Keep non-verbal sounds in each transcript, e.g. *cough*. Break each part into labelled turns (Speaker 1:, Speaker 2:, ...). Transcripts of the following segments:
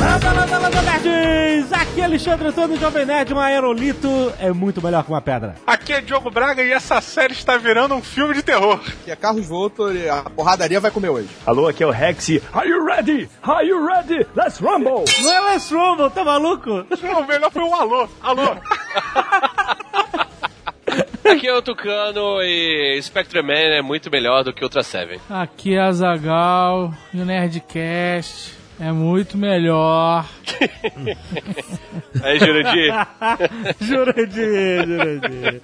Speaker 1: Landa, landa, landa, nerds! Aqui é Alexandre Antônio, Jovem Nerd, um aerolito é muito melhor que uma pedra.
Speaker 2: Aqui é Diogo Braga e essa série está virando um filme de terror. *laughs*
Speaker 3: Que é Carlos Voltor e a porradaria vai comer hoje.
Speaker 4: Alô, aqui é o Rex. e- Are you ready? Are you ready? Let's rumble!
Speaker 1: Não é West Rumble, tá maluco?
Speaker 2: Não, o melhor foi um alô. Alô.
Speaker 5: Aqui é o Tucano e Spectrum Man é muito melhor do que Ultra Seven.
Speaker 6: Aqui é a Zagal e o Nerdcast é muito melhor.
Speaker 5: Aí, É, Jurandir,
Speaker 1: Jurandir, Jurandir.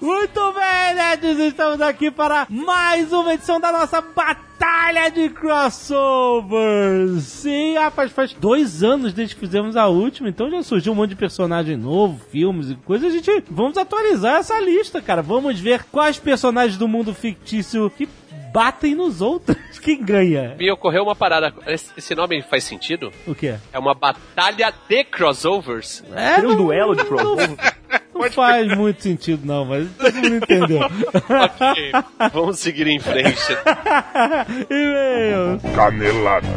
Speaker 1: Muito bem, nerds, estamos aqui para mais uma edição da nossa Batalha de Crossovers. Sim, rapaz, faz dois anos desde que fizemos a última, então já surgiu um monte de personagem novo, filmes e coisas. A gente, vamos atualizar essa lista, cara. Vamos ver quais personagens do mundo fictício que batem nos outros. *laughs* Quem ganha?
Speaker 5: *laughs* me ocorreu uma parada. Esse esse nome faz sentido?
Speaker 1: O quê?
Speaker 5: É uma batalha de crossovers?
Speaker 1: É,
Speaker 4: Seria um duelo de
Speaker 1: Não, não faz muito sentido, não, mas todo mundo *laughs* entendeu.
Speaker 5: ok, vamos seguir em frente.
Speaker 1: E-mails.
Speaker 7: Canelada.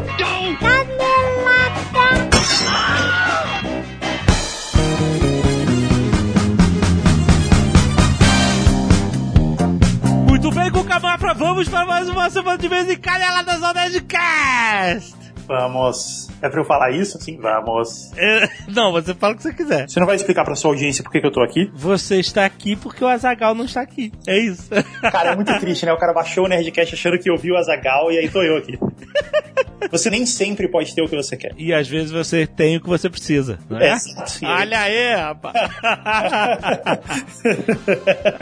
Speaker 1: Muito bem, Cuca Mafra, vamos para mais uma semana de vez em Caneladas ao Nerdcast!
Speaker 8: Vamos. É pra eu falar isso? Sim, vamos.
Speaker 1: É, Não, você fala o que você quiser.
Speaker 8: Você não vai explicar pra sua audiência por que, que eu tô aqui?
Speaker 1: Você está aqui porque o Azagal não está aqui. É isso.
Speaker 8: Cara, é muito triste, né? O cara baixou o Nerdcast achando que ouviu a Zagal e aí tô eu aqui. Você nem sempre pode ter o que você
Speaker 1: *laughs*
Speaker 8: quer.
Speaker 1: E às vezes você tem o que você precisa, não é?
Speaker 8: sim.
Speaker 1: Olha aí, rapaz.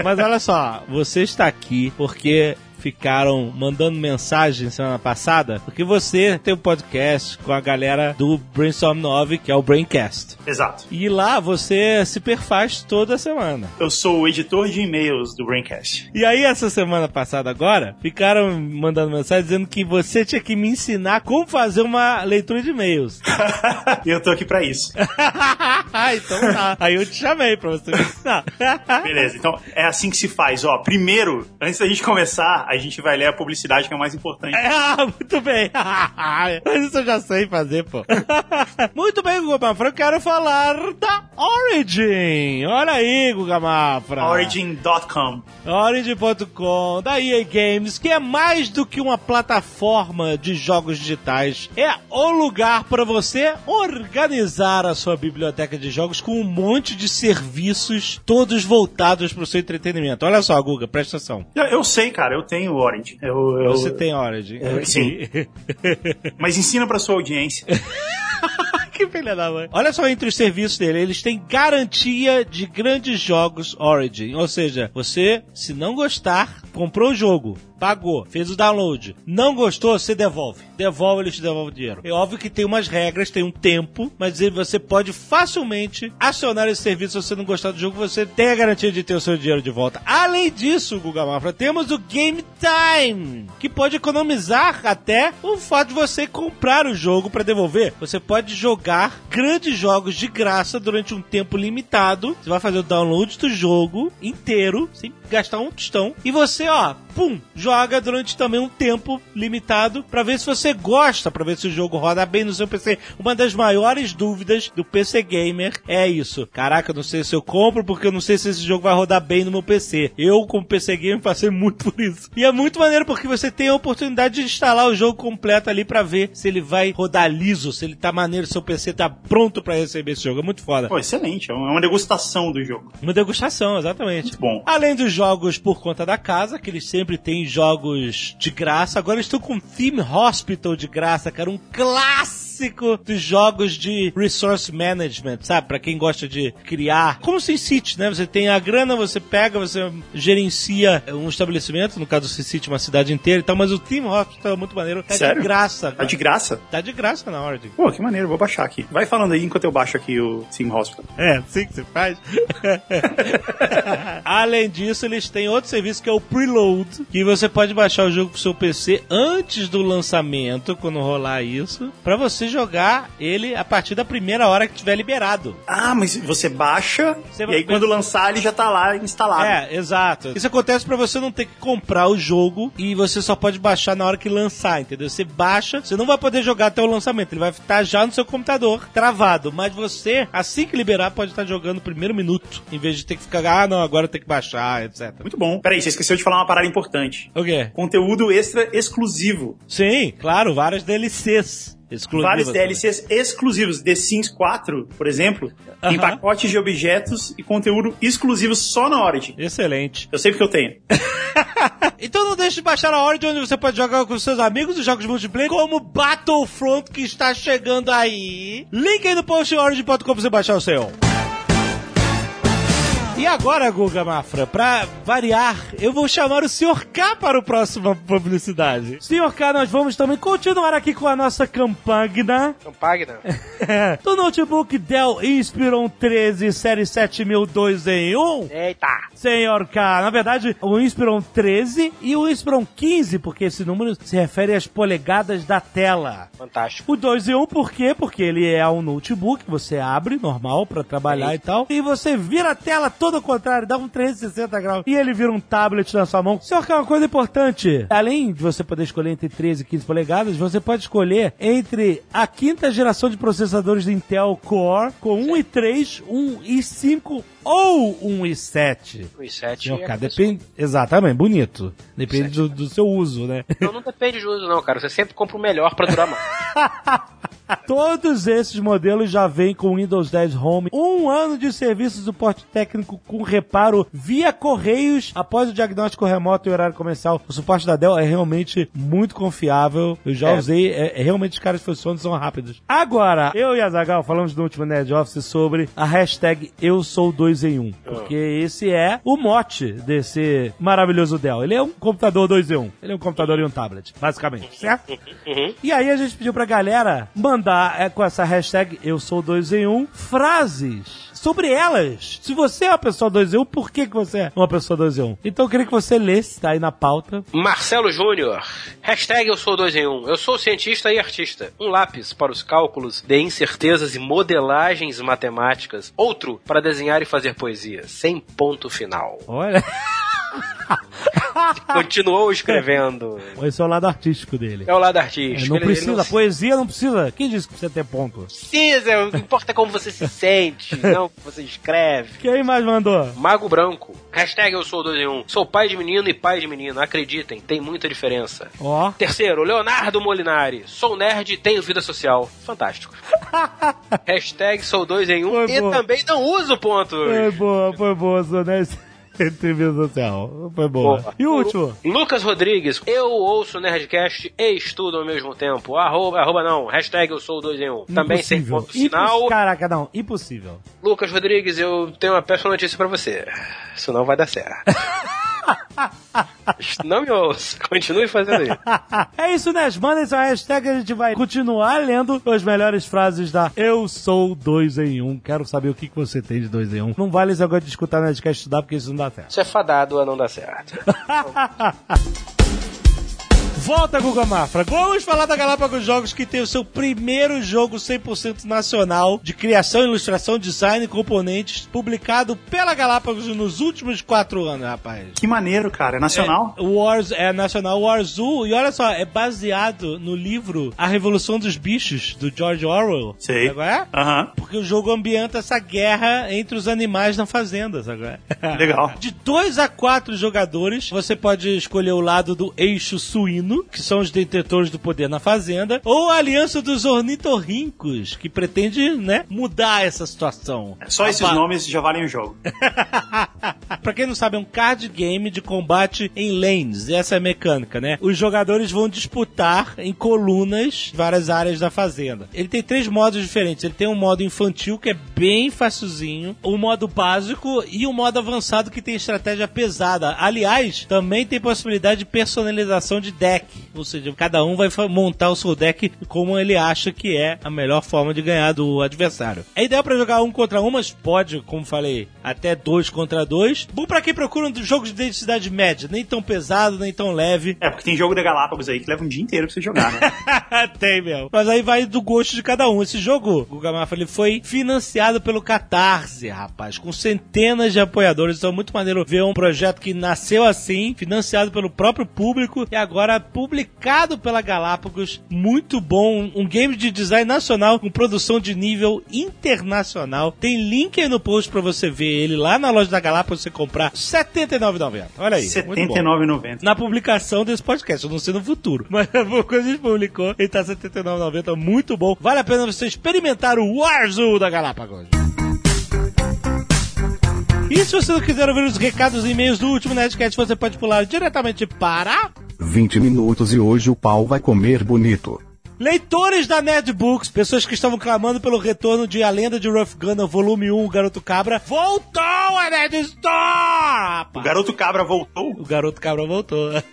Speaker 1: Mas olha só, você está aqui porque ficaram mandando mensagem semana passada, porque você tem um podcast com a galera do Brainstorm 9, que é o Braincast.
Speaker 8: *laughs* Exato.
Speaker 1: E lá você se perfaz toda semana.
Speaker 8: Eu sou o editor de e-mails do Braincast.
Speaker 1: E aí, essa semana passada agora, ficaram mandando mensagem dizendo que você tinha que me ensinar como fazer uma leitura de e-mails. *laughs*
Speaker 8: e eu tô aqui pra isso.
Speaker 1: então tá. Aí eu te chamei pra você me ensinar. *laughs*
Speaker 8: Beleza, então é assim que se faz. Ó, primeiro, antes da gente começar, a gente vai ler a publicidade que é o mais importante.
Speaker 1: *laughs* Ah, muito bem. *laughs* Mas isso eu já sei fazer, pô. *laughs* muito bem, Guga Mafra. Eu quero falar da Origin. Olha aí, Guga Mafra.
Speaker 8: Origin.com.
Speaker 1: Origin.com, da EA Games, que é mais do que uma plataforma de jogos digitais. É o lugar para você organizar a sua biblioteca de jogos com um monte de serviços, todos voltados para o seu entretenimento. Olha só, Guga, presta atenção.
Speaker 8: Eu, eu sei, cara, eu tenho o Origin. Eu, eu-
Speaker 1: Você tem Origin. *laughs*
Speaker 8: eu- sim. Mas ensina pra sua audiência.
Speaker 1: É. *laughs* que filha da mãe. Olha só entre os serviços dele, eles têm garantia de grandes jogos Origin. Ou seja, você, se não gostar, comprou o jogo, pagou, fez o download, não gostou, você devolve. Devolve, eles te devolvem o dinheiro. É óbvio que tem umas regras, tem um tempo, mas ele- você pode facilmente acionar esse serviço se você não gostar do jogo, você tem a garantia de ter o seu dinheiro de volta. Além disso, Guga Mafra, temos o Game Time, que pode economizar até o fato de você comprar o jogo para devolver. Você pode jogar grandes jogos de graça durante um tempo limitado. Você vai fazer o download do jogo inteiro, sem gastar um tostão. E você, ó, pum, joga durante também um tempo limitado para ver se você gosta, para ver se o jogo roda bem no seu PC. Uma das maiores dúvidas do PC Gamer é isso. Caraca, eu não sei se eu compro porque eu não sei se esse jogo vai rodar bem no meu PC. Eu, como PC Gamer, passei muito por isso. E é muito maneiro porque você tem a oportunidade de instalar o jogo completo ali para ver se ele vai rodar liso, se ele tá maneiro, se o PC tá pronto para receber esse jogo. É muito foda.
Speaker 8: Pô, excelente, é uma degustação do jogo.
Speaker 1: Uma degustação, exatamente.
Speaker 8: Bom,
Speaker 1: Além dos jogos por conta da casa, que eles sempre têm jogos de graça, agora eles estão com Theme Hospital de graça, cara, um clássico dos jogos de resource management, sabe? Pra quem gosta de criar. Como Sin City, né? Você tem a grana, você pega, você gerencia um estabelecimento, no caso do Sin City, uma cidade inteira e tal, mas o Theme Hospital é muito maneiro. Tá de
Speaker 8: Sério?
Speaker 1: graça,
Speaker 8: tá
Speaker 1: cara.
Speaker 8: de graça?
Speaker 1: Tá de graça na hora de...
Speaker 8: Pô, que maneiro, vou baixar. achar aqui. Vai falando aí enquanto eu baixo aqui o Sim Hospital.
Speaker 1: É, assim que você faz. *laughs* Além disso, eles têm outro serviço que é o Preload, que você pode baixar o jogo pro seu PC antes do lançamento, quando rolar isso, pra você jogar ele a partir da primeira hora que tiver liberado.
Speaker 8: Ah, mas você baixa
Speaker 1: Você
Speaker 8: e aí
Speaker 1: vai-
Speaker 8: quando lançar ele já tá lá instalado.
Speaker 1: É, exato. Isso acontece pra você não ter que comprar o jogo e você só pode baixar na hora que lançar, entendeu? Você baixa, você não vai poder jogar até o lançamento, ele vai estar já no seu computador travado, mas você, assim que liberar, pode estar jogando no primeiro minuto, em vez de ter que ficar, ah, não, agora eu tenho que baixar, etc.
Speaker 8: Muito bom. Peraí, você esqueceu de falar uma parada importante.
Speaker 1: O quê?
Speaker 8: Conteúdo extra exclusivo.
Speaker 1: Sim, claro, várias DLCs. Exclusivas
Speaker 8: Vários
Speaker 1: também.
Speaker 8: DLCs exclusivos. The Sims 4, por exemplo, tem
Speaker 1: Aham.
Speaker 8: pacotes de objetos e conteúdo exclusivo só na Origin.
Speaker 1: Excelente.
Speaker 8: Eu sei porque eu tenho.
Speaker 1: Então não deixe de baixar a Origin, onde você pode jogar com seus amigos os jogos multiplayer, como Battlefront, que está chegando aí. Link aí no post origin.com pra você baixar o seu. E agora, Guga Mafra, pra variar, eu vou chamar o Sr. K para o próximo publicidade. Sr. K, nós vamos também continuar aqui com a nossa campanha
Speaker 2: Campagna.
Speaker 1: do notebook Dell Inspiron 13 série 7002 em 1.
Speaker 2: Eita.
Speaker 1: Senhor K. Na verdade, o Inspiron 13 e o Inspiron 15, porque esse número se refere às polegadas da tela.
Speaker 2: Fantástico.
Speaker 1: O 2 e 1 por quê? Porque ele é um notebook, você abre, normal, pra trabalhar e tal. E você vira a tela todo ao contrário, dá um 360 graus. E ele vira um tablet na sua mão. Senhor, que é uma coisa importante. Além de você poder escolher entre 13 e 15 polegadas, você pode escolher entre a quinta geração de processadores da Intel Core com 1 e 3, 1 e 5 ou 1 e 7.
Speaker 9: O i7
Speaker 1: Não,
Speaker 9: é
Speaker 1: cara, depende. Exatamente, bonito. Depende do, do seu uso, né?
Speaker 9: Então Não, não depende do uso, não, cara. Você sempre compra o melhor pra durar mais.
Speaker 1: Todos esses modelos já vêm com Windows 10 Home, um ano de serviço e suporte técnico com reparo via correios após o diagnóstico remoto e horário comercial. O suporte da Dell é realmente muito confiável. Eu já usei, é, é realmente os caras funcionam são rápidos. Agora, eu e a Zagal falamos no último Nerd Office sobre a hashtag Eu Sou 2 em 1, porque esse é o mote desse maravilhoso Dell. Ele é um computador 2 em 1. Ele é um computador e um tablet, basicamente, certo? E aí a gente pediu pra galera mandar é, com essa hashtag eu sou 2 em 1 um, frases sobre elas. Se você é uma pessoa 2 em 1, um, por que, que você é uma pessoa 2 em 1? Um? Então eu queria que você lesse, tá aí na pauta.
Speaker 9: Marcelo Júnior. Hashtag eu sou dois em um. Eu sou cientista e artista. Um lápis para os cálculos de incertezas e modelagens matemáticas. Outro para desenhar e fazer poesia. Sem ponto final.
Speaker 1: Olha, *laughs* Ah.
Speaker 9: Continuou
Speaker 1: *laughs*
Speaker 9: escrevendo.
Speaker 1: esse é o lado artístico dele.
Speaker 9: É o lado
Speaker 1: É,
Speaker 9: artístico.
Speaker 1: não
Speaker 9: Ele- ele
Speaker 1: precisa,
Speaker 9: não
Speaker 1: poesia não precisa. Quem disse que precisa ter ponto?
Speaker 9: precisa. Não importa é como você se
Speaker 1: *laughs*
Speaker 9: sente, não como você escreve.
Speaker 1: Quem mais mandou?
Speaker 9: Mago Branco. Hashtag eu sou 2 em 1. Um. Sou pai de menino e pai de menina. Acreditem, tem muita diferença.
Speaker 1: Ó.
Speaker 9: Terceiro, Leonardo Molinari. Sou nerd e tenho vida social.
Speaker 1: *laughs*
Speaker 9: Fantástico. Hashtag sou dois em um
Speaker 1: Foi
Speaker 9: e
Speaker 1: boa.
Speaker 9: também não uso pontos.
Speaker 1: Foi boa, foi boa, sua né? *laughs* Entrevista social. Foi boa.
Speaker 9: Boa.
Speaker 1: E o último?
Speaker 9: Lucas Rodrigues, eu ouço Nerdcast e estudo ao mesmo tempo. Arroba, arroba não, hashtag eu sou dois em um. Também sem
Speaker 1: é Impossível.
Speaker 9: ponto final.
Speaker 1: Impos- Caraca, não, impossível.
Speaker 9: Lucas Rodrigues, eu tenho uma péssima notícia pra você. Isso não vai dar certo.
Speaker 10: *laughs*
Speaker 9: não me ouça, continue fazendo isso.
Speaker 1: *laughs* é isso, né? Mandem sua hashtag, a gente vai continuar lendo as melhores frases da Eu Sou 2 em 1. Um. Quero saber o que, que você tem de 2 em 1. Um. Não vale esse negócio de escutar na de estudar, porque isso não dá certo.
Speaker 9: Isso é fadado a não dar certo.
Speaker 1: Volta, Guga Mafra. Vamos falar da Galápagos Jogos, que tem o seu primeiro jogo 100% nacional de criação, ilustração, design e componentes, publicado pela Galápagos nos últimos quatro anos, rapaz.
Speaker 8: Que maneiro, cara. Nacional?
Speaker 1: É, Wars, é nacional War Zoo. E olha só, é baseado no livro A Revolução dos Bichos, do George Orwell.
Speaker 8: Sei.
Speaker 1: Sabe qual é?
Speaker 8: Aham.
Speaker 1: Porque o jogo ambienta essa guerra entre os animais na fazenda, sabe?
Speaker 8: *laughs*
Speaker 1: qual é?
Speaker 8: Legal.
Speaker 1: De 2 a 4 jogadores, você pode escolher o lado do eixo suíno, que são os detentores do poder na fazenda, ou a aliança dos ornitorrincos, que pretende, né, mudar essa situação.
Speaker 8: Só esses
Speaker 1: Apa-
Speaker 8: nomes já valem o jogo.
Speaker 1: *laughs* pra quem não sabe, é um card game de combate em lanes. Essa é a mecânica, né? Os jogadores vão disputar em colunas várias áreas da fazenda. Ele tem três modos diferentes. Ele tem um modo infantil, que é bem facilzinho, um modo básico e um modo avançado que tem estratégia pesada. Aliás, também tem possibilidade de personalização de deck deck. Ou seja, cada um vai fa- montar o seu deck como ele acha que é a melhor forma de ganhar do adversário. É ideal pra jogar um contra um, mas pode, como falei, até dois contra dois. Bom pra quem procura um jogo de densidade média, nem tão pesado, nem tão leve.
Speaker 8: É, porque tem jogo da Galápagos aí que leva um dia inteiro pra você
Speaker 1: *laughs*
Speaker 8: jogar, né?
Speaker 1: Tem mesmo. Mas aí vai do gosto de cada um. Esse jogo, o Gamarfa, ele foi financiado pelo Catarse, rapaz, com centenas de apoiadores. Então é muito maneiro ver um projeto que nasceu assim, financiado pelo próprio público e agora publicado pela Galápagos. Muito bom. Um game de design nacional com produção de nível internacional. Tem link aí no post pra você ver ele lá na loja da Galápagos você comprar R$ 79,90. Olha aí. É muito bom.
Speaker 8: 79,90.
Speaker 1: Na publicação desse podcast, eu não sei no futuro. *laughs* Mas quando a gente publicou, ele tá R$ 79,90, muito bom. Vale a pena você experimentar o Warzoo da Galápagos. E se você não quiser ouvir os recados e e-mails do último Nerdcast, você pode pular diretamente para
Speaker 7: 20 minutos e hoje o pau vai comer bonito.
Speaker 1: Leitores da Nerdbooks, pessoas que estavam clamando pelo retorno de A Lenda de Ruff Gunner, volume 1, o Garoto Cabra, voltou a Nerd Store!
Speaker 8: O
Speaker 1: rapaz.
Speaker 8: Garoto Cabra voltou.
Speaker 1: O Garoto Cabra voltou. *laughs*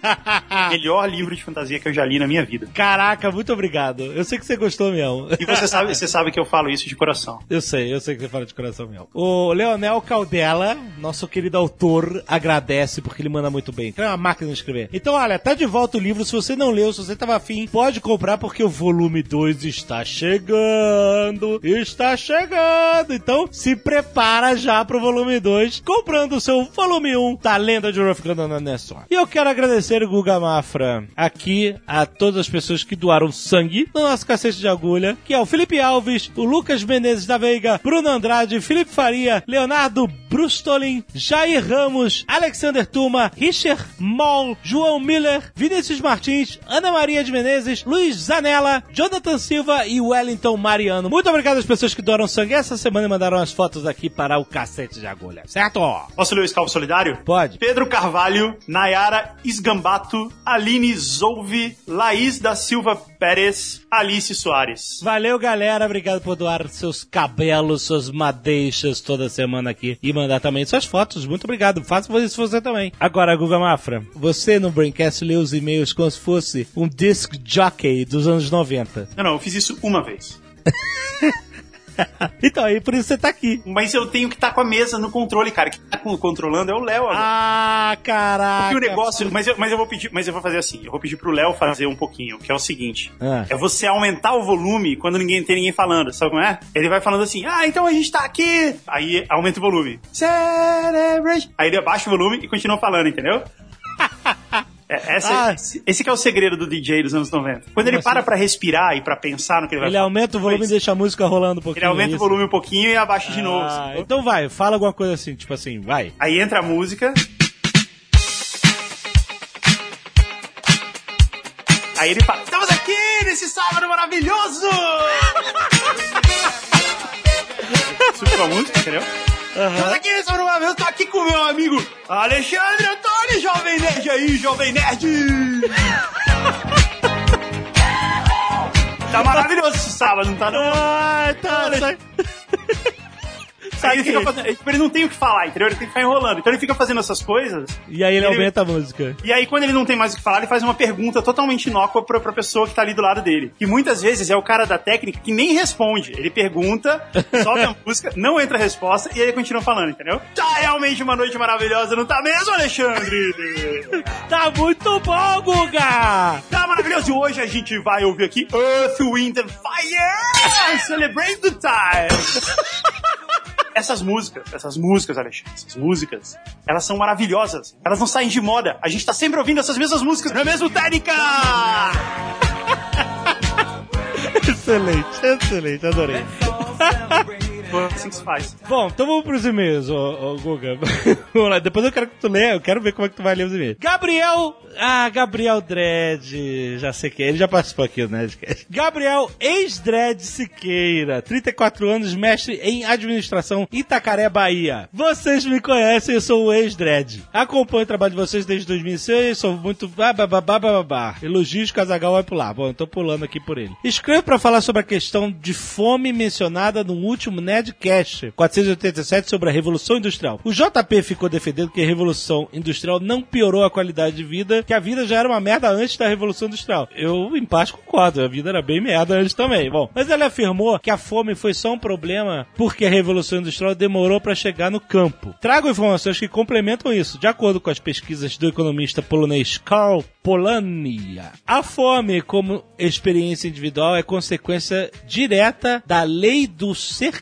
Speaker 8: Melhor livro de fantasia que eu já li na minha vida.
Speaker 1: Caraca, muito obrigado. Eu sei que você gostou, Mião.
Speaker 8: E você sabe, você sabe que eu falo isso de coração.
Speaker 1: Eu sei, eu sei que você fala de coração mesmo. O Leonel Caldela, nosso querido autor, agradece porque ele manda muito bem. Então é uma máquina de escrever. Então, olha, tá de volta o livro. Se você não leu, se você tava afim, pode comprar porque o volume 2 está chegando. Está chegando. Então, se prepara já pro volume 2, comprando o seu volume tá 1 da Lenda de Ruff Gunner na Nestor. E eu quero agradecer o Guga Mafra aqui a todas as pessoas que doaram sangue no nosso cacete de agulha, que é o Felipe Alves, o Lucas Menezes da Veiga, Bruno Andrade, Felipe Faria, Leonardo Brustolin, Jair Ramos, Alexander Tuma, Richard Moll, João Miller, Vinícius Martins, Ana Maria de Menezes, Luiz Zanella, Jonathan Silva e Wellington Mariano. Muito obrigado às pessoas que doaram sangue essa semana e mandaram as fotos aqui para o cacete de agulha, certo?
Speaker 8: Posso ler o Scalpo Solidário?
Speaker 1: Pode.
Speaker 8: Pedro Carvalho, Nayara Esgambato, Aline Zouve, Laís da Silva Pérez, Alice Soares.
Speaker 1: Valeu, galera. Obrigado por doar seus cabelos, suas madeixas toda semana aqui e mandar também suas fotos. Muito obrigado. Faça isso você também. Agora, Guga Mafra, você no Braincast lê os e-mails como se fosse um disc jockey dos anos 90.
Speaker 8: Não, não, eu fiz isso uma vez.
Speaker 1: *laughs* Então, aí por isso você tá aqui.
Speaker 8: Mas eu tenho que estar com a mesa no controle, cara. Quem tá com- controlando é o Léo agora.
Speaker 1: Ah,
Speaker 8: E
Speaker 1: caraca.
Speaker 8: o negócio, mas eu, mas eu vou pedir, mas eu vou fazer assim, eu vou pedir pro Léo fazer um pouquinho, que é o seguinte,
Speaker 1: Ah.
Speaker 8: é você aumentar o volume quando ninguém tem ninguém falando, sabe como é? Ele vai falando assim, ah, então a gente tá aqui, aí aumenta o volume, Celebration. aí ele abaixa o volume e continua
Speaker 1: *laughs*
Speaker 8: falando, entendeu? É, essa-
Speaker 1: Ah.
Speaker 8: esse- Esse que é o segredo do DJ dos anos 90. Quando ele
Speaker 1: assim?
Speaker 8: para pra respirar e pra pensar no que ele vai
Speaker 1: Ele aumenta o volume e
Speaker 8: Pois.
Speaker 1: deixa a música rolando um pouquinho.
Speaker 8: ele aumenta
Speaker 1: é
Speaker 8: o
Speaker 1: isso?
Speaker 8: volume um pouquinho e abaixa de novo. assim.
Speaker 1: Ah,
Speaker 8: sacou?
Speaker 1: então vai, fala alguma coisa assim, tipo assim, vai.
Speaker 8: Aí entra a música. Aí ele fala: Estamos aqui nesse sábado maravilhoso! Subiu a música, entendeu? Estamos aqui nesse sábado maravilhoso, tô aqui com o meu amigo Alexandre Antônio, jovem nerd aí, jovem nerd! tá maravilhoso esse sábado, não tá não?
Speaker 1: Ah, tá.
Speaker 8: sai- Aí ele, fica fazendo, ele não tem o que falar, entendeu? Ele tem que ficar enrolando. Então ele fica fazendo essas coisas
Speaker 1: E aí ele
Speaker 8: Ele-
Speaker 1: aumenta a música.
Speaker 8: e aí, quando ele não tem mais o que falar, ele faz uma pergunta totalmente inócua pra, pra pessoa que tá ali do lado dele. E muitas vezes é o cara da técnica que nem responde. Ele pergunta, solta a música, não entra a resposta e aí ele continua falando, entendeu? Tá realmente uma noite maravilhosa, não tá mesmo, Alexandre?
Speaker 1: Tá muito bom, Guga!
Speaker 8: Tá maravilhoso. E hoje a gente vai ouvir aqui Earth, Wind and Fire! Celebrate the time! Essas músicas, essas músicas, Alexandre, essas músicas, elas são maravilhosas. Elas não saem de moda. A gente tá sempre ouvindo essas mesmas músicas, não é mesmo, técnica?
Speaker 1: Excelente, excelente, adorei.
Speaker 8: Foi assim que se faz.
Speaker 1: Bom, então vamos pros e-mails, ô, ô, Guga. *laughs* vamos lá, depois eu quero que tu leia, eu quero ver como é que tu vai ler os e-mails. Gabriel. Ah, Gabriel Dredd. Já sei quem é, ele já participou aqui do Nerdcast. Gabriel, ex-Dredd Siqueira, 34 anos, mestre em administração Itacaré, Bahia. Vocês me conhecem, eu sou o ex-Dredd. Acompanho o trabalho de vocês desde 2006, sou muito. Bah, bah, bah, bah, bah, bah. Elogios que o Azaghal vai pular. Bom, eu tô pulando aqui por ele. Escrevo pra falar sobre a questão de fome mencionada no último Nerdcast. Nerdcast 487 sobre a Revolução Industrial. O JP ficou defendendo que a Revolução Industrial não piorou a qualidade de vida, que a vida já era uma merda antes da Revolução Industrial. Eu, em parte, concordo. A vida era bem merda antes também. Bom, mas ele afirmou que a fome foi só um problema porque a Revolução Industrial demorou para chegar no campo. Trago informações que complementam isso. De acordo com as pesquisas do economista polonês Karl Polania, a fome como experiência individual é consequência direta da lei do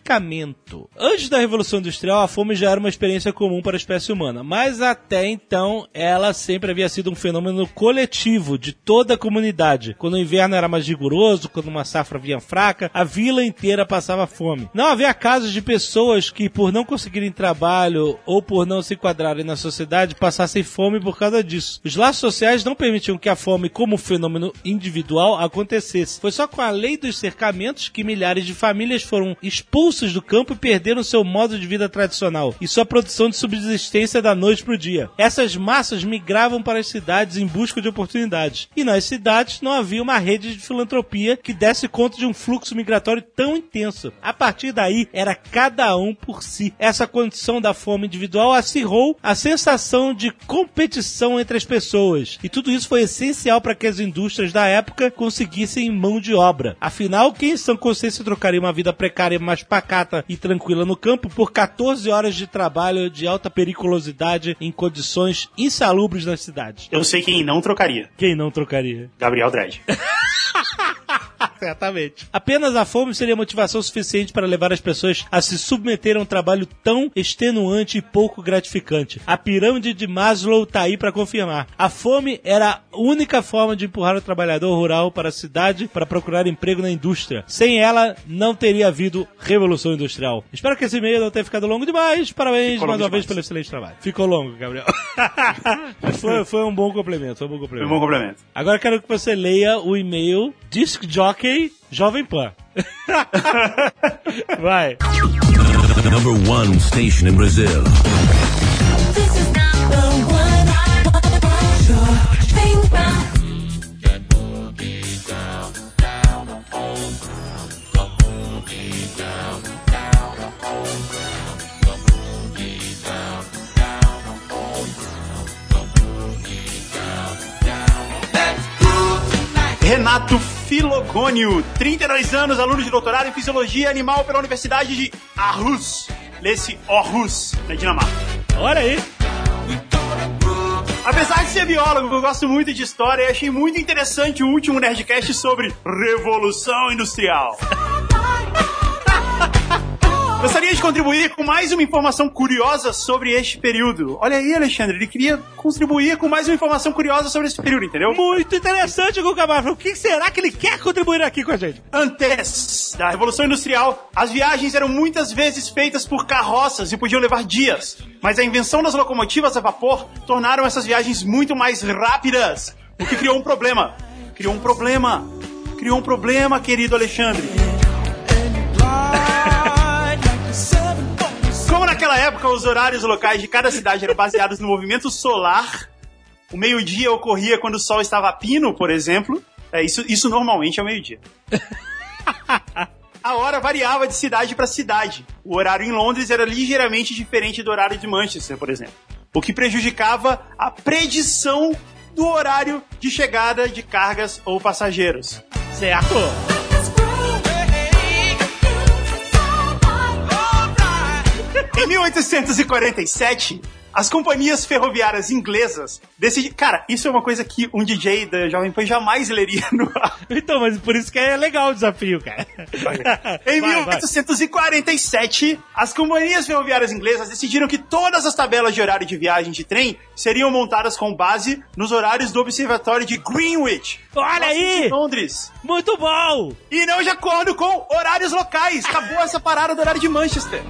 Speaker 1: cercamento. Antes da Revolução Industrial, a fome já era uma experiência comum para a espécie humana, mas até então ela sempre havia sido um fenômeno coletivo de toda a comunidade. Quando o inverno era mais rigoroso, quando uma safra vinha fraca, a vila inteira passava fome. Não havia casos de pessoas que, por não conseguirem trabalho ou por não se enquadrarem na sociedade, passassem fome por causa disso. Os laços sociais não permitiam que a fome, como um fenômeno individual, acontecesse. Foi só com a lei dos cercamentos que milhares de famílias foram expulsos do campo e perderam seu modo de vida tradicional e sua produção de subsistência da noite para o dia. Essas massas migravam para as cidades em busca de oportunidades. E nas cidades não havia uma rede de filantropia que desse conta de um fluxo migratório tão intenso. A partir daí, era cada um por si. Essa condição da fome individual acirrou a sensação de competição entre as pessoas. E tudo isso foi essencial para que as indústrias da época conseguissem mão de obra. Afinal, quem em sã consciência trocaria uma vida precária mais pacata e tranquila no campo por 14 horas de trabalho de alta periculosidade em condições insalubres nas cidades?
Speaker 8: Eu sei quem não trocaria.
Speaker 1: Quem não trocaria?
Speaker 8: Gabriel Dredd. *laughs*
Speaker 1: Certamente. Apenas a fome seria motivação suficiente para levar as pessoas a se submeterem a um trabalho tão extenuante e pouco gratificante. A pirâmide de Maslow tá aí para confirmar. A fome era a única forma de empurrar o trabalhador rural para a cidade para procurar emprego na indústria. Sem ela, não teria havido revolução industrial. Espero que esse e-mail não tenha ficado longo demais. Parabéns
Speaker 8: Ficou
Speaker 1: mais
Speaker 8: longo
Speaker 1: uma vez
Speaker 8: demais.
Speaker 1: pelo excelente trabalho. Ficou longo, Gabriel. *laughs* Mas foi, foi um bom complemento, foi um bom
Speaker 8: Foi um
Speaker 1: complemento.
Speaker 8: bom complemento.
Speaker 1: Agora eu quero que você leia o e-mail Disc Jockey Jovem *laughs* Pan. Vai.
Speaker 11: Number one station in Brazil.
Speaker 12: This is number one. Jovem
Speaker 8: Renato Filogônio, 32 anos, aluno de doutorado em Fisiologia Animal pela Universidade de Aarhus. Lê-se Aarhus, na Dinamarca.
Speaker 1: Olha aí.
Speaker 8: Apesar de ser biólogo, eu gosto muito de história e achei muito interessante o último Nerdcast sobre Revolução Industrial. *laughs* Gostaria de contribuir com mais uma informação curiosa sobre este período. Olha aí, Alexandre, ele queria contribuir com mais uma informação curiosa sobre esse período, entendeu?
Speaker 1: Muito interessante, Guga Mafra. O que será que ele quer contribuir aqui com a gente?
Speaker 8: Antes da Revolução Industrial, as viagens eram muitas vezes feitas por carroças e podiam levar dias. Mas a invenção das locomotivas a vapor tornaram essas viagens muito mais rápidas, o que criou um problema. Criou um problema. Criou um problema, querido Alexandre. Como naquela época os horários locais de cada cidade eram baseados no movimento solar, o meio-dia ocorria quando o sol estava a pino, por exemplo. É, isso, isso normalmente é o meio-dia. A hora variava de cidade para cidade. O horário em Londres era ligeiramente diferente do horário de Manchester, por exemplo. O que prejudicava a predição do horário de chegada de cargas ou passageiros. Certo? Em 1847, as companhias ferroviárias inglesas decidiram. Cara, isso é uma coisa que um DJ da Jovem Pan jamais leria no ar.
Speaker 1: Então, mas por isso que é legal o desafio, cara.
Speaker 8: Em
Speaker 1: Vai, vai.
Speaker 8: 1847, as companhias ferroviárias inglesas decidiram que todas as tabelas de horário de viagem de trem seriam montadas com base nos horários do Observatório de Greenwich.
Speaker 1: Olha aí!
Speaker 8: de Londres.
Speaker 1: Muito bom.
Speaker 8: E não de acordo com horários locais. Acabou essa parada do horário de Manchester.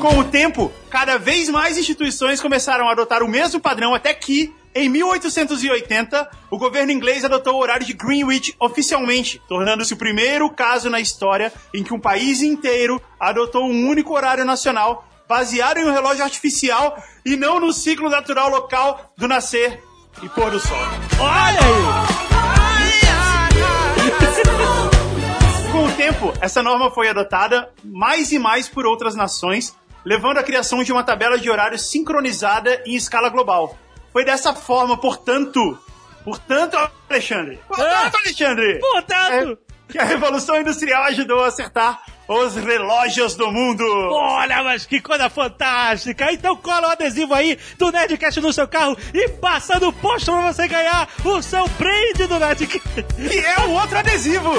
Speaker 8: Com o tempo, cada vez mais instituições começaram a adotar o mesmo padrão até que, em 1880, o governo inglês adotou o horário de Greenwich oficialmente, tornando-se o primeiro caso na história em que um país inteiro adotou um único horário nacional baseado em um relógio artificial e não no ciclo natural local do nascer e pôr do sol.
Speaker 1: Olha aí.
Speaker 8: Com o tempo, tempo, essa norma foi adotada mais e mais por outras nações, levando à criação de uma tabela de horários sincronizada em escala global. Foi dessa forma, portanto, portanto, Alexandre,
Speaker 6: É.
Speaker 8: portanto, Alexandre,
Speaker 12: Portanto,
Speaker 8: que a Revolução Industrial ajudou a acertar os relógios do mundo.
Speaker 1: É.
Speaker 12: olha, mas que coisa fantástica! Então cola o adesivo aí do Nerdcast no seu carro e passa no posto pra você ganhar o seu brinde do Nerdcast.
Speaker 8: Que é o outro adesivo.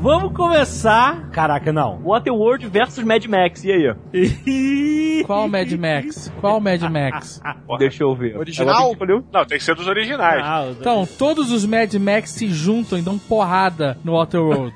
Speaker 12: Vamos começar. Caraca, não.
Speaker 10: Waterworld versus Mad Max, e aí?
Speaker 6: Qual Mad Max? Qual Mad Max?
Speaker 10: Deixa eu ver.
Speaker 3: Original?
Speaker 2: Não, tem que ser dos originais.
Speaker 6: Então, todos os Mad Max se juntam e dão porrada no Waterworld.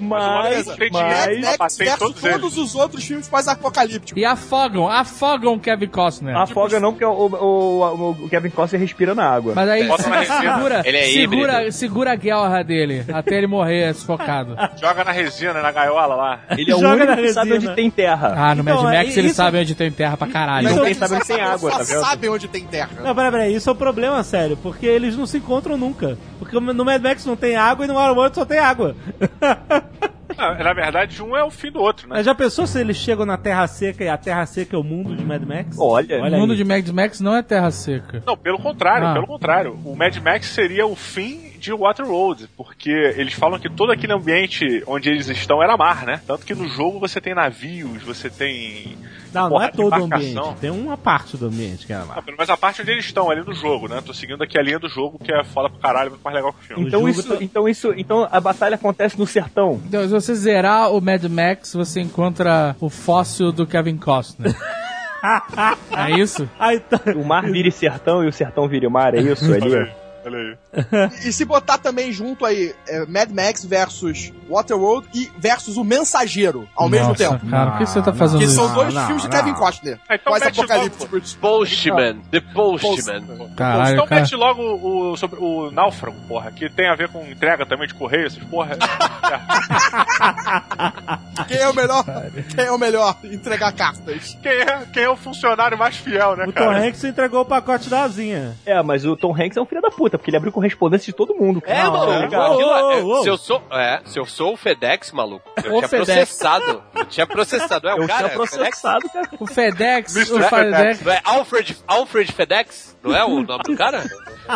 Speaker 10: Mas,
Speaker 2: Mas,
Speaker 10: mas,
Speaker 2: mas,
Speaker 3: Max
Speaker 2: tem
Speaker 3: versus
Speaker 2: todos eles.
Speaker 3: todos, os outros filmes pós-apocalípticos.
Speaker 6: E afogam, afogam Kevin Costner.
Speaker 10: afoga não, porque o, o- o- o Kevin Costner respira na água.
Speaker 6: Mas aí
Speaker 2: Bota na resina.
Speaker 6: segura,
Speaker 13: Ele é
Speaker 6: segura,
Speaker 13: híbrido.
Speaker 6: segura a guerra dele até ele morrer sufocado.
Speaker 2: Joga na resina, na gaiola lá.
Speaker 10: Ele é Ah. o
Speaker 12: Joga
Speaker 10: único
Speaker 12: na
Speaker 10: que sabe
Speaker 12: resina.
Speaker 10: onde tem terra.
Speaker 6: Ah, no Mad
Speaker 12: Então,
Speaker 6: Max
Speaker 12: é
Speaker 6: ele
Speaker 12: isso-
Speaker 6: sabe onde tem terra pra caralho.
Speaker 10: Não,
Speaker 3: Então,
Speaker 10: tem
Speaker 3: eles
Speaker 10: sabe onde
Speaker 3: só
Speaker 10: tem
Speaker 3: sabem-
Speaker 10: água,
Speaker 3: só
Speaker 10: tá vendo?
Speaker 3: sabem onde tem terra.
Speaker 1: Não, peraí, peraí, isso é um problema sério, porque eles não se encontram nunca. Porque no Mad Max não tem água e no Armando só tem água.
Speaker 2: Ah, Na verdade, um é o fim do outro, né?
Speaker 1: Mas já pensou se eles chegam na Terra Seca e a Terra Seca é o mundo de Mad Max?
Speaker 10: Olha,
Speaker 6: o mundo
Speaker 1: aí.
Speaker 6: de Mad Max não é terra seca.
Speaker 2: Não, pelo contrário,
Speaker 6: Ah.
Speaker 2: pelo contrário. O Mad Max seria o fim de Waterworld, porque eles falam que todo aquele ambiente onde eles estão era mar, né? Tanto que no jogo você tem navios, você tem.
Speaker 1: Não, não
Speaker 2: porrada
Speaker 1: é
Speaker 2: de
Speaker 1: todo o
Speaker 2: embarcação.
Speaker 1: ambiente. Tem uma parte do ambiente que
Speaker 2: *laughs*
Speaker 1: é lá.
Speaker 2: Ah, pelo menos a parte onde eles estão, ali no jogo, né? Tô seguindo aqui a linha do jogo, que é foda pra caralho, muito mais legal que o filme.
Speaker 10: então
Speaker 1: jogo
Speaker 10: isso,
Speaker 1: tá-
Speaker 10: então isso, então a batalha acontece no sertão.
Speaker 6: Então, se você zerar o Mad Max, você encontra o fóssil do Kevin Costner. *laughs* é isso?
Speaker 1: Ah, então,
Speaker 10: O mar vira sertão e o sertão vira mar, é isso ali?
Speaker 2: Olha aí.
Speaker 3: E se botar também junto aí é, Mad Max versus Waterworld e versus O Mensageiro ao mesmo
Speaker 6: Nossa,
Speaker 3: tempo.
Speaker 6: Cara, por que você tá fazendo
Speaker 3: Que
Speaker 6: isso?
Speaker 10: Ah,
Speaker 3: são dois
Speaker 1: não,
Speaker 3: filmes de
Speaker 1: não.
Speaker 3: Kevin Costner.
Speaker 2: Ah, então mete
Speaker 3: Pós-apocalípticos.
Speaker 13: Postman, The Postman.
Speaker 6: Caralho,
Speaker 2: então
Speaker 6: Ah, cara.
Speaker 2: mete logo o, o, sobre, o Náufrago, porra, que tem a ver com entrega também de correio, essas porra.
Speaker 3: Quem é o melhor? Quem é o melhor em entregar cartas?
Speaker 2: quem, é, *laughs* quem é o funcionário mais fiel, né,
Speaker 1: o Tom
Speaker 2: cara?
Speaker 1: Hanks entregou o pacote da asinha.
Speaker 10: É, mas o Tom Hanks é um filho da puta, porque ele abriu correspondência de todo mundo.
Speaker 13: É,
Speaker 6: Oh,
Speaker 10: Não,
Speaker 13: maluco.
Speaker 10: cara.
Speaker 1: Ô,
Speaker 13: aquilo-
Speaker 1: ô,
Speaker 13: é,
Speaker 1: ô, ô.
Speaker 13: Se eu sou, é, se eu sou o FedEx, maluco, eu
Speaker 6: O
Speaker 13: tinha
Speaker 6: FedEx.
Speaker 13: processado. Eu tinha processado. É o
Speaker 10: Eu
Speaker 13: cara.
Speaker 10: tinha
Speaker 13: é o FedEx.
Speaker 10: processado, cara.
Speaker 6: O FedEx, o
Speaker 2: Mr.
Speaker 6: FedEx.
Speaker 13: Não é Alfred, Alfred FedEx? Não é o nome do cara?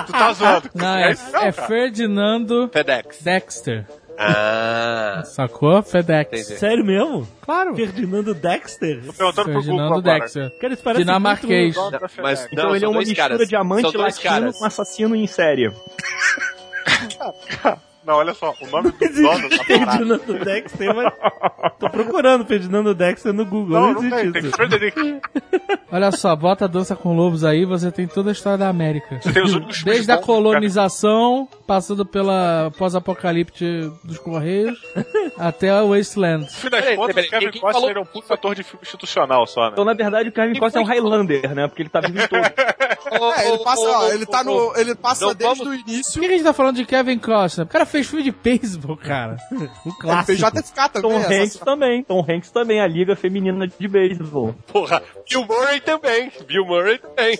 Speaker 2: Tu tá zoando.
Speaker 6: Não, é,
Speaker 2: isso não,
Speaker 6: é
Speaker 2: cara.
Speaker 6: Ferdinando
Speaker 13: FedEx.
Speaker 6: Dexter.
Speaker 13: Ah.
Speaker 6: Sacou? FedEx.
Speaker 13: Entendi.
Speaker 1: Sério mesmo?
Speaker 6: Claro.
Speaker 1: Ferdinando Dexter?
Speaker 2: Tô perguntando pro Google
Speaker 6: Ferdinando
Speaker 2: agora.
Speaker 6: Dexter.
Speaker 1: Cara, eles parecem
Speaker 6: Dinamarquês.
Speaker 1: muito-
Speaker 13: um Não, mas,
Speaker 10: Então
Speaker 13: não,
Speaker 10: ele é
Speaker 13: são
Speaker 10: uma
Speaker 13: dois
Speaker 10: mistura
Speaker 13: caras.
Speaker 10: de amante
Speaker 13: São dois
Speaker 10: latino
Speaker 13: caras.
Speaker 10: com assassino em
Speaker 1: *laughs*
Speaker 10: série.
Speaker 2: Não, olha só, o nome do dono da parada.
Speaker 1: Ferdinando Dexter, mas. Tô procurando Ferdinando Dexter no Google.
Speaker 2: Não,
Speaker 1: Não,
Speaker 2: não tem,
Speaker 1: existe
Speaker 2: tem
Speaker 1: isso.
Speaker 2: Frederick.
Speaker 6: Olha só, bota a dança com lobos aí, você tem toda a história da América.
Speaker 2: Tem os únicos filmes
Speaker 6: Desde a
Speaker 2: bons, né?
Speaker 6: colonização, passando pela pós-apocalipse
Speaker 2: *laughs*
Speaker 6: dos Correios, até o Wasteland.
Speaker 2: No fim das
Speaker 13: Peraí,
Speaker 2: contas,
Speaker 13: peraí,
Speaker 2: o Kevin
Speaker 13: quem
Speaker 2: Costner
Speaker 13: falou-
Speaker 2: era um puto ator de filme institucional só, né?
Speaker 10: Então, na verdade, o Kevin Costner é um Highlander, né? Porque ele tá vivo
Speaker 13: *laughs*
Speaker 10: em todo.
Speaker 3: É, ele passa, ó, ele tá no. Ele passa
Speaker 13: Não,
Speaker 3: desde
Speaker 13: vamos-
Speaker 3: o
Speaker 6: Por
Speaker 3: início.
Speaker 6: que a gente tá falando de Kevin Costner? O cara fez filme de beisebol, cara. O
Speaker 3: Ele fez
Speaker 6: clássico.
Speaker 3: JFK também. é,
Speaker 10: Tom
Speaker 3: essa-
Speaker 10: Hanks também. Tom Hanks também, a liga feminina de beisebol.
Speaker 13: Porra, Bill Murray também. Bill Murray também.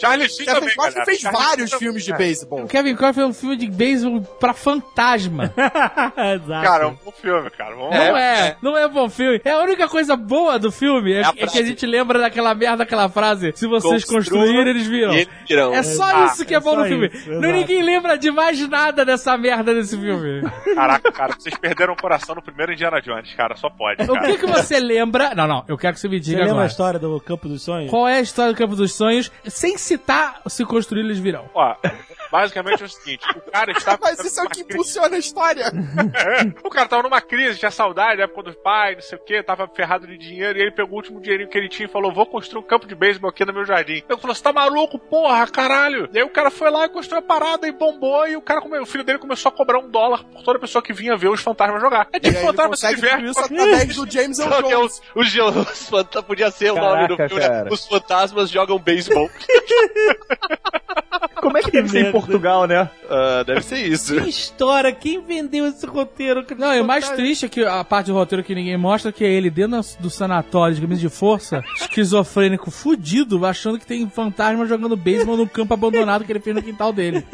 Speaker 2: Charlie Sheen também,
Speaker 3: Kevin Costner
Speaker 2: cara.
Speaker 3: É, fez
Speaker 2: Charlie
Speaker 3: vários
Speaker 2: Sheen
Speaker 3: filmes de
Speaker 2: também.
Speaker 3: beisebol.
Speaker 6: O Kevin Costner fez um filme de beisebol pra fantasma.
Speaker 1: Exato.
Speaker 2: Cara, é um bom filme, cara. Vamos
Speaker 6: Não
Speaker 2: lá.
Speaker 6: é, não é bom filme. É a única coisa boa do filme é,
Speaker 13: a
Speaker 6: é que a
Speaker 13: frase.
Speaker 6: gente lembra daquela merda, daquela frase. Se vocês
Speaker 13: Construam
Speaker 6: construírem, eles viram.
Speaker 13: E eles viram.
Speaker 6: É só isso que é,
Speaker 1: é
Speaker 6: bom
Speaker 1: só
Speaker 6: no filme.
Speaker 1: isso,
Speaker 6: Não,
Speaker 1: exato.
Speaker 6: ninguém lembra de mais nada dessa merda desse filme.
Speaker 2: *laughs* Caraca, cara, vocês perderam o coração no primeiro Indiana Jones, cara. Só pode,
Speaker 6: O que,
Speaker 2: cara.
Speaker 6: que você lembra? Não, não, eu quero que você me
Speaker 1: Você
Speaker 6: diga
Speaker 1: lembra a
Speaker 6: agora.
Speaker 1: história do Campo dos Sonhos?
Speaker 6: Qual é a história do Campo dos Sonhos? Sem citar se construir, eles virão.
Speaker 2: Ó, basicamente é o seguinte, o cara estava...
Speaker 3: Mas isso é o que impulsiona a história.
Speaker 13: *laughs*
Speaker 2: o cara tava numa crise, tinha saudade da época do pai, não sei o que, tava ferrado de dinheiro, e ele pegou o último dinheirinho que ele tinha e falou: vou construir um campo de beisebol aqui no meu jardim. Eu falou: você tá maluco, porra, caralho! E aí o cara foi lá e construiu a parada e bombou, e o cara come- o filho dele começou a cobrar um dólar por toda pessoa que vinha ver os fantasmas jogar. É
Speaker 3: E aí
Speaker 2: tipo
Speaker 3: ele
Speaker 2: fantasma se
Speaker 3: consegue
Speaker 2: diverte.
Speaker 3: tudo isso através do James Earl
Speaker 13: Só que é
Speaker 3: Jones.
Speaker 13: os, os, jo- os fanta- podia ser o nome do
Speaker 10: Caraca,
Speaker 13: filme. né?
Speaker 10: cara.
Speaker 13: Os fantasmas jogam beisebol.
Speaker 10: Como é
Speaker 12: Acho que deve ser em
Speaker 1: merda.
Speaker 12: Portugal, né?
Speaker 14: Ah, deve ser isso.
Speaker 1: Que história, quem vendeu esse roteiro?
Speaker 6: Não, e o mais triste é que a parte do roteiro que ninguém mostra é que é ele dentro do sanatório de camisa de força, esquizofrênico, fudido, achando que tem fantasma jogando beisebol num campo abandonado que ele fez no quintal dele.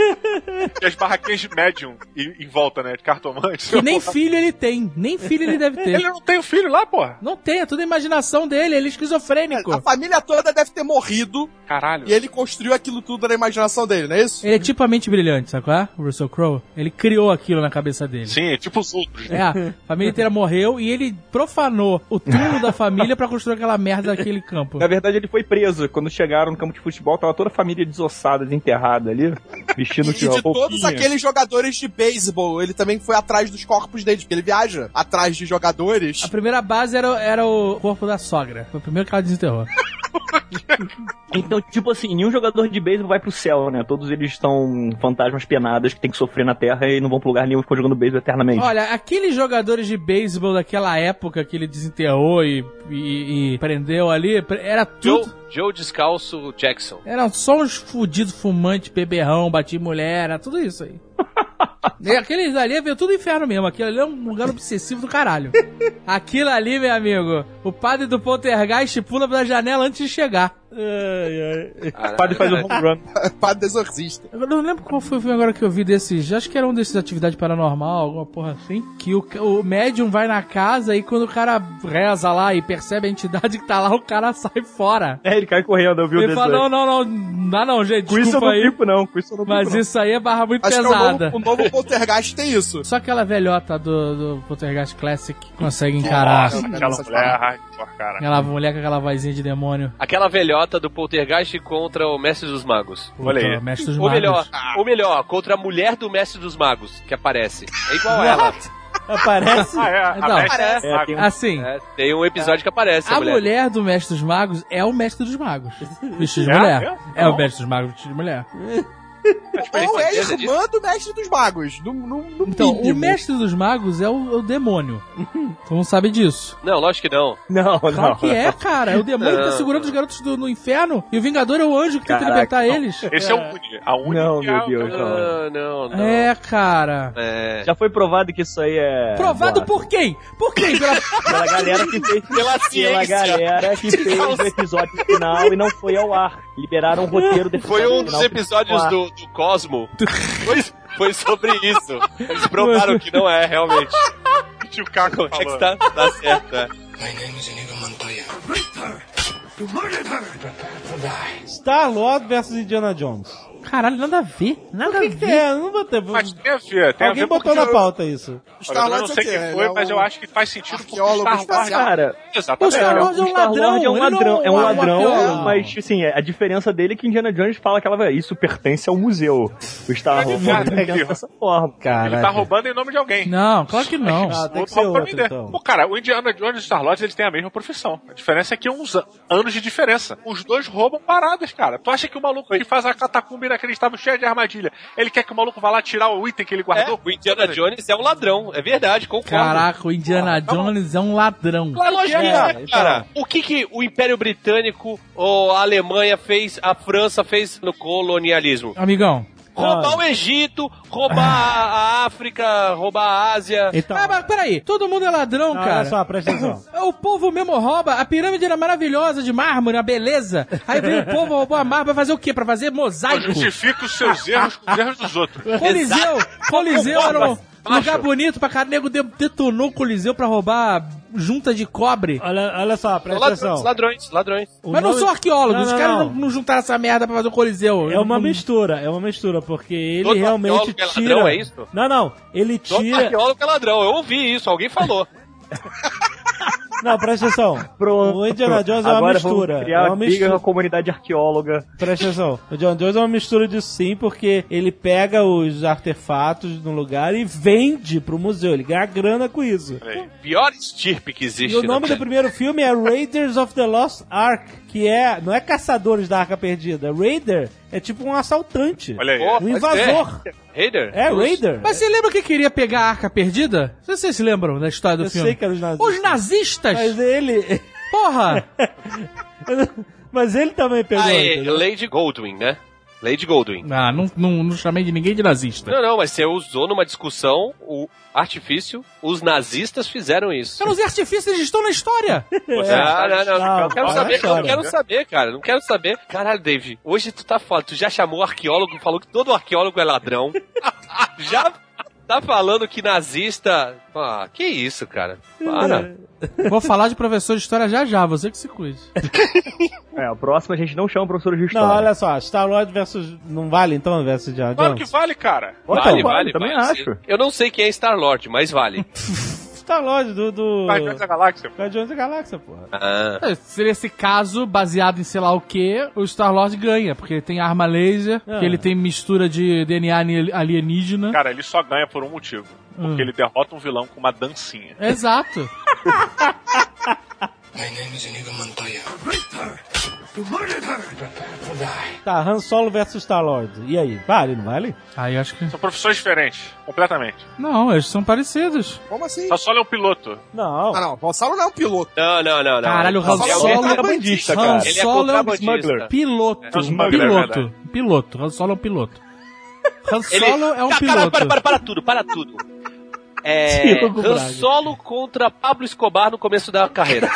Speaker 2: E as barraquinhas de um médium em, em volta, né? De cartomante.
Speaker 6: Que nem filho ele tem, nem filho ele deve ter.
Speaker 2: Ele não tem o filho lá, porra?
Speaker 6: Não tem, é tudo a imaginação dele, ele é esquizofrênico.
Speaker 3: A família toda deve ter morrido.
Speaker 2: Caralho.
Speaker 3: E ele construiu aquilo tudo na imaginação dele, não é isso?
Speaker 6: Ele é tipo a mente brilhante, sabe qual é? O Russell Crowe. Ele criou aquilo na cabeça dele.
Speaker 2: Sim, é tipo os outros.
Speaker 6: É, a família inteira morreu e ele profanou o túmulo da família pra construir aquela merda daquele campo.
Speaker 12: Na verdade, ele foi preso. Quando chegaram no campo de futebol, tava toda a família desossada, desenterrada ali,
Speaker 6: É
Speaker 12: vestindo
Speaker 3: E
Speaker 12: que
Speaker 3: de todos
Speaker 12: roupinha.
Speaker 3: aqueles jogadores de beisebol, ele também foi atrás dos corpos deles, porque ele viaja atrás de jogadores. *laughs*
Speaker 6: A primeira base era, era o corpo da sogra. Foi o primeiro que ela desenterrou.
Speaker 12: Então, tipo assim, nenhum jogador de beisebol vai pro céu, né? Todos eles estão fantasmas penadas que tem que sofrer na Terra e não vão pro lugar nenhum ficam jogando beisebol eternamente.
Speaker 6: Olha, aqueles jogadores de beisebol daquela época que ele desenterrou e, e- e prendeu ali, pre- era
Speaker 13: Joe,
Speaker 6: tudo.
Speaker 13: Joe Descalço Jackson.
Speaker 6: Eram só uns fudidos fumantes, beberrão, bati mulher, era tudo isso
Speaker 12: *laughs*
Speaker 6: aí. E aqueles ali veio tudo inferno mesmo. Aquilo ali é um lugar obsessivo do
Speaker 12: *laughs*
Speaker 6: caralho. Aquilo ali, meu amigo, o padre do poltergeist pula pela janela antes de chegar.
Speaker 12: O padre faz um home run.
Speaker 3: Padre exorcista.
Speaker 6: Eu não lembro qual foi o filme agora que eu vi desses. Acho que era um desses atividade paranormal, alguma porra assim. Que o, ca- o médium vai na casa e quando o cara reza lá e percebe a entidade que tá lá, o cara sai fora.
Speaker 12: É, ele cai correndo, eu vi o
Speaker 6: Ele
Speaker 12: desse
Speaker 6: fala: não,
Speaker 12: aí.
Speaker 6: não, não, não dá não, gente.
Speaker 12: Com isso eu
Speaker 6: Desculpa
Speaker 12: não
Speaker 6: aí.
Speaker 12: fico, não. Com isso eu não
Speaker 6: Mas
Speaker 12: fico, não.
Speaker 6: isso aí é barra muito
Speaker 3: Acho que é o
Speaker 6: pesada.
Speaker 3: novo- o novo poltergeist tem isso.
Speaker 6: Só aquela velhota do, do Poltergeist Classic que consegue encarar.
Speaker 3: Nossa,
Speaker 2: Aquela
Speaker 3: Nossa,
Speaker 2: mulher,
Speaker 3: cara.
Speaker 2: ai, que porra, cara.
Speaker 6: Aquela mulher com aquela vozinha de demônio.
Speaker 13: Aquela velhota do Poltergeist contra o Mestre dos Magos.
Speaker 6: Olha aí. É o Mestre dos
Speaker 13: Ou
Speaker 6: Magos.
Speaker 13: melhor,
Speaker 2: Ah.
Speaker 13: ou melhor, contra a mulher do Mestre dos Magos, que aparece. É igual a ela.
Speaker 6: *laughs*
Speaker 1: Aparece.
Speaker 2: Ah, é, a
Speaker 6: Não,
Speaker 2: mestre
Speaker 13: aparece.
Speaker 2: é, mago.
Speaker 6: Assim,
Speaker 13: É, tem um episódio que aparece a,
Speaker 6: a
Speaker 13: mulher.
Speaker 6: mulher do Mestre dos Magos é o Mestre dos Magos. Vestido de
Speaker 2: É?
Speaker 6: mulher.
Speaker 2: É?
Speaker 6: É o Mestre dos Magos vestido de mulher.
Speaker 3: Ou é
Speaker 13: certeza
Speaker 3: irmã do mestre dos magos. No, no, no
Speaker 6: Então, o
Speaker 3: mínimo.
Speaker 6: mestre dos magos é o, é o demônio. Tu não sabe disso.
Speaker 13: Não, lógico que não.
Speaker 12: Não, não.
Speaker 6: Claro que é, cara. É o demônio que tá
Speaker 13: Não.
Speaker 6: segurando os garotos do, no inferno e o Vingador é o anjo que tenta
Speaker 12: Caraca,
Speaker 6: libertar eles.
Speaker 2: Esse é o Uni. A Uni
Speaker 12: Não,
Speaker 2: que
Speaker 12: meu
Speaker 2: é o-
Speaker 12: Deus, não.
Speaker 13: Ah, não, não.
Speaker 6: É, cara.
Speaker 1: Ah.
Speaker 13: É.
Speaker 12: Já foi provado que isso aí é.
Speaker 6: Provado
Speaker 12: boato.
Speaker 6: por quem? Por quem? Pela-
Speaker 12: Pela galera que fez.
Speaker 14: Pela
Speaker 12: Pela
Speaker 14: ciência.
Speaker 12: galera que fez o episódio final e não foi ao ar. Liberaram o roteiro desse
Speaker 14: Foi um dos episódios
Speaker 12: Uau.
Speaker 14: do, do Cosmo. Foi, foi sobre isso. Eles provaram que não é, realmente.
Speaker 2: Tio Caco
Speaker 14: É que
Speaker 2: falando.
Speaker 14: tá, tá certo,
Speaker 13: né?
Speaker 14: é.
Speaker 1: Star-Lord versus Indiana Jones.
Speaker 6: Caralho, nada a ver. Nada a
Speaker 1: Que
Speaker 6: ver.
Speaker 1: é, não vou ter.
Speaker 2: Mas tem a ver, tem a
Speaker 1: Alguém
Speaker 2: ver
Speaker 1: botou
Speaker 2: porque
Speaker 1: na pauta isso.
Speaker 2: Olha, eu
Speaker 3: Star-Lord
Speaker 2: não
Speaker 3: é o
Speaker 2: sei
Speaker 3: quê?
Speaker 2: quem
Speaker 3: Ele
Speaker 2: foi,
Speaker 3: é
Speaker 2: mas
Speaker 3: um
Speaker 2: eu acho que tá faz sentido porque
Speaker 3: arqueólogo
Speaker 2: Star Wars...
Speaker 3: espacial.
Speaker 12: Cara,
Speaker 6: O
Speaker 2: Exatamente.
Speaker 6: Star Lord é um
Speaker 12: o Star
Speaker 6: ladrão.
Speaker 12: Lord é um
Speaker 6: ele não
Speaker 12: ladrão, é um ladrão,
Speaker 6: ator.
Speaker 12: mas assim, a diferença dele é que Indiana Jones fala que ela vai, isso pertence ao museu. O Star Wars
Speaker 2: Cara,
Speaker 12: pensa dessa forma.
Speaker 2: Ele tá roubando em nome de alguém.
Speaker 6: Não, claro que não.
Speaker 1: Ah, tem que
Speaker 2: Outro
Speaker 1: ser
Speaker 2: pra
Speaker 1: outro,
Speaker 2: aprender.
Speaker 1: então.
Speaker 2: Pô, cara, o Indiana Jones e o Star-Lord, eles têm a mesma profissão. A diferença é que uns an- anos de diferença. Os dois roubam paradas, cara. Tu acha que o maluco que faz a catacumba inacreditável cheia de armadilha, ele quer que o maluco vá lá tirar o item que ele
Speaker 13: É,
Speaker 2: guardou?
Speaker 13: o Indiana Jones é um ladrão, é verdade, concordo.
Speaker 6: Caraca, o Indiana Jones é um ladrão.
Speaker 13: Claro que é,
Speaker 1: Cara,
Speaker 13: cara. O que, que o Império Britânico ou a Alemanha fez, a França fez no colonialismo?
Speaker 6: Amigão.
Speaker 13: Roubar o Egito, roubar a a África, roubar a Ásia.
Speaker 1: Então,
Speaker 6: Ah, mas peraí, todo mundo é ladrão,
Speaker 1: não,
Speaker 6: cara.
Speaker 1: olha só, presta atenção.
Speaker 6: O povo mesmo rouba. A pirâmide era maravilhosa, de mármore, uma beleza. Aí veio o povo, roubou a mármore, pra fazer o quê? Pra fazer
Speaker 2: Não
Speaker 6: mosaico.
Speaker 2: justifica os seus erros com os erros dos outros.
Speaker 6: Coliseu. *laughs* Coliseu era um
Speaker 13: Macho.
Speaker 6: lugar bonito pra caralho. O nego de- detonou o Coliseu pra roubar junta de cobre.
Speaker 1: Olha, olha só, presta
Speaker 13: Ladrões,
Speaker 1: atenção.
Speaker 13: ladrões, ladrões.
Speaker 1: O
Speaker 6: Mas não
Speaker 1: nome-
Speaker 6: sou arqueólogo.
Speaker 1: Não,
Speaker 6: Os
Speaker 1: não,
Speaker 6: caras
Speaker 1: não.
Speaker 6: não, um- não juntaram essa merda pra fazer o Coliseu.
Speaker 1: É uma
Speaker 6: Não-
Speaker 1: mistura, é uma mistura, porque ele
Speaker 13: Todo
Speaker 1: realmente
Speaker 13: arqueólogo é
Speaker 1: tira.
Speaker 13: ladrão, é isso?
Speaker 1: Não, não. Ele
Speaker 13: Todo
Speaker 1: tira.
Speaker 13: arqueólogo é ladrão, eu ouvi isso, alguém falou.
Speaker 1: Não, presta atenção.
Speaker 12: Pronto.
Speaker 1: O Indiana Jones é uma
Speaker 12: Agora
Speaker 1: mistura,
Speaker 12: Vamos criar
Speaker 1: é uma
Speaker 12: briga
Speaker 1: mistura.
Speaker 12: com a comunidade arqueóloga.
Speaker 1: Presta atenção. O John Jones é uma mistura disso sim, porque ele pega os artefatos no lugar e vende pro museu. Ele ganha grana com isso.
Speaker 13: Pior estirpe que existe.
Speaker 1: E o nome
Speaker 13: né?
Speaker 1: do primeiro filme é Raiders of the Lost Ark, que é. Não é Caçadores da Arca Perdida. Raider é tipo um assaltante.
Speaker 2: Olha aí.
Speaker 13: Pô,
Speaker 1: Um
Speaker 13: pode
Speaker 1: invasor.
Speaker 13: ser. Raider?
Speaker 1: É, Raider.
Speaker 6: Mas você lembra que queria pegar a arca perdida? Não sei se Vocês se lembram da história é do
Speaker 1: Eu
Speaker 6: filme?
Speaker 1: sei que era os nazistas.
Speaker 6: Os nazistas!
Speaker 1: Mas ele. *laughs*
Speaker 6: Porra!
Speaker 1: Mas ele também pegou.
Speaker 13: Ah, é,
Speaker 1: entendeu?
Speaker 13: Lady Goldwyn, né? Lady Goldwyn.
Speaker 6: Ah, não, não, não chamei de ninguém de nazista.
Speaker 13: Não, não, mas você usou numa discussão o artifício, *laughs* os nazistas fizeram isso.
Speaker 2: Então
Speaker 6: Os artifícios eles estão na história.
Speaker 13: Ah, não, não, não,
Speaker 6: Ah,
Speaker 13: não né? quero
Speaker 6: vai,
Speaker 13: saber,
Speaker 6: chora.
Speaker 13: não quero saber, cara, não quero saber. Caralho, Dave, hoje tu tá falando, tu já chamou o arqueólogo, falou que todo arqueólogo é ladrão. *laughs* já tá falando que nazista... Ah, que isso, cara, para.
Speaker 6: Vou falar de professor de história já já, você que se cuide.
Speaker 15: É, o próximo a gente não chama professor de
Speaker 1: Não,
Speaker 15: história.
Speaker 1: olha só, Star Lord versus. Não vale então versus John
Speaker 2: Claro
Speaker 1: Jones?
Speaker 2: que vale, cara.
Speaker 6: Então,
Speaker 13: Vale, vale,
Speaker 15: vale,
Speaker 13: também
Speaker 15: acho.
Speaker 13: Eu não sei quem é Star-Lord, mas
Speaker 6: *laughs*
Speaker 13: vale.
Speaker 1: Star Lord do. do...
Speaker 2: Guardiões da Galáxia.
Speaker 1: Guardiões da Galáxia, porra.
Speaker 13: Ah.
Speaker 6: É, se nesse caso, baseado em sei lá o que, o Star-Lord ganha, porque ele tem arma laser,
Speaker 2: Ah.
Speaker 6: que ele tem mistura de DNA ali- alienígena.
Speaker 2: Cara, ele só ganha por um motivo. Porque
Speaker 6: Hum.
Speaker 2: ele derrota um vilão com uma dancinha.
Speaker 6: Exato.
Speaker 1: Tá, Han Solo versus Star Lord. E aí, vale, não vale?
Speaker 6: Aí acho que.
Speaker 2: São profissões diferentes, completamente.
Speaker 6: Não, eles são parecidos.
Speaker 3: Como assim?
Speaker 2: Só só ele é um piloto.
Speaker 1: Não.
Speaker 3: Ah, não. Han Solo não é um piloto.
Speaker 13: Não, não, não, não.
Speaker 6: Caralho, o Han
Speaker 13: Ele é
Speaker 6: Solo
Speaker 13: contrabandista,
Speaker 6: Han
Speaker 13: cara. Ele é
Speaker 6: Solo é um
Speaker 13: contrabandista.
Speaker 6: Piloto.
Speaker 13: É um
Speaker 6: um
Speaker 13: smuggler, é
Speaker 6: piloto.
Speaker 13: verdade.
Speaker 6: um piloto. Han Solo é
Speaker 13: *laughs*
Speaker 6: um piloto. Han Solo
Speaker 13: Ele- tá
Speaker 6: é um
Speaker 13: Cara,
Speaker 6: piloto.
Speaker 13: Cara, para, para, para tudo, para tudo.
Speaker 6: *laughs*
Speaker 13: É,
Speaker 6: Diogo
Speaker 13: Han
Speaker 6: Braga.
Speaker 13: Solo contra Pablo Escobar no começo da
Speaker 6: *laughs*
Speaker 13: carreira.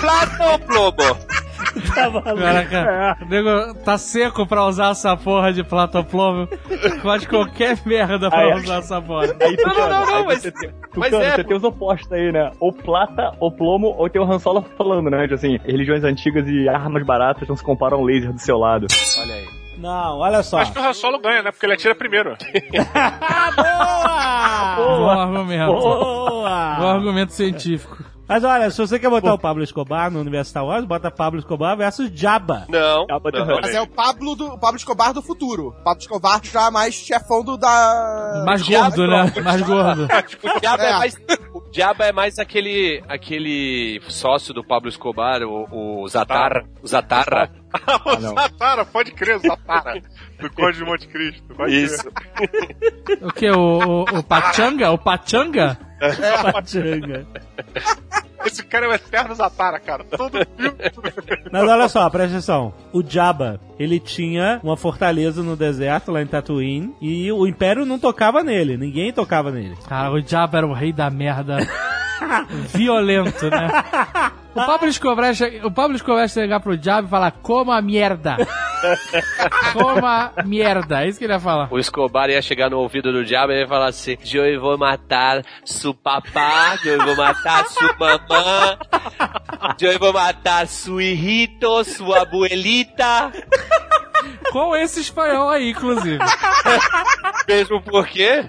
Speaker 13: Plata ou plomo?
Speaker 15: *laughs*
Speaker 6: Caraca,
Speaker 15: É.
Speaker 6: o nego tá seco pra usar essa porra de platoplomo. Quase qualquer *laughs* merda pra
Speaker 15: Aí-
Speaker 6: usar essa porra.
Speaker 15: Aí, Tucano, aí
Speaker 6: mas.
Speaker 15: Tucano, você tem os opostos aí, né? Ou plata, ou plomo, ou tem o Han Solo falando, né? De, assim, religiões antigas e armas baratas não se comparam ao laser do seu lado.
Speaker 13: Olha aí.
Speaker 1: Não, olha só.
Speaker 2: Acho que o Han Solo ganha, né? Porque ele atira primeiro.
Speaker 13: Uhum.
Speaker 6: Bom argumento.
Speaker 1: Boa!
Speaker 6: Bom argumento científico.
Speaker 1: Mas olha, se você quer botar o Pablo Escobar no universo Star Wars, bota Pablo Escobar versus Jabba.
Speaker 13: Não.
Speaker 1: não,
Speaker 3: Mas é o Pablo, do, o Pablo Escobar do futuro. Pablo Escobar já mais chefão do da.
Speaker 6: Mais gordo, né? Mais gordo.
Speaker 13: O diabo é,
Speaker 3: É.
Speaker 13: mais, o Diabo é mais aquele, aquele sócio do Pablo Escobar, o, o Zatarra. O Zatarra. Ah,
Speaker 2: o
Speaker 13: *laughs*
Speaker 2: Zatara, pode crer, o Zatara. Do Conde de Monte Cristo. Vai
Speaker 13: Isso.
Speaker 2: crer.
Speaker 6: O que? O, o, o Pachanga? O Pachanga?
Speaker 1: Pachanga.
Speaker 2: É. Esse cara é o eterno Zatara, cara. Todo filme.
Speaker 1: Mas olha só, presta atenção. O Jabba, ele tinha uma fortaleza no deserto, lá em Tatooine, e o Império não tocava nele, ninguém tocava nele.
Speaker 6: Cara, Ah, o diabo era o rei da merda. Violento, né? O Pablo Escobar, che- o Pablo Escobar chegar pro diabo e falar:
Speaker 13: *laughs*
Speaker 6: coma merda. Coma merda. É isso que ele ia falar.
Speaker 13: O Escobar ia chegar no ouvido do diabo e ele ia falar assim: Eu vou matar su papá, eu vou matar su mamã, eu vou matar su hijito, sua abuelita.
Speaker 6: Com é esse espanhol aí, inclusive.
Speaker 13: Mesmo porque.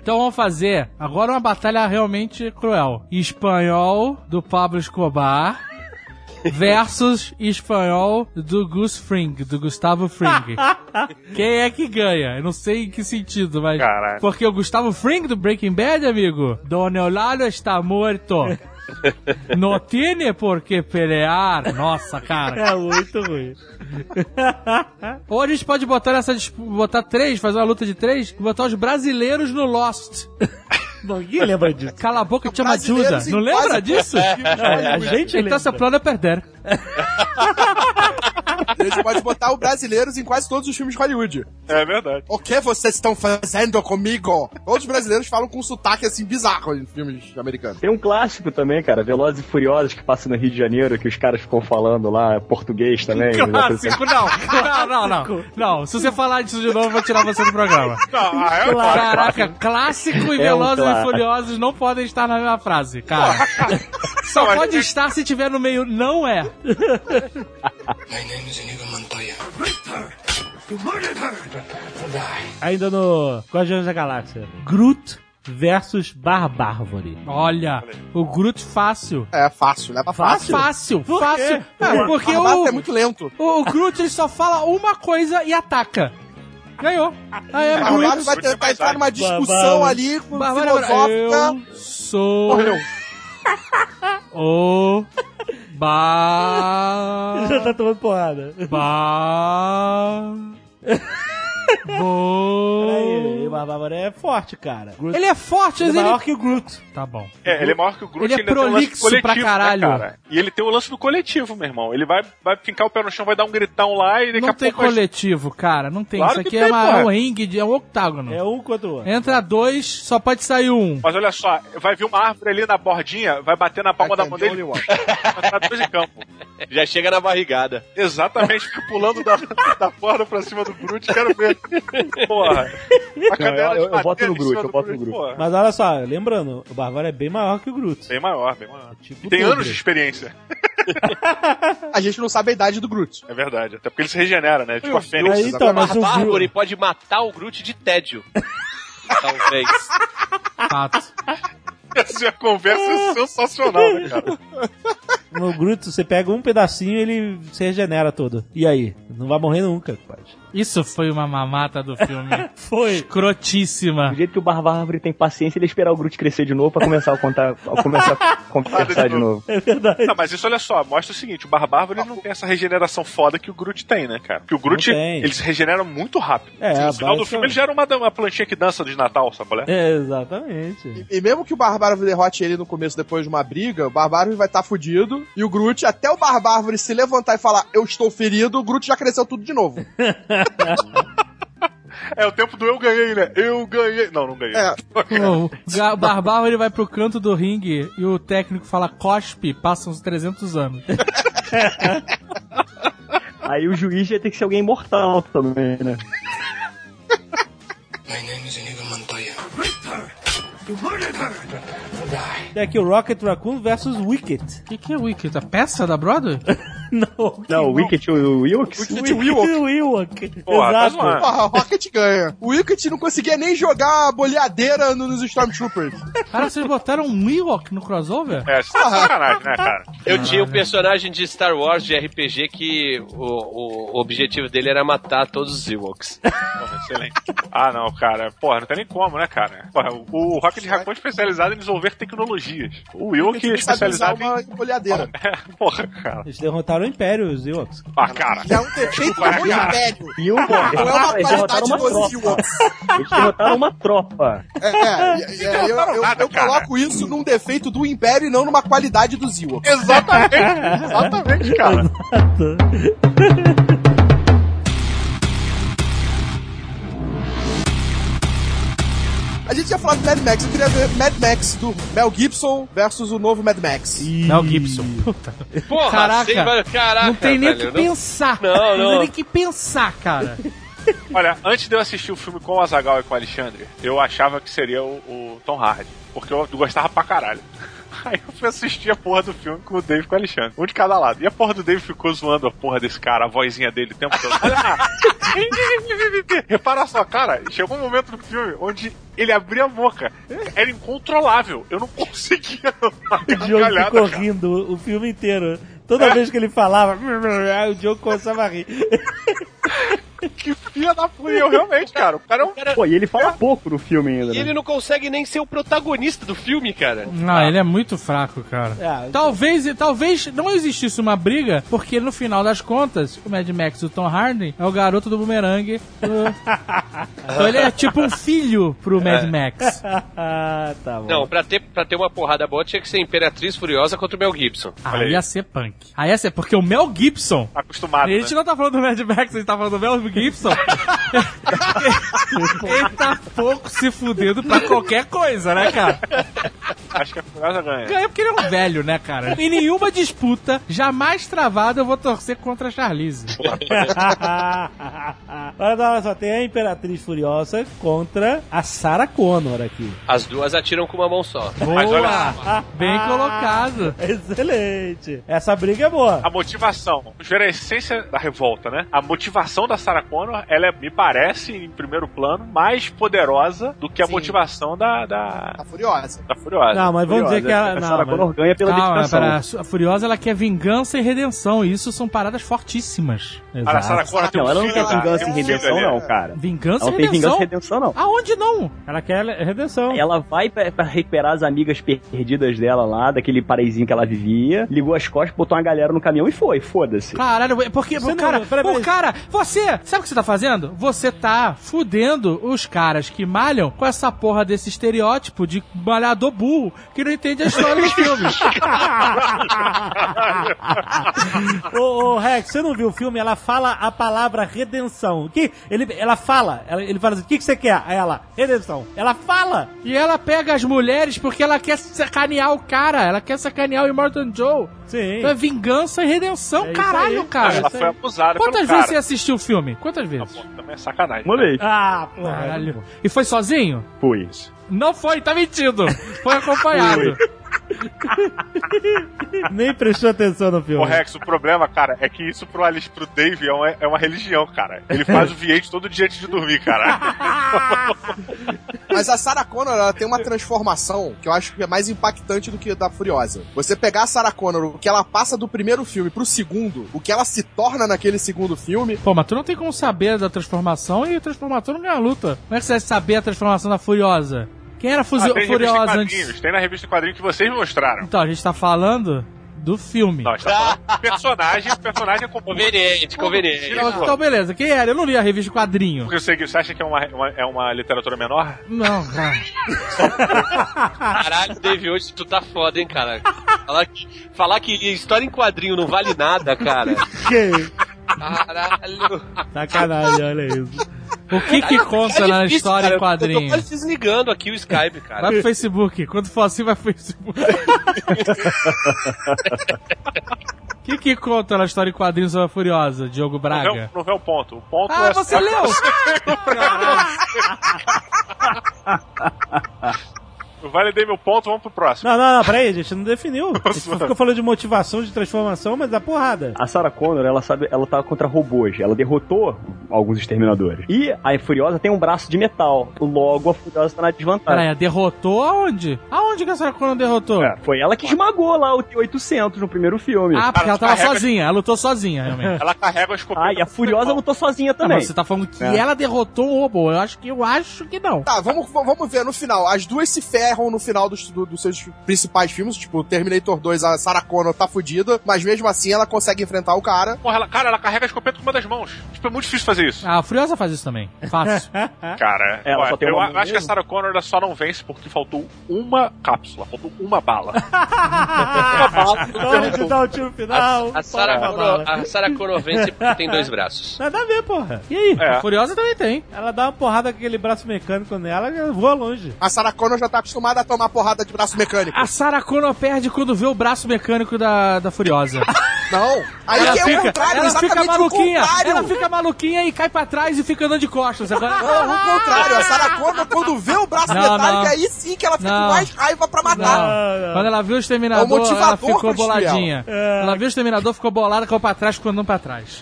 Speaker 6: Então vamos fazer agora uma batalha realmente cruel. Espanhol do Pablo Escobar versus espanhol do Gus Fring, do
Speaker 1: *laughs*
Speaker 6: Gustavo Fring. Quem é que ganha? Eu não sei em que sentido, mas...
Speaker 2: Caralho.
Speaker 6: Porque o Gustavo Fring do Breaking Bad, amigo, Don Eulálio está morto. Não tiene por que pelear. Nossa, cara.
Speaker 1: É muito ruim.
Speaker 6: Ou a gente pode botar essa dispu- botar três, fazer uma luta de três, e botar os brasileiros
Speaker 1: *laughs*
Speaker 6: no Lost.
Speaker 1: Ninguém lembra disso.
Speaker 6: Cala a boca e te chama
Speaker 1: Brasileiros
Speaker 6: Judas.
Speaker 1: em
Speaker 6: Não lembra
Speaker 1: quase- *laughs*
Speaker 6: disso?
Speaker 1: Não, a gente lembra.
Speaker 6: Então seu plano é perder.
Speaker 3: A gente pode botar o brasileiros em quase todos os filmes de Hollywood.
Speaker 2: É verdade.
Speaker 3: O que vocês estão fazendo comigo? Todos os brasileiros falam com um sotaque assim bizarro em filmes americanos.
Speaker 15: Tem um clássico também, cara, Velozes e Furiosos, que passa no Rio de Janeiro, que os caras ficam falando lá português também. assim.
Speaker 6: Clássico, não. Não, não, não. Não, se você falar disso de novo, eu vou tirar você do programa.
Speaker 2: *laughs* Não, ah, é o
Speaker 6: Caraca, clássico e
Speaker 15: É um
Speaker 6: Velozes e
Speaker 15: clássico.
Speaker 6: Furiosos não podem estar na mesma
Speaker 2: *laughs*
Speaker 6: frase, cara. Só
Speaker 2: mas-
Speaker 6: pode estar se tiver no meio, não é.
Speaker 1: Ainda no Guardiões da Galáxia. Groot versus Barbárvore.
Speaker 6: Olha, o Groot fácil.
Speaker 3: É fácil, leva fácil.
Speaker 6: Fácil,
Speaker 1: Por quê?
Speaker 6: fácil.
Speaker 3: Cara,
Speaker 6: Porque
Speaker 3: a barata é
Speaker 6: o,
Speaker 3: muito lento.
Speaker 6: o Groot ele só fala uma coisa e ataca. Ganhou. Aí é
Speaker 3: A Barbara
Speaker 6: Groot.
Speaker 3: vai tentar entrar numa discussão
Speaker 1: Barbara.
Speaker 3: ali com
Speaker 6: Barbara,
Speaker 3: filosófica.
Speaker 6: eu sou
Speaker 3: Morreu.
Speaker 6: o ba
Speaker 1: Já tá tomando porrada.
Speaker 6: ba
Speaker 1: Peraí, ele- a Bárbara é forte, cara. Groot-
Speaker 6: Ele é forte,
Speaker 1: ele
Speaker 6: mas
Speaker 1: é
Speaker 6: ele-
Speaker 1: maior que o Groot.
Speaker 6: Tá bom.
Speaker 2: É, ele é maior que o Groot.
Speaker 6: Ele é
Speaker 2: tem um lance
Speaker 6: prolixo pra caralho.
Speaker 2: Né, cara? E ele tem o lance do coletivo, meu irmão. Ele vai, vai fincar o pé no chão, vai dar um gritão lá e daqui
Speaker 6: Não
Speaker 2: a
Speaker 6: tem
Speaker 2: pouco... vai-
Speaker 6: coletivo, cara. Não tem.
Speaker 2: Claro
Speaker 6: Isso
Speaker 2: que
Speaker 6: aqui
Speaker 2: tem,
Speaker 6: é, uma,
Speaker 2: porra.
Speaker 6: é um ringue, de- é um octágono.
Speaker 1: É um contra o outro.
Speaker 6: Entra dois, só pode sair um.
Speaker 2: Mas olha só, vai vir uma árvore ali na bordinha, vai bater na palma da mão dele. Vai entrar dois em campo.
Speaker 13: Já chega na barrigada.
Speaker 2: Exatamente, fica pulando da, da porta pra cima do Groot, quero ver. Porra. A
Speaker 7: eu-
Speaker 2: bater
Speaker 7: eu boto no
Speaker 2: em cima
Speaker 7: Groot, eu
Speaker 2: do
Speaker 7: boto no Groot.
Speaker 2: Porra.
Speaker 1: Mas olha só, lembrando, o Bárbara é bem maior que o Groot.
Speaker 2: Bem maior, bem maior.
Speaker 1: Tipo
Speaker 2: E tem
Speaker 1: dobro.
Speaker 2: anos de experiência.
Speaker 3: A gente não sabe a idade do Groot.
Speaker 2: É verdade. Até porque ele se regenera, né? Tipo a Fênix.
Speaker 3: Aí, então, mas o
Speaker 13: A
Speaker 3: Groot-
Speaker 13: árvore pode matar o Groot
Speaker 2: *laughs*
Speaker 13: de tédio. Talvez.
Speaker 2: Essa é uma conversa sensacional, né, cara?
Speaker 1: No Groot, você pega um pedacinho e ele se regenera todo. E aí? Não vai morrer nunca, compadre.
Speaker 6: Isso foi uma mamata do
Speaker 8: *laughs*
Speaker 6: filme.
Speaker 1: Foi.
Speaker 6: Escrotíssima.
Speaker 7: Do jeito que o Barbárvore tem paciência, ele ia esperar o Groot crescer de novo pra começar
Speaker 6: *laughs*
Speaker 7: a contar, a começar a conversar de novo.
Speaker 1: É verdade.
Speaker 2: Não, mas isso, olha só, mostra o seguinte, o Barbárvore ele não tem essa regeneração foda que o Groot tem, né, cara? Porque o Groot,
Speaker 1: Não tem.
Speaker 2: ele se regenera muito rápido.
Speaker 1: É,
Speaker 2: no final do
Speaker 1: basicamente.
Speaker 2: filme ele gera uma, uma planchinha que dança de Natal, sabe qual é?
Speaker 1: É, exatamente.
Speaker 3: E mesmo que o Barbárvore derrote ele no começo depois de uma briga, o Barbárvore vai estar fudido. E o Groot, até o Barbárvore se levantar e falar, eu estou ferido, o Groot já cresceu tudo de novo.
Speaker 2: É o tempo do eu ganhei, né? Eu ganhei. Não, não ganhei.
Speaker 3: É.
Speaker 6: Não, *laughs* o ga- o Barbaro ele vai pro canto do ringue e o técnico fala cospe, passam uns 300 anos.
Speaker 7: Aí o juiz ia ter que ser alguém imortal também, né?
Speaker 1: É aqui o Rocket Raccoon versus Wicked.
Speaker 6: O que, que é Wicked? A peça da Broadway?
Speaker 1: Não.
Speaker 7: Não, o Wicked, o Wilkes.
Speaker 1: Wicked *laughs* Willow. Willow.
Speaker 2: Porra, tá
Speaker 1: Exato.
Speaker 2: zoando.
Speaker 3: Porra, o Rocket ganha. O Wicked não conseguia nem jogar a boleadeira no- nos Stormtroopers.
Speaker 6: Cara, vocês botaram um Ewok no crossover?
Speaker 2: É, isso é sacanagem, né, cara?
Speaker 13: Eu tinha um personagem de Star Wars de RPG que o, o objetivo dele era matar todos os Ewoks.
Speaker 2: Porra, excelente. Ah, não, cara. Porra, não tem nem como, né, cara? Porra, o, o Rocket Raccoon é especializado em desenvolver tecnologias. O Will que é
Speaker 3: Ele sabe usar
Speaker 2: especializado em...
Speaker 3: uma boleadeira.
Speaker 2: Porra, cara.
Speaker 1: Eles derrotaram o Império, os Ewoks.
Speaker 2: Ah, cara.
Speaker 3: É um defeito do império.
Speaker 7: E o
Speaker 3: Não é uma
Speaker 7: Eles
Speaker 3: qualidade
Speaker 7: derrotaram uma
Speaker 3: dos
Speaker 7: tropa.
Speaker 3: Ewoks.
Speaker 7: Eles derrotaram uma tropa.
Speaker 3: É, é, é, eu, eu- eu coloco isso num defeito do Império e não numa qualidade dos Ewoks.
Speaker 7: *laughs*
Speaker 2: Exatamente. Exatamente, cara.
Speaker 3: A gente ia falar do Mad Max, eu queria ver Mad Max do Mel Gibson versus o novo Mad Max.
Speaker 6: Mel Gibson. Puta.
Speaker 13: Porra,
Speaker 6: Caraca.
Speaker 13: sem var- caraca,
Speaker 6: não tem nem o
Speaker 13: velho,
Speaker 6: que
Speaker 13: não-
Speaker 6: pensar.
Speaker 13: Não,
Speaker 6: Não
Speaker 13: não.
Speaker 6: tem nem o que pensar, cara.
Speaker 2: Olha, antes de eu assistir o filme com o Azagal e com o Alexandre, eu achava que seria o, o Tom Hardy. Porque eu gostava pra caralho. *laughs* Aí eu fui assistir a porra do filme com o Dave e com o Alexandre. Um de cada lado. E a porra do Dave ficou zoando a porra desse cara, a vozinha dele o tempo todo. Olha lá. *laughs* Repara só, cara, chegou um momento no filme onde ele abria a boca. Era incontrolável. Eu não *laughs* conseguia. dar uma
Speaker 1: *laughs* O Diogo
Speaker 2: gargalhada,
Speaker 1: ficou
Speaker 2: cara. É.
Speaker 1: rindo o filme inteiro. Toda vez que ele falava, *laughs* o Diogo começava a rir.
Speaker 2: Que filha da puta. Eu realmente, cara. O cara é um
Speaker 7: Pô, e ele fala pouco no filme ainda,
Speaker 13: E
Speaker 7: né?
Speaker 13: ele não consegue nem ser o protagonista do filme, cara.
Speaker 6: Não, ele é muito fraco, cara.
Speaker 1: É,
Speaker 6: Talvez, talvez não existisse uma briga, porque no final das contas, o Mad Max e o Tom Hardy é o garoto do bumerangue. então ele é tipo um filho pro Mad Max.
Speaker 1: ah, tá bom.
Speaker 13: Não, pra ter, pra ter uma porrada boa tinha que ser Imperatriz Furiosa contra o Mel Gibson.
Speaker 6: Aí ia ser punk. Aí ia ser, porque o Mel Gibson.
Speaker 2: acostumado.
Speaker 6: A gente
Speaker 2: né?
Speaker 6: não tá falando do Mad Max, a gente tá falando do Mel
Speaker 1: *laughs*
Speaker 6: Gibson. ele tá pouco se fudendo pra qualquer coisa, né, cara?
Speaker 2: Acho que é a Furiosa ganha.
Speaker 6: Ganha porque ele é um velho, né, cara? Em nenhuma disputa, jamais travada, eu vou torcer contra
Speaker 1: *laughs*
Speaker 6: a Charlize.
Speaker 1: olha, só, olha só, tem a Imperatriz Furiosa contra a Sarah Connor aqui.
Speaker 13: As duas atiram com uma mão só.
Speaker 2: Mas olha só.
Speaker 6: Boa! Bem colocado.
Speaker 1: *laughs* Excelente. Essa briga é boa.
Speaker 2: A motivação. Vamos ver a essência da revolta, né? A motivação da Sarah Connor, ela é, me parece, em primeiro plano, mais poderosa do que a
Speaker 3: Sim.
Speaker 2: motivação da, da,
Speaker 3: Tá furiosa.
Speaker 2: da Furiosa.
Speaker 1: Não, mas vamos dizer que ela. Não, mas...
Speaker 6: Calma, é, pera, a Su- a Furiosa ela quer vingança e redenção, e isso são paradas fortíssimas.
Speaker 8: a Sarah Connor tem um Não, ela não filho, quer cara. vingança Tem um e filho redenção, ali, não, né? cara.
Speaker 6: Vingança
Speaker 8: Ela
Speaker 6: e
Speaker 8: tem
Speaker 6: redenção?
Speaker 8: vingança e redenção, não.
Speaker 6: Aonde não?
Speaker 1: Ela quer redenção.
Speaker 8: Ela vai pra, pra recuperar as amigas perdidas dela lá, daquele paraísinho que ela vivia, ligou as costas, botou uma galera no caminhão e foi, foda-se.
Speaker 6: Caralho, é porque,
Speaker 8: Você não-
Speaker 6: cara,
Speaker 8: peraí,
Speaker 6: pô,
Speaker 8: peraí.
Speaker 6: cara, você, sabe o que você tá fazendo? Você tá fudendo os caras que malham com essa porra desse estereótipo de malhador burro que não entende a história
Speaker 8: *laughs*
Speaker 6: dos filmes.
Speaker 1: Ô, ô, Rex, você não viu o filme? Ela fala a palavra redenção. Que ele, ela fala, ela- ele fala assim: o que, que você quer? Aí ela, redenção. Ela fala!
Speaker 6: E ela pega as mulheres porque ela quer sacanear o cara, ela quer sacanear o Immortan Joe.
Speaker 1: Sim.
Speaker 6: Então é vingança e redenção, caralho, cara.
Speaker 2: É Ela
Speaker 6: Isso
Speaker 2: foi
Speaker 6: aí.
Speaker 2: abusada
Speaker 6: Quantas
Speaker 2: pelo
Speaker 6: vezes
Speaker 2: cara.
Speaker 6: você assistiu o filme? Quantas vezes?
Speaker 2: Também é sacanagem.
Speaker 8: Uma vez.
Speaker 1: Ah, porra.
Speaker 6: Caralho. E foi sozinho?
Speaker 8: Fui.
Speaker 6: Não foi, tá mentindo. Foi acompanhado.
Speaker 1: Nem prestou atenção no filme.
Speaker 2: Ô Rex, o problema, cara, é que isso pro Alice, pro Dave é uma, é uma religião, cara. Ele faz o viente todo dia antes de dormir, cara.
Speaker 3: Mas a Sarah Connor, ela tem uma transformação que eu acho que é mais impactante do que a da Furiosa. Você pegar a Sarah Connor, o que ela passa do primeiro filme pro segundo, o que ela se torna naquele segundo filme.
Speaker 6: Pô, mas tu não tem como saber da transformação e o transformador não ganha a luta. Como é que você vai saber a transformação da Furiosa? Quem era Fuzi-
Speaker 2: Ah, tem revista em
Speaker 6: Furiosa
Speaker 2: quadrinhos,
Speaker 6: antes?
Speaker 2: tem na revista em quadrinhos que vocês mostraram.
Speaker 6: Então, a gente tá falando do filme.
Speaker 2: Não, a gente tá falando de personagem, personagem é
Speaker 13: Conveniente,
Speaker 2: conveniente.
Speaker 6: Então, beleza. Quem era? Eu não li a revista de quadrinho.
Speaker 2: tá Porque você, você acha que é uma, uma- é uma literatura menor?
Speaker 6: Não, cara.
Speaker 13: Caralho, Dave, hoje tu tá foda, hein, cara. Falar que, falar que história em quadrinho não vale nada,
Speaker 1: *laughs*
Speaker 13: cara. Caralho.
Speaker 1: Sacanagem, olha isso.
Speaker 6: O que que conta
Speaker 1: é
Speaker 6: na história em
Speaker 13: é Eu
Speaker 6: quadrinhos?
Speaker 13: tô quase desligando aqui o Skype, cara.
Speaker 6: Vai pro Facebook. Quando for assim, vai
Speaker 1: *laughs*
Speaker 6: pro Facebook. O que, que conta na história em quadrinhos sobre a Furiosa,
Speaker 2: Não
Speaker 6: Diogo
Speaker 2: é,
Speaker 6: Braga?
Speaker 2: o- não é o ponto. O ponto
Speaker 6: Ah,
Speaker 2: é
Speaker 6: você leu?
Speaker 2: Eu validei meu ponto, vamos pro próximo.
Speaker 1: Não, não, não, peraí, a gente não definiu. A gente só ficou falando de motivação, de transformação, mas da porrada.
Speaker 8: A Sarah Connor, ela sabe, ela tá contra robôs. Ela derrotou alguns exterminadores. E a Furiosa tem um braço de metal. Logo, a Furiosa tá na desvantagem. É,
Speaker 6: Peraí, a derrotou aonde? Aonde que a Sarah Connor derrotou?
Speaker 8: Foi ela que esmagou lá o T-800 É, no primeiro filme.
Speaker 6: Ah, porque ela tava sozinha, ela lutou sozinha, *laughs* realmente.
Speaker 2: Ela carrega o escopeta.
Speaker 8: Ah, e a Furiosa lutou sozinha também.
Speaker 6: Ah, mas você tá falando que
Speaker 8: É.
Speaker 6: ela derrotou um robô. Eu acho que eu acho que não.
Speaker 3: Tá, vamos, v- vamos ver no final. As duas se ferram no final dos, do- dos seus principais filmes, tipo Terminator 2, a Sarah Connor tá fudida, mas mesmo assim ela consegue enfrentar o cara.
Speaker 2: Porra, ela, cara, ela carrega a escopeta com uma das mãos. Tipo, é muito difícil fazer isso.
Speaker 6: Ah, a Furiosa faz isso também. Fácil.
Speaker 2: Cara,
Speaker 8: É,
Speaker 6: Ela
Speaker 2: olha,
Speaker 6: só tem
Speaker 2: eu
Speaker 6: uma
Speaker 2: a-
Speaker 6: mão
Speaker 2: acho que a Sarah Connor ela só não vence porque faltou uma cápsula, faltou uma bala.
Speaker 1: Então, *laughs* onde dá o tiro final?
Speaker 13: *laughs* A Sarah
Speaker 1: toma bala.
Speaker 13: Connor, a Sarah Connor vence porque tem dois braços.
Speaker 1: Nada a ver, porra. E aí?
Speaker 13: É. A
Speaker 6: Furiosa também tem.
Speaker 1: Ela dá uma porrada com aquele braço mecânico nela e ela voa longe.
Speaker 3: A Sarah Connor já tá acostumada a tomar porrada de braço mecânico.
Speaker 6: A Sarah Connor perde quando vê o braço mecânico da, da *laughs* Furiosa.
Speaker 3: Não. Aí
Speaker 6: ela
Speaker 3: que é o
Speaker 6: fica,
Speaker 3: contrário,
Speaker 6: ela fica
Speaker 3: exatamente o
Speaker 6: maluquinha.
Speaker 3: contrário.
Speaker 6: Ela fica maluquinha e cai pra trás e fica andando de costas. Agora... *laughs*
Speaker 3: Não, o contrário, a Sarah Connor quando vê o braço
Speaker 6: Não,
Speaker 3: metálico,
Speaker 6: não.
Speaker 3: aí sim que ela fica
Speaker 6: Não.
Speaker 3: com mais raiva pra matar.
Speaker 1: Ah,
Speaker 6: Não. Quando ela viu
Speaker 3: É
Speaker 6: o
Speaker 3: um
Speaker 6: exterminador,
Speaker 3: motivador
Speaker 6: ela ficou
Speaker 3: pra destruir
Speaker 6: boladinha. Ela viu o exterminador, ficou bolada, caiu pra trás, ficou andando pra trás.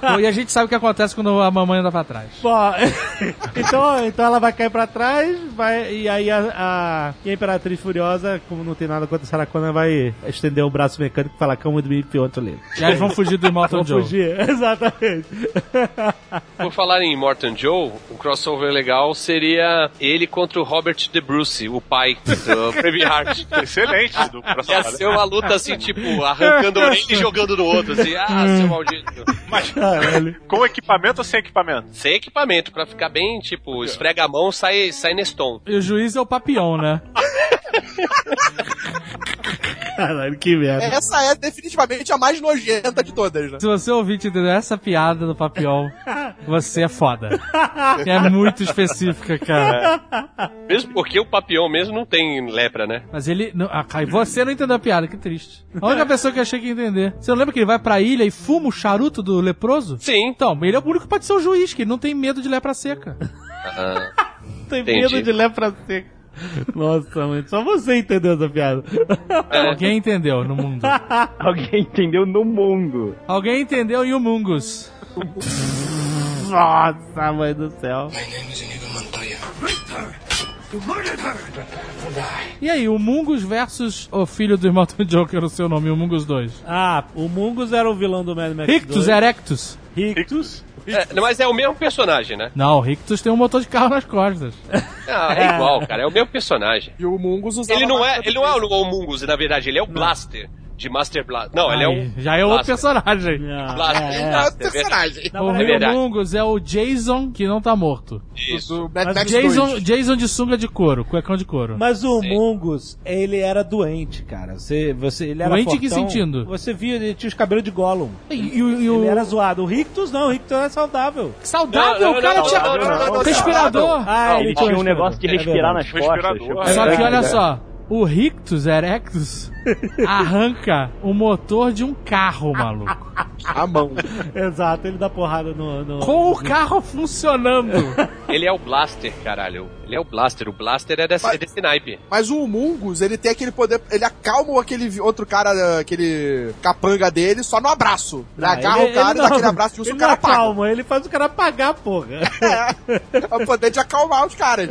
Speaker 6: Pô, e a gente sabe o que acontece quando a mamãe anda pra trás.
Speaker 1: Pô, *laughs* então, então ela vai cair pra trás, vai, e aí a, a- e a Imperatriz Furiosa, como não tem nada contra a Sarah Connor, vai estender o braço mecânico e falar, é um come with me if you want to live."
Speaker 6: E aí eles vão fugir do Immortan
Speaker 1: Vão
Speaker 6: Joe.
Speaker 1: fugir, *laughs* exatamente.
Speaker 13: Por falar em Morton Joe, um crossover legal seria ele contra o Robert De Bruce, o pai
Speaker 2: *laughs*
Speaker 13: do Baby Heart.
Speaker 2: Excelente. Do né?
Speaker 13: Ia ser uma luta assim, tipo, arrancando um e jogando no outro, assim, ah, seu maldito.
Speaker 2: Mas com equipamento ou sem equipamento?
Speaker 13: Sem equipamento, pra ficar bem, tipo, esfrega a mão, sai, sai Neston.
Speaker 6: E o juiz é o papião, né?
Speaker 1: Caralho, que merda.
Speaker 3: Essa é definitivamente a mais nojenta de todas, né?
Speaker 6: Se você ouvir entendeu essa piada do papião, você é foda. É muito
Speaker 1: *laughs*
Speaker 6: específica, cara.
Speaker 13: Mesmo porque o papião mesmo não tem lepra, né?
Speaker 6: Mas ele. Não, ah, Caio, você não entendeu a piada, que triste. A única pessoa que eu achei que ia entender. Você não lembra que ele vai pra ilha e fuma o charuto do leproso?
Speaker 13: Sim.
Speaker 6: Então, ele é o único que pode ser o juiz, que ele não tem medo de lepra seca. *laughs*
Speaker 1: Tem
Speaker 6: Entendi.
Speaker 1: medo de lepra seca. Nossa, mãe, só você entendeu essa piada.
Speaker 6: Alguém entendeu
Speaker 16: *laughs*
Speaker 6: no mundo.
Speaker 8: Alguém entendeu no mundo.
Speaker 6: Alguém entendeu em Humungus.
Speaker 1: Nossa, mãe do céu.
Speaker 6: E aí, o Mungus versus o filho do *laughs* Immortal Joe, que era o seu nome, o Mungus 2.
Speaker 1: Ah, o Mungus era o vilão do Mad Max
Speaker 6: Rictus
Speaker 1: 2.
Speaker 6: Erectus.
Speaker 1: Rictus?
Speaker 13: É, mas é o mesmo personagem, né?
Speaker 6: Não, o Rictus tem um motor de carro nas costas.
Speaker 13: Ah, é igual, cara. É o mesmo personagem.
Speaker 3: E o Mungus usava
Speaker 13: Ele não é,
Speaker 3: máscara
Speaker 13: ele não é o o Mungus, na verdade, ele é o Blaster. De Master Blaster. Não, ele é
Speaker 6: Aí,
Speaker 13: o.
Speaker 6: Já é outro
Speaker 13: Blaster.
Speaker 6: personagem.
Speaker 16: Ah.
Speaker 13: Blaster,
Speaker 3: É
Speaker 13: Blaster, verdade.
Speaker 6: O
Speaker 13: É
Speaker 6: Rio
Speaker 13: verdade.
Speaker 6: Mungus é o Jason que não tá morto.
Speaker 13: Isso.
Speaker 3: Mad
Speaker 6: Mas
Speaker 3: Max
Speaker 6: Jason,
Speaker 3: 2.
Speaker 6: Jason de sunga de couro, cuecão de couro.
Speaker 16: Mas o Mungus, ele era doente, cara. Você, você, ele era
Speaker 6: Doente em que
Speaker 16: fortão.
Speaker 6: sentido?
Speaker 16: Você via, ele tinha os cabelos de Gollum.
Speaker 6: E, o- e o-
Speaker 16: Ele era zoado. O Rictus não, o Rictus era saudável.
Speaker 6: Saudável?
Speaker 13: Não, não,
Speaker 6: o cara
Speaker 13: não,
Speaker 6: tinha
Speaker 13: não, não, não, não,
Speaker 6: respirador.
Speaker 16: Ah,
Speaker 8: ele tinha um negócio de
Speaker 16: é
Speaker 8: respirar
Speaker 16: verdade.
Speaker 8: nas costas.
Speaker 2: Respirador.
Speaker 8: Eu-
Speaker 6: Só que
Speaker 8: É,
Speaker 6: olha
Speaker 8: é.
Speaker 6: só, o Rictus Erectus arranca o motor de um carro, maluco.
Speaker 3: A mão.
Speaker 1: Exato, ele dá porrada no. no-
Speaker 6: Com o carro funcionando.
Speaker 13: Ele é o Blaster, caralho. Ele é o Blaster. O Blaster é desse, é desse naipe.
Speaker 3: Mas o Mungus, ele tem aquele poder. Ele acalma aquele vi- outro cara, aquele capanga dele, só no abraço. Ele
Speaker 1: Ah,
Speaker 3: agarra
Speaker 1: ele-
Speaker 3: o cara,
Speaker 1: ele
Speaker 3: dá
Speaker 1: não-
Speaker 3: aquele abraço de urso,
Speaker 1: ele
Speaker 3: o cara
Speaker 1: não
Speaker 3: paga.
Speaker 1: acalma, ele faz o cara pagar, porra.
Speaker 3: *laughs* É o poder de acalmar os
Speaker 6: *laughs*
Speaker 3: caras.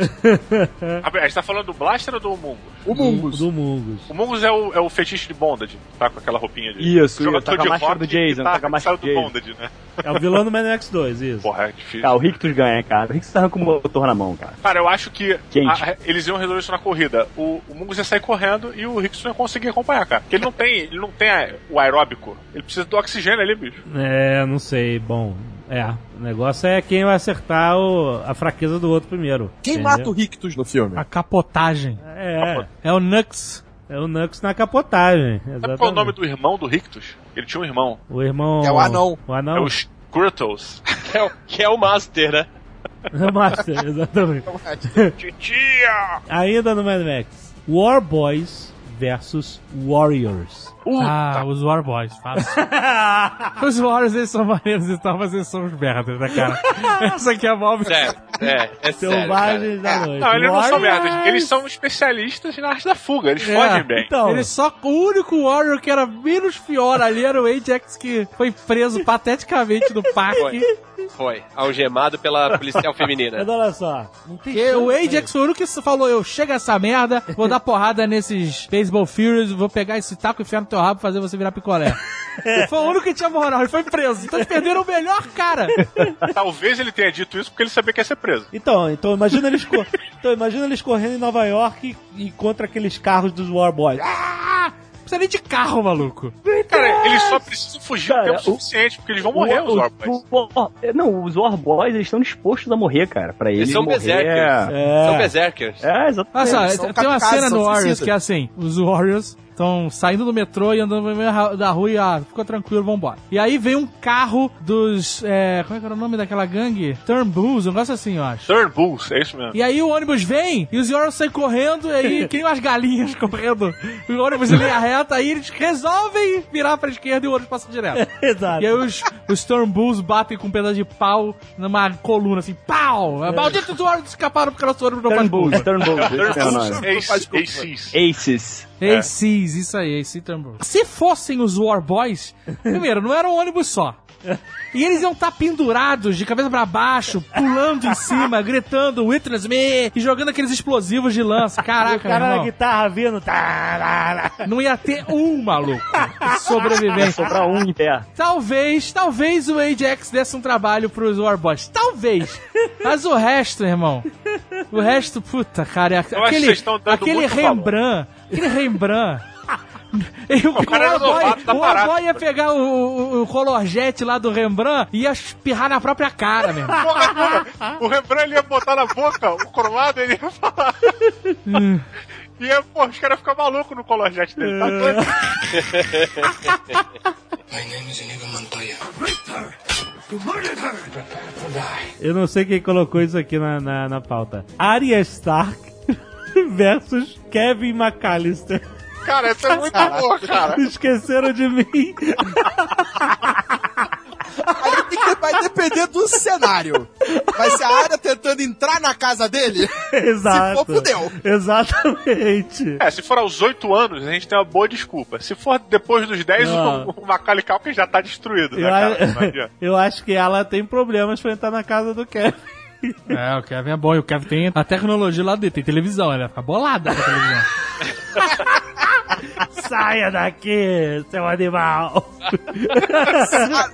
Speaker 2: A a gente tá falando do Blaster ou do Mungus?
Speaker 3: O Mungus.
Speaker 1: Do Mungus.
Speaker 2: O Mungus é o, é o fetiche de Bondage, tá? Com aquela roupinha de.
Speaker 8: Isso, isso,
Speaker 2: jogador
Speaker 8: tá com a
Speaker 2: de
Speaker 8: máscara
Speaker 2: rock
Speaker 8: do
Speaker 2: que
Speaker 8: Jason, tá com a
Speaker 2: que saiu
Speaker 8: máscara do
Speaker 2: do
Speaker 8: Jason.
Speaker 2: Bondage, né?
Speaker 1: É o vilão do Mad Max 2, isso.
Speaker 2: Porra, é difícil.
Speaker 8: Ah, o Rictus ganha, cara. O Rictus arranca um motor na mão, cara.
Speaker 2: Cara, eu acho que
Speaker 8: Quente.
Speaker 2: a- eles iam resolver isso na corrida. O, o Mungus ia sair correndo e o Rickson ia conseguir acompanhar, cara. Porque ele não tem, ele não tem a- o aeróbico. Ele precisa do oxigênio ali, bicho.
Speaker 1: É, não sei, bom. É, o negócio é quem vai acertar o- a fraqueza do outro primeiro.
Speaker 3: Quem
Speaker 1: entendeu?
Speaker 3: mata o Rictus no filme?
Speaker 6: A capotagem.
Speaker 1: É,
Speaker 6: É o Nux.
Speaker 1: é o Nux na capotagem.
Speaker 2: Sabe qual é o nome
Speaker 1: Exatamente.
Speaker 2: do irmão do Rictus? Ele tinha um irmão.
Speaker 1: O irmão.
Speaker 3: É o anão.
Speaker 1: O anão.
Speaker 2: É o Skrulls.
Speaker 8: *laughs*
Speaker 13: Que é o, que é o Master, né?
Speaker 1: É o Master, exatamente.
Speaker 2: Titia!
Speaker 1: Ainda no Mad Max. War Boys versus Warriors.
Speaker 6: Ah, os War Boys,
Speaker 2: *laughs*
Speaker 6: fácil. os Warriors, eles são maneiros e tal, mas eles são os merdas, né,
Speaker 13: *laughs*
Speaker 6: cara? Essa aqui é a maior...
Speaker 13: Sério. *laughs* É, é sério. cara.
Speaker 1: Selvagens da noite.
Speaker 2: É. Não, eles não são
Speaker 1: Warriors.
Speaker 2: merdas. Eles são especialistas na arte da fuga. Eles
Speaker 6: É,
Speaker 2: fogem bem.
Speaker 1: Então,
Speaker 6: Ele só, o único Warrior que era menos pior ali era o Ajax que foi preso pateticamente no parque.
Speaker 13: Então, Foi. Algemado pela policial
Speaker 1: mas
Speaker 13: *laughs* feminina.
Speaker 1: olha só. Não tem
Speaker 6: E o
Speaker 1: chance,
Speaker 6: Ajax foi o único que falou: eu chega essa merda, vou dar porrada nesses Baseball Furies, vou pegar esse taco e enfiar no teu rabo e fazer você virar picolé.
Speaker 13: É.
Speaker 6: Foi o único que tinha moral, ele foi preso. Então eles perderam o melhor cara.
Speaker 2: Talvez ele tenha dito isso porque ele sabia que ia ser preso.
Speaker 1: Então, então imagina eles
Speaker 2: *laughs*
Speaker 1: co- então, imagina eles correndo em Nova York e, e contra aqueles carros dos War Boys.
Speaker 6: Ah, não precisa nem de carro, maluco.
Speaker 2: Cara, eles só precisam fugir o
Speaker 8: é. Cara,
Speaker 2: tempo
Speaker 8: o-
Speaker 2: suficiente, porque eles vão morrer, os Warboys.
Speaker 8: o- o- o- Não, os War Boys, eles estão dispostos a morrer, cara. Pra eles,
Speaker 13: Eles são
Speaker 8: morrer-
Speaker 13: berserkers.
Speaker 1: É.
Speaker 13: São berserkers.
Speaker 8: É, exatamente.
Speaker 2: Ah,
Speaker 6: Olha só,
Speaker 3: Eles são
Speaker 6: Ah, tem uma
Speaker 3: kamikazes,
Speaker 6: cena no
Speaker 3: são
Speaker 6: Warriors
Speaker 3: suicidas.
Speaker 6: que é assim: os Warriors estão saindo do metrô e andando no meio ra- da rua e ah, fica tranquilo, vambora. E aí vem um carro dos. É, como é que era o nome daquela gangue? Turnbulls, um negócio assim, eu acho.
Speaker 2: Turnbulls, é isso mesmo.
Speaker 6: E aí o ônibus vem e os Yorks saem correndo, e aí tem umas galinhas correndo. O ônibus em linha reta, aí eles resolvem virar pra esquerda e o ônibus passa direto.
Speaker 1: Exato.
Speaker 6: E aí os, os Turnbulls batem com um pedaço de pau numa coluna, assim, pau! Malditos Warriors escaparam porque nosso ônibus não faz
Speaker 8: Turnbulls,
Speaker 2: *laughs*
Speaker 6: curva.
Speaker 8: Turnbulls, esse é o nome.
Speaker 2: Ace- Aces.
Speaker 8: Aces.
Speaker 6: Aces, isso aí, Ace Turnbull. É. Se fossem os War *laughs* Boys, primeiro, não era um ônibus só. E eles iam estar pendurados, de cabeça pra baixo, pulando em cima, gritando Witness Me! E jogando aqueles explosivos de lança.
Speaker 1: E o
Speaker 6: Caraca,
Speaker 1: cara
Speaker 6: meu
Speaker 1: na
Speaker 6: irmão.
Speaker 1: guitarra vindo. tá, lá, lá.
Speaker 6: Não ia ter um maluco sobrevivente.
Speaker 8: Sobrar um em pé.
Speaker 6: Talvez, talvez o Ajax desse um trabalho pros War Boys. *laughs* Talvez. Mas o resto, irmão. O resto, puta, cara. é
Speaker 2: Eu acho que
Speaker 6: Aquele,
Speaker 2: vocês estão dando
Speaker 6: aquele
Speaker 2: muito valor.
Speaker 6: Rembrandt. Aquele Rembrandt. E o, o,
Speaker 2: cara era
Speaker 6: War Boy,
Speaker 2: novato da
Speaker 6: o War
Speaker 2: parada.
Speaker 6: Boy ia pegar o, o, o color jet lá do Rembrandt e ia espirrar na própria cara, meu irmão.
Speaker 2: Porra, porra. O Rembrandt ele ia botar na boca o cromado, ele ia falar. E aí, pô, os caras ficam malucos no colorjete dele, tá doido?
Speaker 1: Eu não sei quem colocou isso aqui na, na, na pauta. Arya Stark *laughs* versus Kevin McAllister.
Speaker 2: Cara, isso é muito bom, cara.
Speaker 1: Esqueceram de mim.
Speaker 3: Aí tem que- vai depender do cenário. Vai ser a área tentando entrar na casa *laughs* dele?
Speaker 1: *laughs* Exato.
Speaker 3: Se for, fudeu.
Speaker 1: Exatamente.
Speaker 2: É, se for aos 8 anos, a gente tem uma boa desculpa. Se for depois dos 10,
Speaker 1: Não.
Speaker 2: o, *laughs* o Macaulay Culkin já tá destruído, né,
Speaker 1: *laughs* Eu,
Speaker 2: cara? Não adianta.
Speaker 1: eu acho que ela tem problemas pra entrar na casa do Kevin. *laughs*
Speaker 6: É, o Kevin é bom. E o Kevin tem a tecnologia lá dele. Tem televisão. Ele vai ficar bolado com a *laughs* televisão.
Speaker 1: Saia daqui, seu animal.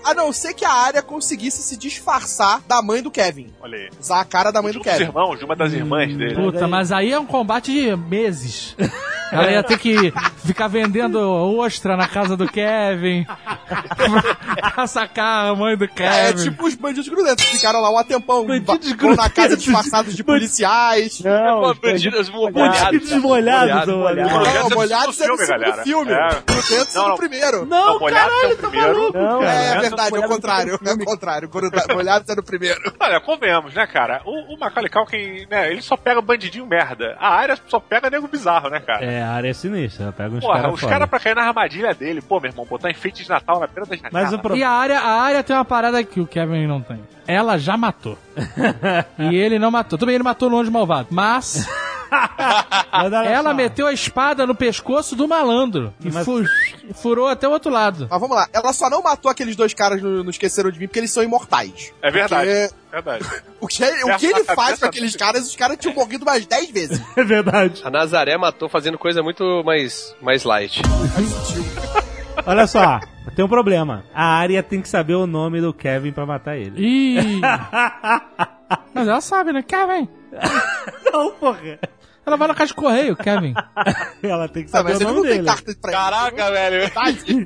Speaker 3: a, a não ser que a área conseguisse se disfarçar da mãe do Kevin.
Speaker 13: Olha aí.
Speaker 3: Usar a cara da mãe do
Speaker 13: Um dos
Speaker 3: Kevin.
Speaker 13: irmãos, de uma das irmãs dele.
Speaker 6: Puta, mas aí é um combate de *laughs* meses. Ela ia ter que ficar vendendo ostra na casa do Kevin *laughs* pra, pra sacar a mãe do Kevin.
Speaker 1: né?
Speaker 3: É tipo os bandidos grudentos que ficaram lá um tempão. Bandidos Na casa disfarçados de policiais.
Speaker 8: Não,
Speaker 3: os
Speaker 17: bandidos
Speaker 1: um *laughs* Bandidos molhados, ô, Molhados.
Speaker 3: molhados. Não, molhados é no
Speaker 1: Molhados é
Speaker 3: segundo
Speaker 1: do filme,
Speaker 3: filme.
Speaker 1: galera. É.
Speaker 3: Grudentos é
Speaker 1: Não.
Speaker 3: no primeiro.
Speaker 1: Não, Não, molhados caralho, é o tá primeiro. maluco,
Speaker 3: Não,
Speaker 1: cara.
Speaker 3: é,
Speaker 1: Molhados-
Speaker 3: verdade, é o
Speaker 1: molhados
Speaker 3: contrário. É o contrário. gruda- Molhados é no primeiro.
Speaker 13: Olha, convenhamos, né, cara? O, o Macaulay Culkin, né, ele só pega bandidinho merda. A área só pega nego bizarro, né, cara?
Speaker 1: É, a área é sinistra. ela Pega uns
Speaker 13: Porra,
Speaker 1: caras
Speaker 13: os é
Speaker 1: fora.
Speaker 13: caras pra cair na armadilha dele, pô, meu irmão, botar enfeite de Natal na beira da janela.
Speaker 6: E a área, a área tem uma parada que o Kevin não tem. Ela já matou. e ele não matou. Tudo bem, ele matou no anjo malvado. Mas.
Speaker 1: Ah,
Speaker 6: ela meteu a espada no pescoço do malandro. E fu- furou até o outro lado.
Speaker 3: Mas vamos lá. Ela só não matou aqueles dois caras no, no Esqueceram de Mim porque eles são imortais.
Speaker 13: É verdade.
Speaker 3: Porque
Speaker 13: Verdade.
Speaker 3: O que, o que ele faz com aqueles caras, os caras tinham morrido mais 10 vezes.
Speaker 1: É verdade.
Speaker 17: A Nazaré matou fazendo coisa muito mais, mais light.
Speaker 1: Olha *laughs* só, tem um problema. A área tem que saber o nome do Kevin pra matar ele. *laughs*
Speaker 6: Ih! Mas ela sabe, né? Kevin!
Speaker 1: não, porra!
Speaker 6: Ela vai na caixa de correio, Kevin.
Speaker 1: Ela tem que
Speaker 6: Ah,
Speaker 1: saber
Speaker 6: mas
Speaker 1: o
Speaker 6: ele
Speaker 1: nome
Speaker 6: não tem
Speaker 1: dele.
Speaker 6: carta
Speaker 3: *laughs*
Speaker 17: Caraca, velho.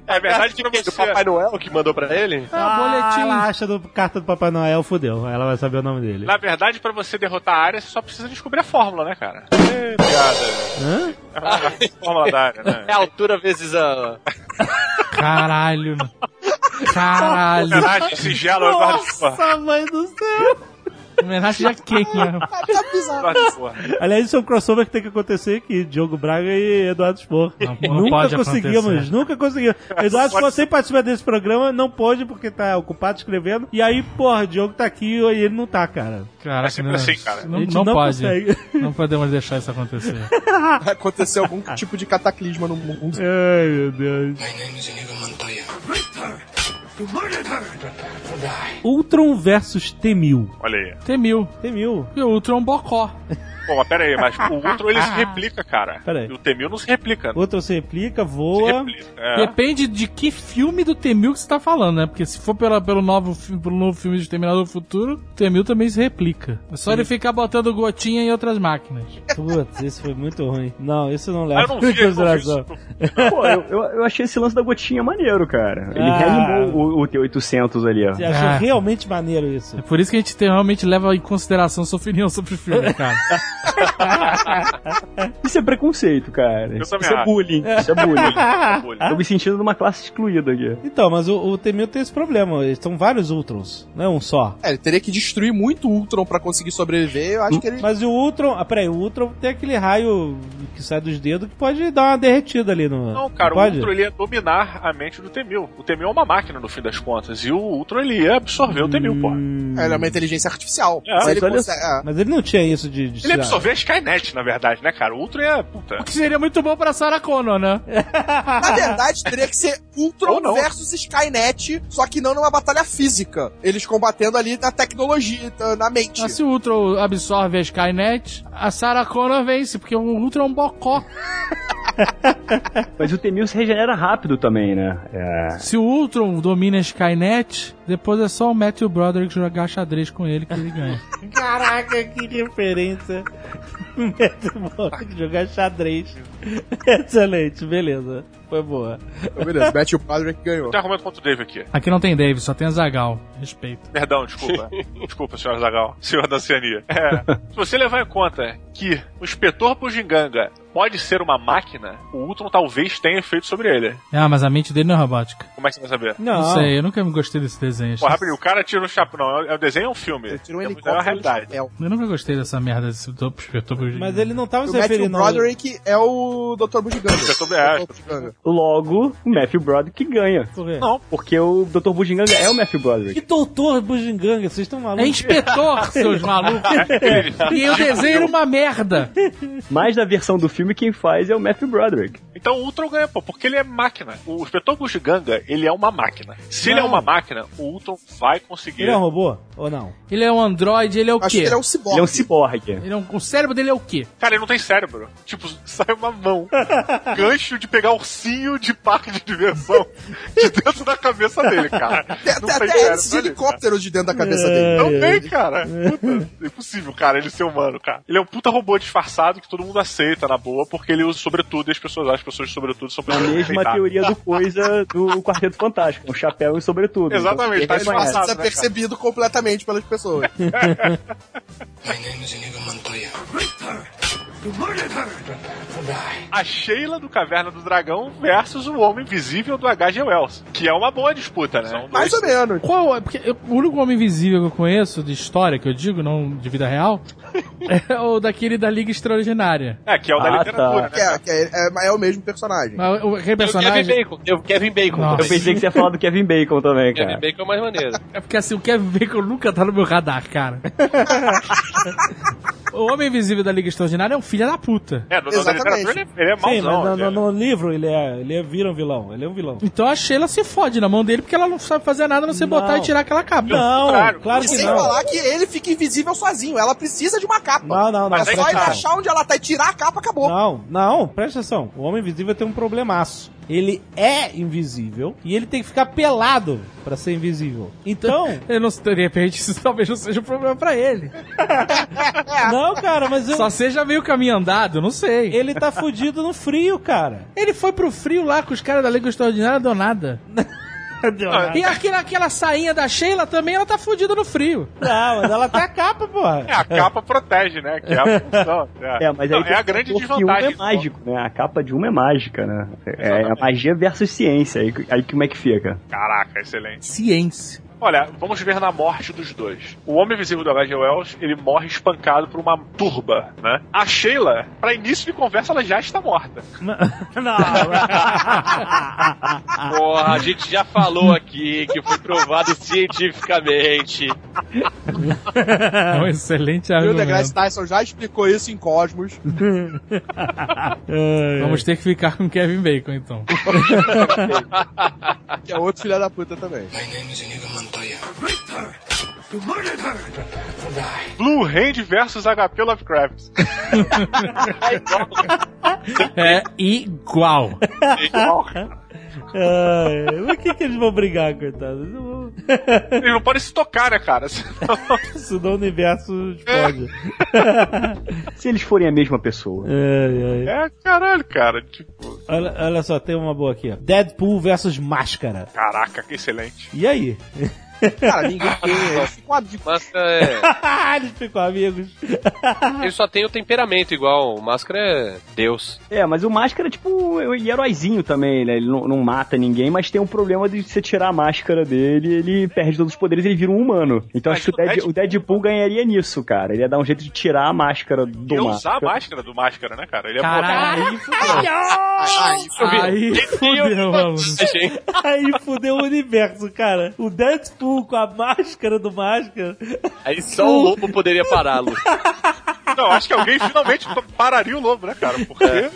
Speaker 17: É verdade
Speaker 13: *laughs*
Speaker 17: que não do Papai Noel que mandou pra ele?
Speaker 1: Ah, ela acha do carta do Papai Noel, fudeu. Ela vai saber o nome dele.
Speaker 13: Na verdade, pra você derrotar a área, você só precisa descobrir a fórmula, né, cara? É, piada.
Speaker 1: Hã?
Speaker 13: A fórmula da área, né?
Speaker 17: É a altura vezes a.
Speaker 6: Caralho. Caralho.
Speaker 13: *laughs* Homenagem, sigelo, Eduardo Porra.
Speaker 1: Nossa, mãe do céu!
Speaker 6: Homenagem a quem, né?
Speaker 13: Tá Eduardo Porra.
Speaker 1: Aliás, isso é um crossover que tem que acontecer aqui, Diogo Braga e Eduardo Spor.
Speaker 6: não
Speaker 1: nunca
Speaker 6: pode
Speaker 1: conseguimos,
Speaker 6: acontecer.
Speaker 1: nunca conseguimos. Eduardo Spor
Speaker 13: Pode-
Speaker 1: sempre participa desse programa, não pôde porque tá ocupado escrevendo. E aí, porra, Diogo tá aqui e ele não tá, cara.
Speaker 17: *laughs*
Speaker 6: Caraca,
Speaker 1: sempre
Speaker 6: não,
Speaker 1: assim, cara.
Speaker 6: Não,
Speaker 1: A gente
Speaker 6: não
Speaker 1: não
Speaker 6: pode.
Speaker 1: consegue. *laughs*
Speaker 6: Não podemos deixar isso acontecer.
Speaker 3: Vai acontecer algum tipo de cataclisma no mundo.
Speaker 1: Ai, meu Deus. Ultron versus T-1000.
Speaker 13: Olha aí.
Speaker 6: T-1000.
Speaker 1: T-1000.
Speaker 6: E o Ultron Bocó.
Speaker 13: Pô, mas pera aí, mas o outro ele se replica, cara.
Speaker 1: Pera aí.
Speaker 13: E o Temil não se
Speaker 2: né?
Speaker 13: replica.
Speaker 1: Ultron se replica, voa.
Speaker 13: É.
Speaker 6: Depende de que filme do Temil que você tá falando, né? Porque se for pela, pelo, novo, fi- pelo novo filme de Terminador do Futuro, o Temil também se replica. É só ele ficar botando gotinha em outras máquinas.
Speaker 1: Putz, isso foi muito ruim. Não, isso não
Speaker 8: Ah, eu
Speaker 1: leva
Speaker 8: não
Speaker 1: em
Speaker 8: vi, eu não vi
Speaker 1: consideração.
Speaker 8: Pô, eu, eu, eu achei esse lance da gotinha maneiro, cara. Ele
Speaker 1: Ah.
Speaker 8: reanimou o, o T-800 ali, ó.
Speaker 1: Você achou
Speaker 6: Ah.
Speaker 1: realmente maneiro isso.
Speaker 6: É por isso que a gente tem- realmente leva em consideração sua opinião sobre o filme, cara.
Speaker 8: Isso é preconceito, cara. Isso
Speaker 6: também
Speaker 8: é
Speaker 6: acho.
Speaker 8: bullying. Isso é
Speaker 1: É
Speaker 8: bullying.
Speaker 1: bullying.
Speaker 8: Tô me sentindo numa classe excluída aqui.
Speaker 1: Então, mas o, o Temil tem esse problema. Eles são vários Ultrons, não é um só.
Speaker 3: É, ele teria que destruir muito o Ultron pra conseguir sobreviver. Eu acho que ele.
Speaker 1: Mas o Ultron. Ah, peraí, o Ultron tem aquele raio que sai dos dedos que pode dar uma derretida ali no.
Speaker 13: Não, cara, o
Speaker 1: pode?
Speaker 13: Ultron ele ia dominar a mente do Temil. O Temil é uma máquina, no fim das contas. E o Ultron ele ia absorver o Temil, porra.
Speaker 3: Ele é uma inteligência artificial.
Speaker 13: É,
Speaker 3: Se
Speaker 13: mas
Speaker 3: ele
Speaker 13: olha
Speaker 3: consegue- é.
Speaker 1: Mas ele não tinha isso de. de
Speaker 13: Ele
Speaker 1: tirar.
Speaker 13: é ia absorver a Skynet, na verdade, né, cara? O Ultron é. Puta.
Speaker 6: O que seria muito bom pra Sarah Connor, né?
Speaker 3: Na verdade, teria que ser
Speaker 13: Ou
Speaker 3: Ultron
Speaker 13: não.
Speaker 3: versus Skynet, só que não numa batalha física. Eles combatendo ali na tecnologia, tá, na mente.
Speaker 6: Mas se o Ultron absorve a Skynet, a Sarah Connor vence, porque o Ultron é um bocó.
Speaker 8: Mas o T-1000 se regenera rápido também, né? É.
Speaker 6: Se o Ultron domina a Skynet, depois é só o Matthew Broderick jogar xadrez com ele que ele ganha.
Speaker 1: Caraca, Ah, que referência. *laughs* Muito bom. Jogar xadrez. *laughs* Excelente, beleza. Foi boa.
Speaker 3: Então, Beleza, mete o padre que ganhou.
Speaker 13: Tem argumento contra o Dave aqui.
Speaker 6: Aqui não tem Davis, só tem a Zagal. Respeito.
Speaker 13: Perdão, desculpa. desculpa, senhora Zagal. Senhor da Oceania. É, se você levar em conta que o inspetor Bujinganga pode ser uma máquina, o Ultron talvez tenha efeito sobre ele.
Speaker 6: Ah, mas a mente dele não é robótica.
Speaker 13: Como é que você vai saber?
Speaker 6: Não sei, eu nunca me gostei desse desenho.
Speaker 13: Pô, rapidinho, o cara tira um chapéu. Não, é o desenho é um filme. Ele tira um
Speaker 3: helicóptero
Speaker 13: É uma realidade.
Speaker 6: Eu nunca gostei dessa merda desse topo é espetáculo.
Speaker 1: Mas ele não tava
Speaker 3: O
Speaker 1: se
Speaker 3: Matthew
Speaker 1: referindo. ao-
Speaker 3: Broderick é o Dr. Bugiganga.
Speaker 8: Logo, o Matthew Broderick que ganha.
Speaker 1: Por quê?
Speaker 13: Não.
Speaker 8: Porque o Dr. Bujinganga é o Matthew Broderick.
Speaker 1: Que doutor Bujinganga, vocês estão malucos?
Speaker 6: É inspetor, seus malucos. e o desenho era uma merda.
Speaker 8: Mas na versão do filme, quem faz é o Matthew Broderick.
Speaker 13: Então o Ultron ganha, pô, porque ele é máquina. O inspetor Bugiganga, ele é uma máquina. Se ele é
Speaker 1: Não.
Speaker 13: uma máquina, o Ultron vai conseguir.
Speaker 1: Ele é um robô? Ou não?
Speaker 6: Ele é um androide, ele é o
Speaker 3: Acho
Speaker 6: quê?
Speaker 3: que ele é um ciborgue. Ele é um
Speaker 18: ciborgue.
Speaker 6: Ele é um- o cérebro dele é o quê?
Speaker 2: Cara, ele não tem cérebro. Tipo, sai uma mão. Gancho de pegar ursinho de parque de diversão de dentro da cabeça dele, cara.
Speaker 3: Tem
Speaker 2: Não
Speaker 3: até
Speaker 2: tem
Speaker 3: até
Speaker 2: cérebro,
Speaker 3: hélice de
Speaker 2: olha.
Speaker 3: helicóptero de dentro da cabeça
Speaker 2: É,
Speaker 3: dele.
Speaker 2: Não tem, cara. Puta, é impossível, cara, ele ser humano, cara. Ele é um puta robô disfarçado que todo mundo aceita na boa, porque ele usa sobretudo e as pessoas acham que pessoas de sobretudo são
Speaker 18: A
Speaker 2: pessoas
Speaker 18: mesma
Speaker 2: respeitáveis.
Speaker 18: teoria do coisa do Quarteto Fantástico, um chapéu e sobretudo.
Speaker 3: Exatamente,
Speaker 18: Então,
Speaker 3: tá
Speaker 18: ele reconhece.
Speaker 3: disfarçado, percebido completamente
Speaker 2: *laughs*
Speaker 3: pelas pessoas.
Speaker 2: A Sheila do Caverna do Dragão versus o Homem Invisível do H.G. Wells, que é uma boa disputa, né?
Speaker 3: Mais ou menos.
Speaker 6: Qual é? Porque eu- o único homem invisível que eu conheço, de história que eu digo, não de vida real, é o daquele da Liga Extraordinária.
Speaker 2: É, que é o da
Speaker 6: Ah,
Speaker 2: literatura,
Speaker 6: tá.
Speaker 3: Que é, que é, é- é o mesmo personagem.
Speaker 6: Mas Ah, o- aquele personagem.
Speaker 13: Bacon, eu, Kevin Bacon.
Speaker 18: Eu pensei que você ia falar do Kevin Bacon também, cara.
Speaker 13: Kevin Bacon é o mais maneiro.
Speaker 6: É porque assim, o Kevin Bacon nunca tá no meu radar, cara. o Homem Invisível da Liga Extraordinária é um filho da puta.
Speaker 2: É, no, na literatura ele é, ele é
Speaker 6: Sim,
Speaker 1: Sim,
Speaker 2: mauzão.
Speaker 1: mas
Speaker 2: né?
Speaker 1: no, no- no livro ele é, ele é, vira um vilão. Ele é um vilão.
Speaker 6: Então a Sheila se fode na mão dele porque ela não sabe fazer nada a não ser
Speaker 1: Não.
Speaker 6: botar e tirar aquela capa.
Speaker 1: Não, Claro. claro
Speaker 3: e
Speaker 2: assim,
Speaker 1: que
Speaker 3: sem
Speaker 1: não.
Speaker 3: falar que ele fica invisível sozinho. Ela precisa de uma capa.
Speaker 1: Não, não, não.
Speaker 3: É só
Speaker 1: presta
Speaker 3: ele
Speaker 1: atenção.
Speaker 3: achar onde ela tá e tirar a capa, acabou.
Speaker 1: Não, não, presta atenção. O homem invisível tem um problemaço. Ele é invisível e ele tem que ficar pelado pra ser invisível. Então.
Speaker 6: Eu não sei, de repente *laughs* isso talvez não seja um problema pra ele.
Speaker 1: não, cara, mas eu.
Speaker 6: Só seja meio caminho andado, não sei.
Speaker 1: Ele tá fudido no frio, cara.
Speaker 6: Ele foi pro frio lá com os caras da Liga Extraordinária, deu nada.
Speaker 1: nada.
Speaker 6: E aquela, aquela sainha da Sheila também, ela tá fudida no frio.
Speaker 1: Não, mas ela tá a capa, porra.
Speaker 2: É, a capa protege, né? Que é a função.
Speaker 18: É, mas aí
Speaker 2: Não,
Speaker 18: tem
Speaker 2: é a
Speaker 18: que
Speaker 2: grande
Speaker 18: supor que uma
Speaker 2: desvantagem.
Speaker 18: é mágico, né? A capa de uma é mágica, né? É a magia versus ciência. Aí, aí como é que fica?
Speaker 2: Caraca, excelente.
Speaker 6: Ciência.
Speaker 2: Olha, vamos ver na morte dos dois. O Homem Invisível do H.G. Wells, ele morre espancado por uma turba, né? A Sheila, pra início de conversa, ela já
Speaker 18: *laughs*
Speaker 2: está morta.
Speaker 13: Porra, a gente já falou aqui que foi provado cientificamente.
Speaker 6: É um excelente
Speaker 3: E o
Speaker 6: argumento.
Speaker 3: DeGrasse Tyson já explicou isso em Cosmos.
Speaker 6: Vamos ter que ficar com Kevin Bacon, então.
Speaker 3: que é outro filho da puta também.
Speaker 2: Blue Hand versus HP Lovecraft.
Speaker 6: É igual.
Speaker 1: Ai, mas o que, que eles vão brigar, coitados? Eles vão-
Speaker 2: *laughs* Eles não podem se tocar, né,
Speaker 1: *laughs*
Speaker 2: cara? Senão-
Speaker 1: Isso do universo explode.
Speaker 18: *laughs* Se eles forem a mesma pessoa.
Speaker 1: Ai, ai.
Speaker 2: É, caralho, cara. Tipo,
Speaker 1: Olha, olha só, tem uma boa aqui, ó. Deadpool versus Máscara.
Speaker 2: caraca, que excelente.
Speaker 1: E aí? *laughs*
Speaker 3: Cara, ninguém tem. é Eles ficam de
Speaker 13: Máscara
Speaker 6: *laughs*
Speaker 13: é.
Speaker 1: Eles ficam amigos.
Speaker 13: Ele só tem o temperamento igual. O máscara é Deus.
Speaker 18: É, mas o máscara é tipo e heróizinho também, né? Ele não, não mata ninguém, mas tem um problema de você tirar a máscara dele, ele perde todos os poderes ele vira um humano. Então acho que o,
Speaker 2: Mas o
Speaker 18: Dead- o Deadpool ganharia nisso, cara. Ele ia dar um jeito de tirar a máscara
Speaker 2: E
Speaker 18: do
Speaker 2: usar a
Speaker 18: máscara.
Speaker 2: máscara do máscara, né,
Speaker 6: *laughs*
Speaker 2: cara? Ele é
Speaker 6: Caralho, aí
Speaker 3: Ai,
Speaker 6: fudeu.
Speaker 2: *laughs*
Speaker 6: um Aí fudeu, vamos.
Speaker 1: Aí fudeu o universo, cara. O Deadpool com a máscara do máscara.
Speaker 13: Aí só o lobo poderia pará-lo.
Speaker 2: Não, acho que alguém finalmente pararia o lobo, né, cara? Porque.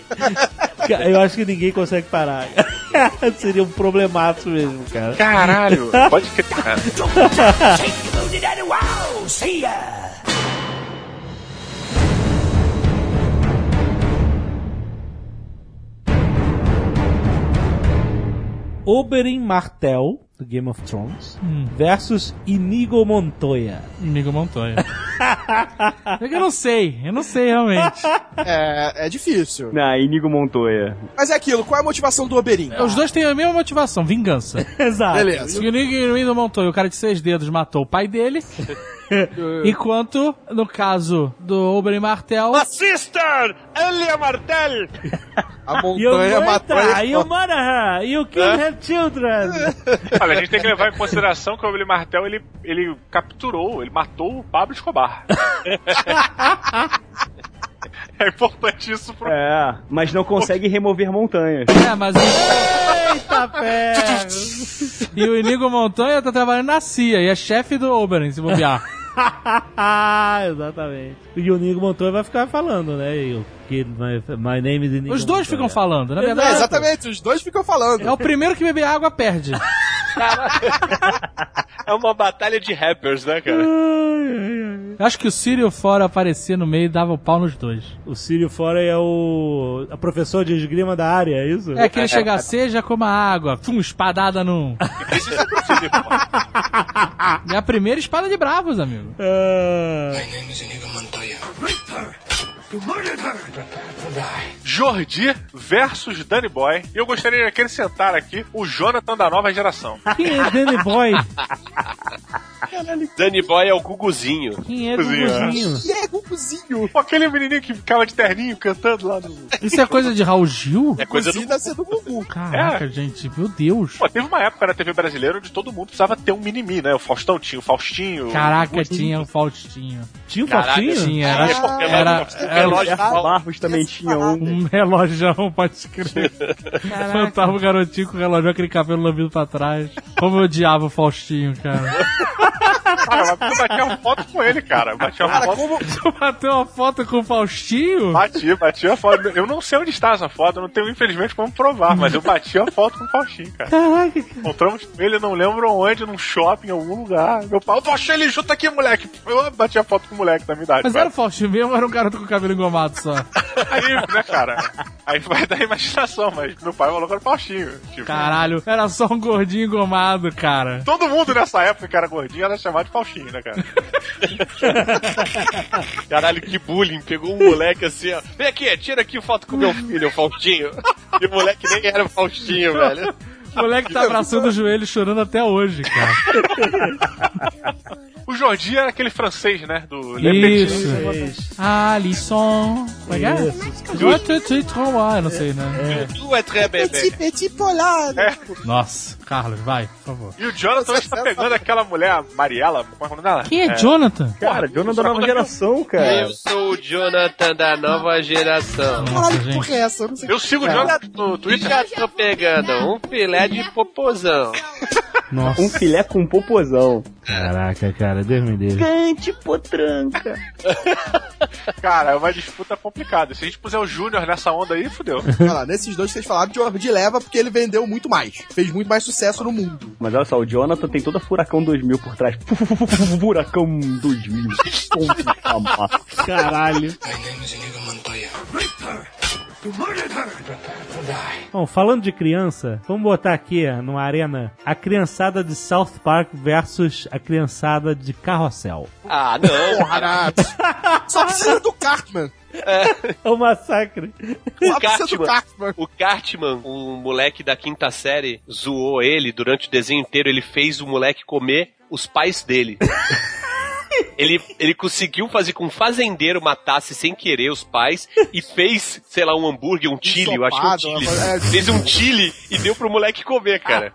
Speaker 1: Cara, Eu acho que ninguém consegue parar. *laughs* Seria um problemaço mesmo, cara. *laughs*
Speaker 2: Caralho, pode crer, cara.
Speaker 1: Oberyn Martell, do Game of Thrones, versus Inigo Montoya.
Speaker 6: Amigo Montanha. *laughs* É que eu não sei, eu não sei
Speaker 2: *laughs*
Speaker 6: realmente.
Speaker 3: É, é difícil.
Speaker 18: Na Inigo Montoya.
Speaker 3: Mas é aquilo, qual é a motivação do Oberin?
Speaker 6: Os dois têm a mesma
Speaker 2: *laughs*
Speaker 6: motivação, vingança.
Speaker 1: Exato.
Speaker 3: Beleza.
Speaker 6: E o Nigerindo Montoya, o cara de seis dedos, matou o
Speaker 2: *laughs*
Speaker 6: pai dele. Enquanto, no caso do Oberyn Martel,
Speaker 2: Sister Elia Martel!
Speaker 3: A
Speaker 1: E o
Speaker 3: montanha matou
Speaker 1: Moita,
Speaker 3: ele.
Speaker 1: e o Monahan, e o King Have
Speaker 2: *laughs*
Speaker 1: Children.
Speaker 2: Olha, a gente tem que levar em consideração que o Willy Martel ele, ele capturou, ele matou o Pablo Escobar. é importante isso pro.
Speaker 18: É, mas não consegue remover montanhas.
Speaker 6: É, mas. Eita,
Speaker 1: É.
Speaker 6: pé! E o Inigo Montanha tá trabalhando na CIA e é chefe do Oberyn, se bobear.
Speaker 1: Ah, Exatamente. E o Inigo Montoya vai ficar falando, né? E o Kid, my, my name is Inigo
Speaker 6: Os dois
Speaker 1: Montoya.
Speaker 6: ficam falando, na
Speaker 3: É,
Speaker 6: verdade.
Speaker 3: exatamente, os dois ficam
Speaker 6: É
Speaker 3: falando.
Speaker 8: *laughs*
Speaker 6: o primeiro que beber água perde.
Speaker 13: É uma batalha de rappers, né, cara?
Speaker 6: Eu Acho que o Sírio Fora aparecia no meio e dava o pau nos dois.
Speaker 1: O Círio Fora é o. a professor de esgrima da área, é isso?
Speaker 6: É que ele chega, seja como a água, pum, espadada
Speaker 8: *laughs*
Speaker 6: num. é a primeira espada de bravos, amigo.
Speaker 1: Ah.
Speaker 8: Jordi versus Danny Boy. E eu gostaria de acrescentar aqui o Jonathan da nova geração.
Speaker 1: Quem é Danny
Speaker 6: *laughs*
Speaker 1: Boy?
Speaker 13: Danny Boy é o Guguzinho.
Speaker 1: Quem
Speaker 8: é
Speaker 1: um
Speaker 8: Guguzinho?
Speaker 3: Quem é Guguzinho?
Speaker 8: Pô, aquele menininho que ficava de terninho cantando lá no...
Speaker 6: Isso é coisa de Raul Gil?
Speaker 8: É coisa do-
Speaker 3: Um Deve ser do Gugu.
Speaker 6: Caraca, gente, meu Deus.
Speaker 8: Pô, teve uma época na TV brasileira onde todo mundo precisava ter um mini-mi, né? O Faustão tinha o Faustinho.
Speaker 6: Caraca,
Speaker 8: o-
Speaker 6: tinha um o Faustinho.
Speaker 1: Tinha um
Speaker 8: Caraca,
Speaker 1: Faustinho?
Speaker 6: Tinha,
Speaker 3: Ah,
Speaker 6: era,
Speaker 3: é,
Speaker 8: Tinha,
Speaker 6: era,
Speaker 8: tinha
Speaker 6: era
Speaker 8: relógio de pau.
Speaker 7: Barros também tinha um.
Speaker 6: um relógio, pode crer. Fantasma o garotinho com o relógio, aquele cabelo lambido pra trás. Como eu odiava o Faustinho, *laughs* cara.
Speaker 8: Cara, mas eu batia uma foto com ele, cara. Eu Batia uma
Speaker 3: Cara,
Speaker 8: foto.
Speaker 3: como.
Speaker 6: Tu bateu uma foto com o Faustinho?
Speaker 8: Bati, bati a foto. Eu não sei onde está essa foto, eu não tenho, infelizmente, como provar, mas eu bati a foto com o Faustinho, cara.
Speaker 1: Caraca,
Speaker 8: Encontramos com ele, não lembro onde, num shopping, em algum lugar. Meu pai, o Faustinho, ele junta aqui, moleque. Eu bati a foto com o moleque da minha idade.
Speaker 6: Mas
Speaker 8: cara.
Speaker 6: era o Faustinho mesmo, era um garoto com cabelo engomado só.
Speaker 8: Aí, né, cara? Aí vai da imaginação, mas meu pai falou que era o Faustinho. Tipo,
Speaker 6: Caralho, era só um gordinho engomado, cara.
Speaker 8: Todo mundo nessa época que era gordinho era chamado de Faustinho, né, cara?
Speaker 13: Caralho, que bullying. Pegou um moleque assim, ó. Vem aqui, tira aqui foto com meu filho, o Faustinho. E o moleque nem era o Faustinho, velho.
Speaker 6: O moleque tá abraçando o joelho chorando até hoje, cara.
Speaker 8: O Jordi era aquele francês, né? Do Le Petit.
Speaker 6: Isso. Alisson. Como é que é? Dois, três, três, três, quatro, não sei, né?
Speaker 13: Tu é très bebê.
Speaker 3: petit polado.
Speaker 6: Nossa, Carlos, vai, por favor.
Speaker 8: E o Jonathan está pegando aquela mulher, Mariela, como é o nome dela?
Speaker 6: Quem é Jonathan?
Speaker 7: Cara, Jonathan da nova geração, cara.
Speaker 13: Eu sou o Jonathan da nova geração.
Speaker 6: Nossa,
Speaker 3: Caralho, que porra é essa? Eu não sei.
Speaker 8: Eu sigo o Jonathan no
Speaker 13: E
Speaker 8: Twitter.
Speaker 13: já tô pegando um filé de popozão.
Speaker 1: Nossa.
Speaker 7: Um filé com um popozão.
Speaker 1: Caraca, cara, Deus me livre.
Speaker 7: Cante, potranca.
Speaker 8: Cara, é uma disputa complicada. Se a gente puser o Júnior nessa onda aí, fudeu.
Speaker 3: Olha lá, nesses dois que vocês falaram, Jordi leva porque ele vendeu muito mais. Fez muito mais sucesso no mundo.
Speaker 7: Mas olha só, o Jonathan tem toda Furacão 2000 por trás. Fu- fu- fu- fu- fu- Furacão 2000. Ponto de amar.
Speaker 1: Caralho. Bom, falando de criança, vamos botar aqui ó, numa arena a criançada de South Park versus a criançada de Carrossel.
Speaker 13: Ah, não.
Speaker 3: Barato. Só precisa do Cartman.
Speaker 1: É um massacre.
Speaker 3: Só precisa do Cartman.
Speaker 13: O Cartman,
Speaker 8: um
Speaker 13: o moleque da quinta série, zoou ele durante o desenho inteiro. Ele fez o moleque comer os pais dele. Ele, ele conseguiu fazer com que um fazendeiro matasse sem querer os pais e fez, sei lá, um hambúrguer, um chile, eu acho que é um
Speaker 3: Ensopado,
Speaker 13: chile.
Speaker 3: uma coisa- é.
Speaker 13: Fez um chile e deu pro moleque comer, cara.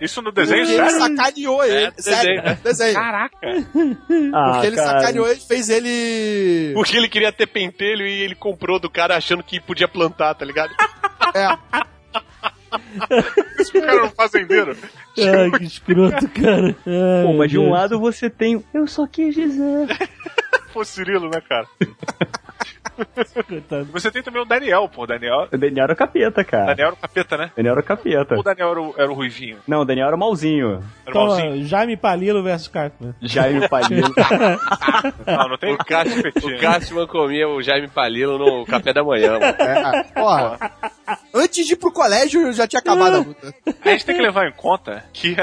Speaker 8: Isso no desenho,
Speaker 3: Porque ele
Speaker 8: sério?
Speaker 3: sacaneou ele.
Speaker 13: É,
Speaker 3: sério,
Speaker 13: desenho.
Speaker 3: desenho.
Speaker 8: Caraca.
Speaker 7: Ah,
Speaker 3: Porque ele
Speaker 7: cara.
Speaker 3: sacaneou ele fez ele.
Speaker 13: Porque ele queria ter pentelho e ele comprou do cara achando que podia plantar, tá ligado?
Speaker 3: É.
Speaker 8: Isso que o cara era um fazendeiro.
Speaker 1: Ai, que escroto, cara. Ai,
Speaker 7: Pô, mas de um
Speaker 1: Deus.
Speaker 7: lado você tem. Eu só quis dizer.
Speaker 8: Pô, Cirilo, né, cara?
Speaker 1: Coitado.
Speaker 8: Você tem também o Daniel, pô. O Daniel,
Speaker 7: O Daniel era o capeta,
Speaker 8: o
Speaker 7: cara.
Speaker 8: Daniel era o capeta, né?
Speaker 7: O Daniel era o capeta.
Speaker 8: Ou o Daniel era o, era o Ruivinho?
Speaker 7: Não, o Daniel era o malzinho.
Speaker 8: Era o
Speaker 1: Então,
Speaker 8: Malzinho?
Speaker 1: ó, Jaime Palilo versus Cartman.
Speaker 7: Jaime Palilo.
Speaker 8: Não, não tem
Speaker 13: O Cartman,
Speaker 8: competir, né?
Speaker 13: o Cartman comia o Jaime Palilo no café da manhã, mano.
Speaker 3: é. Ó, antes de ir pro colégio, eu já tinha acabado a luta.
Speaker 8: A gente tem que levar em conta que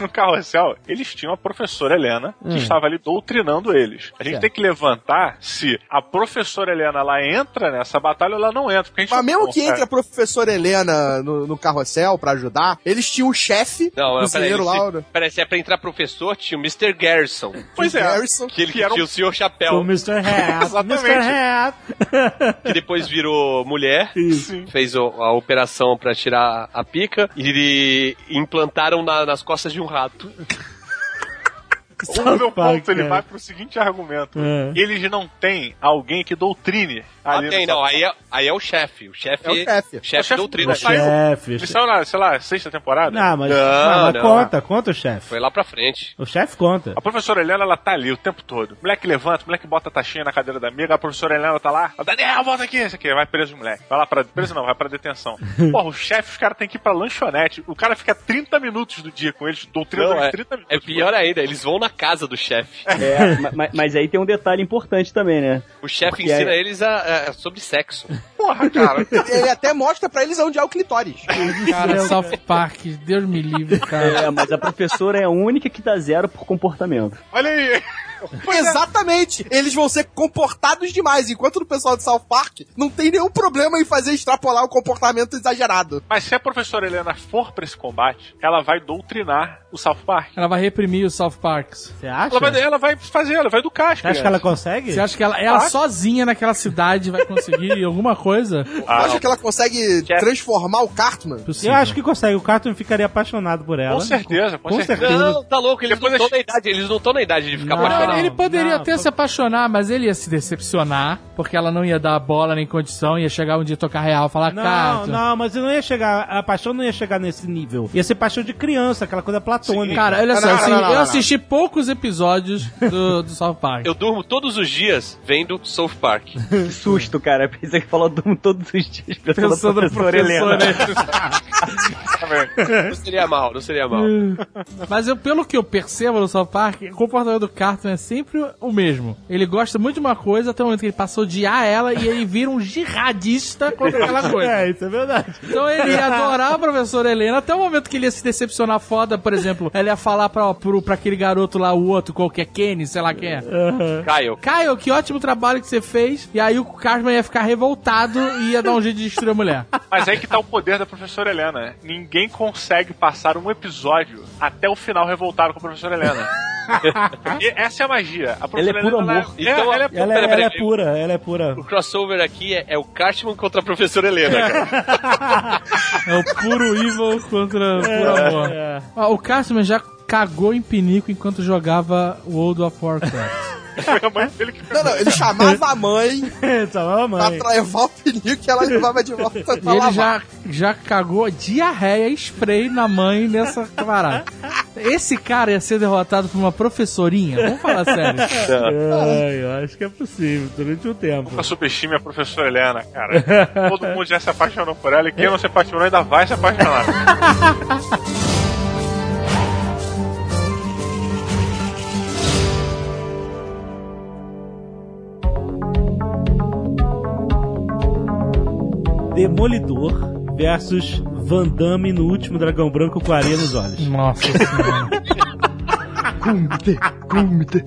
Speaker 8: no carrossel eles tinham a professora Helena
Speaker 19: Hum.
Speaker 8: que estava ali doutrinando eles. A gente tem que levantar se a professora Helena ela entra nessa batalha ou ela não entra. Porque
Speaker 13: É.
Speaker 8: a gente
Speaker 3: Mas
Speaker 8: não
Speaker 3: mesmo que
Speaker 8: consegue.
Speaker 3: entre a professora Helena no, no carrossel pra ajudar, eles tinham o chefe,
Speaker 13: Não,
Speaker 3: o
Speaker 13: mas peraí,
Speaker 3: cozinheiro lá,
Speaker 13: se,
Speaker 3: o
Speaker 13: peraí, se é pra entrar professor, tinha o Mr. Garrison.
Speaker 8: Pois é.
Speaker 3: Harrison.
Speaker 13: Que ele
Speaker 8: Que era um-
Speaker 13: tinha o Sr.
Speaker 6: É
Speaker 1: O
Speaker 13: Chapéu,
Speaker 1: Mr.
Speaker 6: *laughs*
Speaker 1: Hat.
Speaker 8: Exatamente.
Speaker 1: Mr. Hat.
Speaker 13: que depois virou mulher,
Speaker 8: Sim.
Speaker 13: fez o- a operação pra tirar então a pica e implantaram na- nas costas de um rato.
Speaker 2: O meu ponto, ele
Speaker 13: cara.
Speaker 2: vai pro seguinte argumento.
Speaker 13: É.
Speaker 2: Eles não têm alguém que doutrine
Speaker 13: Ah,
Speaker 2: ali
Speaker 13: tem,
Speaker 2: no-
Speaker 13: não. Aí é, aí é o chefe. O chefe.
Speaker 2: É o chefe. É o chefe
Speaker 13: doutrina.
Speaker 2: do- saiu-
Speaker 19: chefe,
Speaker 2: Eles saiu na, sei lá, sexta temporada?
Speaker 19: Não, mas, não, mas conta, conta o chefe.
Speaker 2: um- Foi lá pra frente.
Speaker 19: O chefe conta.
Speaker 2: A professora Helena, ela tá ali o tempo todo. O moleque levanta, o moleque bota a taxinha na cadeira da amiga, a professora Helena tá lá. Ela, Daniel, volta aqui! Isso aqui, vai preso o moleque. Vai lá pra. Preso não, vai pra
Speaker 19: *laughs*
Speaker 2: detenção. Porra, o chefe, os caras têm que ir pra lanchonete. O cara fica 30 minutos do dia com eles, doutrina
Speaker 13: Não, é,
Speaker 2: 30 minutos.
Speaker 13: é pior ainda, eles vão na casa do chefe.
Speaker 19: *laughs*
Speaker 18: É, ma- ma- mas aí tem um detalhe importante também, né?
Speaker 13: O chefe
Speaker 18: Porque
Speaker 13: ensina
Speaker 18: aí-
Speaker 13: eles a, a- sobre sexo.
Speaker 2: Porra, cara. *laughs*
Speaker 3: Ele até mostra pra eles onde é o clitóris.
Speaker 6: Cara, South Park, Deus
Speaker 2: tá
Speaker 6: me livre,
Speaker 19: Tá.
Speaker 6: cara.
Speaker 18: É, mas a professora é a única que dá zero por comportamento.
Speaker 2: Olha aí.
Speaker 13: é.
Speaker 3: Exatamente. Eles vão ser comportados demais, enquanto no pessoal de South Park não tem nenhum problema em fazer extrapolar o comportamento exagerado.
Speaker 2: Mas se a professora Helena for pra esse combate, ela vai doutrinar o South Park.
Speaker 6: Ela vai reprimir os South Parks.
Speaker 19: Você acha?
Speaker 2: Ela vai, ela vai fazer, ela vai educar as crianças.
Speaker 19: consegue?
Speaker 6: Você acha que ela, ela
Speaker 2: Claro.
Speaker 6: sozinha naquela cidade vai conseguir alguma coisa?
Speaker 3: Eu acho que ela consegue transformar o Cartman.
Speaker 19: Eu acho que consegue. O Cartman ficaria apaixonado por ela.
Speaker 2: certeza,
Speaker 19: com certeza.
Speaker 13: Não, tá louco, eles não estão na idade, eles não estão na idade de ficar
Speaker 6: Não,
Speaker 13: apaixonados.
Speaker 6: ele poderia até se apaixonar, mas ele ia se decepcionar, porque ela não ia dar bola nem condição, ia chegar um dia tocar real, falar,
Speaker 19: Não,
Speaker 6: cara.
Speaker 19: não, mas eu não ia chegar. A paixão não ia chegar nesse nível. Ia ser paixão de criança, aquela coisa platônica.
Speaker 6: Cara, olha só, assim, eu assisti poucos episódios do, do South Park.
Speaker 13: Eu durmo todos os dias vendo South Park.
Speaker 18: Que susto, cara. Pensei que falou do todos os dias pensando na
Speaker 13: Pensando né?
Speaker 18: professora,
Speaker 13: na professora
Speaker 6: né?
Speaker 18: Helena.
Speaker 13: não seria mal, não seria mal.
Speaker 6: Mas eu, pelo que eu percebo no South Park, o comportamento do Cartman é sempre o mesmo. Ele gosta muito de uma coisa até o momento que ele passa a odiar ela e ele vira um jihadista contra aquela
Speaker 19: *laughs*
Speaker 6: coisa.
Speaker 19: É, isso é verdade.
Speaker 6: Então ele ia adorar a professora Helena até o momento que ele ia se decepcionar foda, por exemplo, ela ia falar pra, pro, pra aquele garoto lá, o outro, qualquer Kenny, sei lá quem é.
Speaker 13: Caio.
Speaker 6: Caio, que ótimo trabalho que você fez. E aí o Cartman ia ficar revoltado e ia dar um jeito de destruir a mulher.
Speaker 8: é
Speaker 2: Mas aí que tá o poder da professora Helena. Ninguém consegue passar um episódio até o final revoltado com a professora Helena. E essa é a magia. A professora
Speaker 19: puro
Speaker 2: Helena
Speaker 19: amor.
Speaker 2: É, ela é,
Speaker 19: Ela, é-
Speaker 13: pera, pera,
Speaker 19: ela é
Speaker 13: pera.
Speaker 19: pura, ela é pura.
Speaker 13: O crossover aqui é, é o Cartman contra a professora Helena, cara.
Speaker 6: *laughs* É o puro evil contra o puro
Speaker 13: É,
Speaker 6: amor.
Speaker 13: é.
Speaker 6: Ó, o Cartman já cagou em pinico enquanto jogava World of Warcraft.
Speaker 2: Foi a mãe dele que
Speaker 3: Não, não,
Speaker 6: *laughs*
Speaker 3: ele chamava a mãe
Speaker 19: chamava a
Speaker 3: mãe.
Speaker 6: Tá,
Speaker 3: pra levar o pinico e ela levava de volta pra
Speaker 6: E ele
Speaker 3: lavar.
Speaker 6: já, tá. já cagou diarreia e spray na mãe nessa parada. Esse cara ia ser derrotado por uma professorinha? Vamos falar sério.
Speaker 19: É, eu acho que é possível, durante um tempo.
Speaker 2: Nunca subestime a professora Helena,
Speaker 8: *laughs*
Speaker 2: cara. Todo mundo já se apaixonou por ela e quem não se apaixonou ainda vai se apaixonar.
Speaker 19: Demolidor versus Van Damme no último Dragão Branco com areia nos olhos.
Speaker 6: Nossa senhora.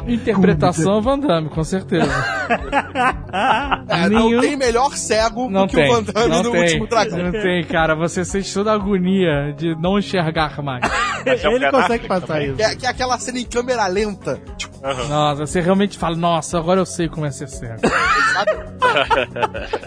Speaker 6: Interpretação Van Damme,
Speaker 2: *laughs*
Speaker 6: com certeza.
Speaker 3: É,
Speaker 6: Nenhum-
Speaker 3: Não tem melhor cego
Speaker 6: Não
Speaker 3: do que
Speaker 6: tem.
Speaker 3: o Van Damme
Speaker 6: não
Speaker 3: no
Speaker 6: tem.
Speaker 3: último dragão.
Speaker 6: Não tem, cara. Você sente toda a agonia de não enxergar mais.
Speaker 19: Ele consegue passar isso.
Speaker 3: Que é, que é aquela cena em câmera lenta. Tipo,
Speaker 6: Nossa, você realmente fala, nossa, agora eu sei como é ser cego.
Speaker 2: *laughs*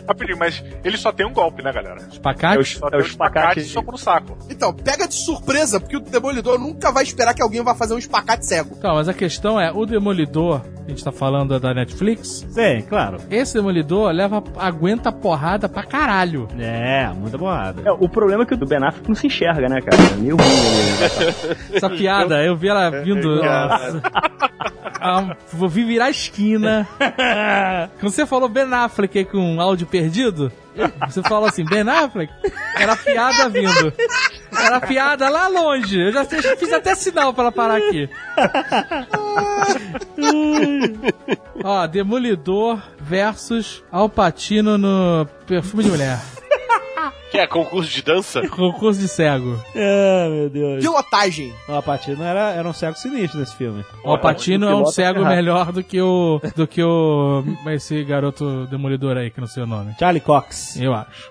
Speaker 2: Rapidinho, mas ele só tem um golpe, né, galera?
Speaker 6: Pacates?
Speaker 2: Só tem os pacates e soco no saco.
Speaker 3: Então, pega de surpresa, porque o Demolidor nunca vai esperar que alguém vá fazer um espacate cego.
Speaker 6: Então, mas a questão é, o Demolidor, a gente tá falando da Netflix.
Speaker 19: Sim, claro.
Speaker 6: Esse Demolidor leva, aguenta porrada pra caralho.
Speaker 19: É, muita porrada.
Speaker 18: É, o problema é que o do Ben Affleck não se enxerga, né, cara? É meio ruim ali, né?
Speaker 6: Essa piada, eu vi ela vindo.
Speaker 18: Nossa.
Speaker 6: Ah, vou vir virar a esquina. Quando você falou Ben Affleck aí com um áudio perdido, você falou assim, Ben Affleck? Era a piada vindo. Era a piada lá longe. Eu já fiz- fiz até sinal pra ela parar aqui. Ó, Demolidor versus Alpatino no Perfume de Mulher.
Speaker 13: Que é concurso de dança?
Speaker 6: Concurso de cego.
Speaker 19: É, meu Deus.
Speaker 6: *laughs*
Speaker 3: Pilotagem.
Speaker 19: O Alpatino era, era um cego sinistro nesse filme.
Speaker 6: O Alpatino é um cego melhor do que o. do que o. esse garoto demolidor aí, que não sei o nome.
Speaker 19: Charlie Cox.
Speaker 6: Eu acho.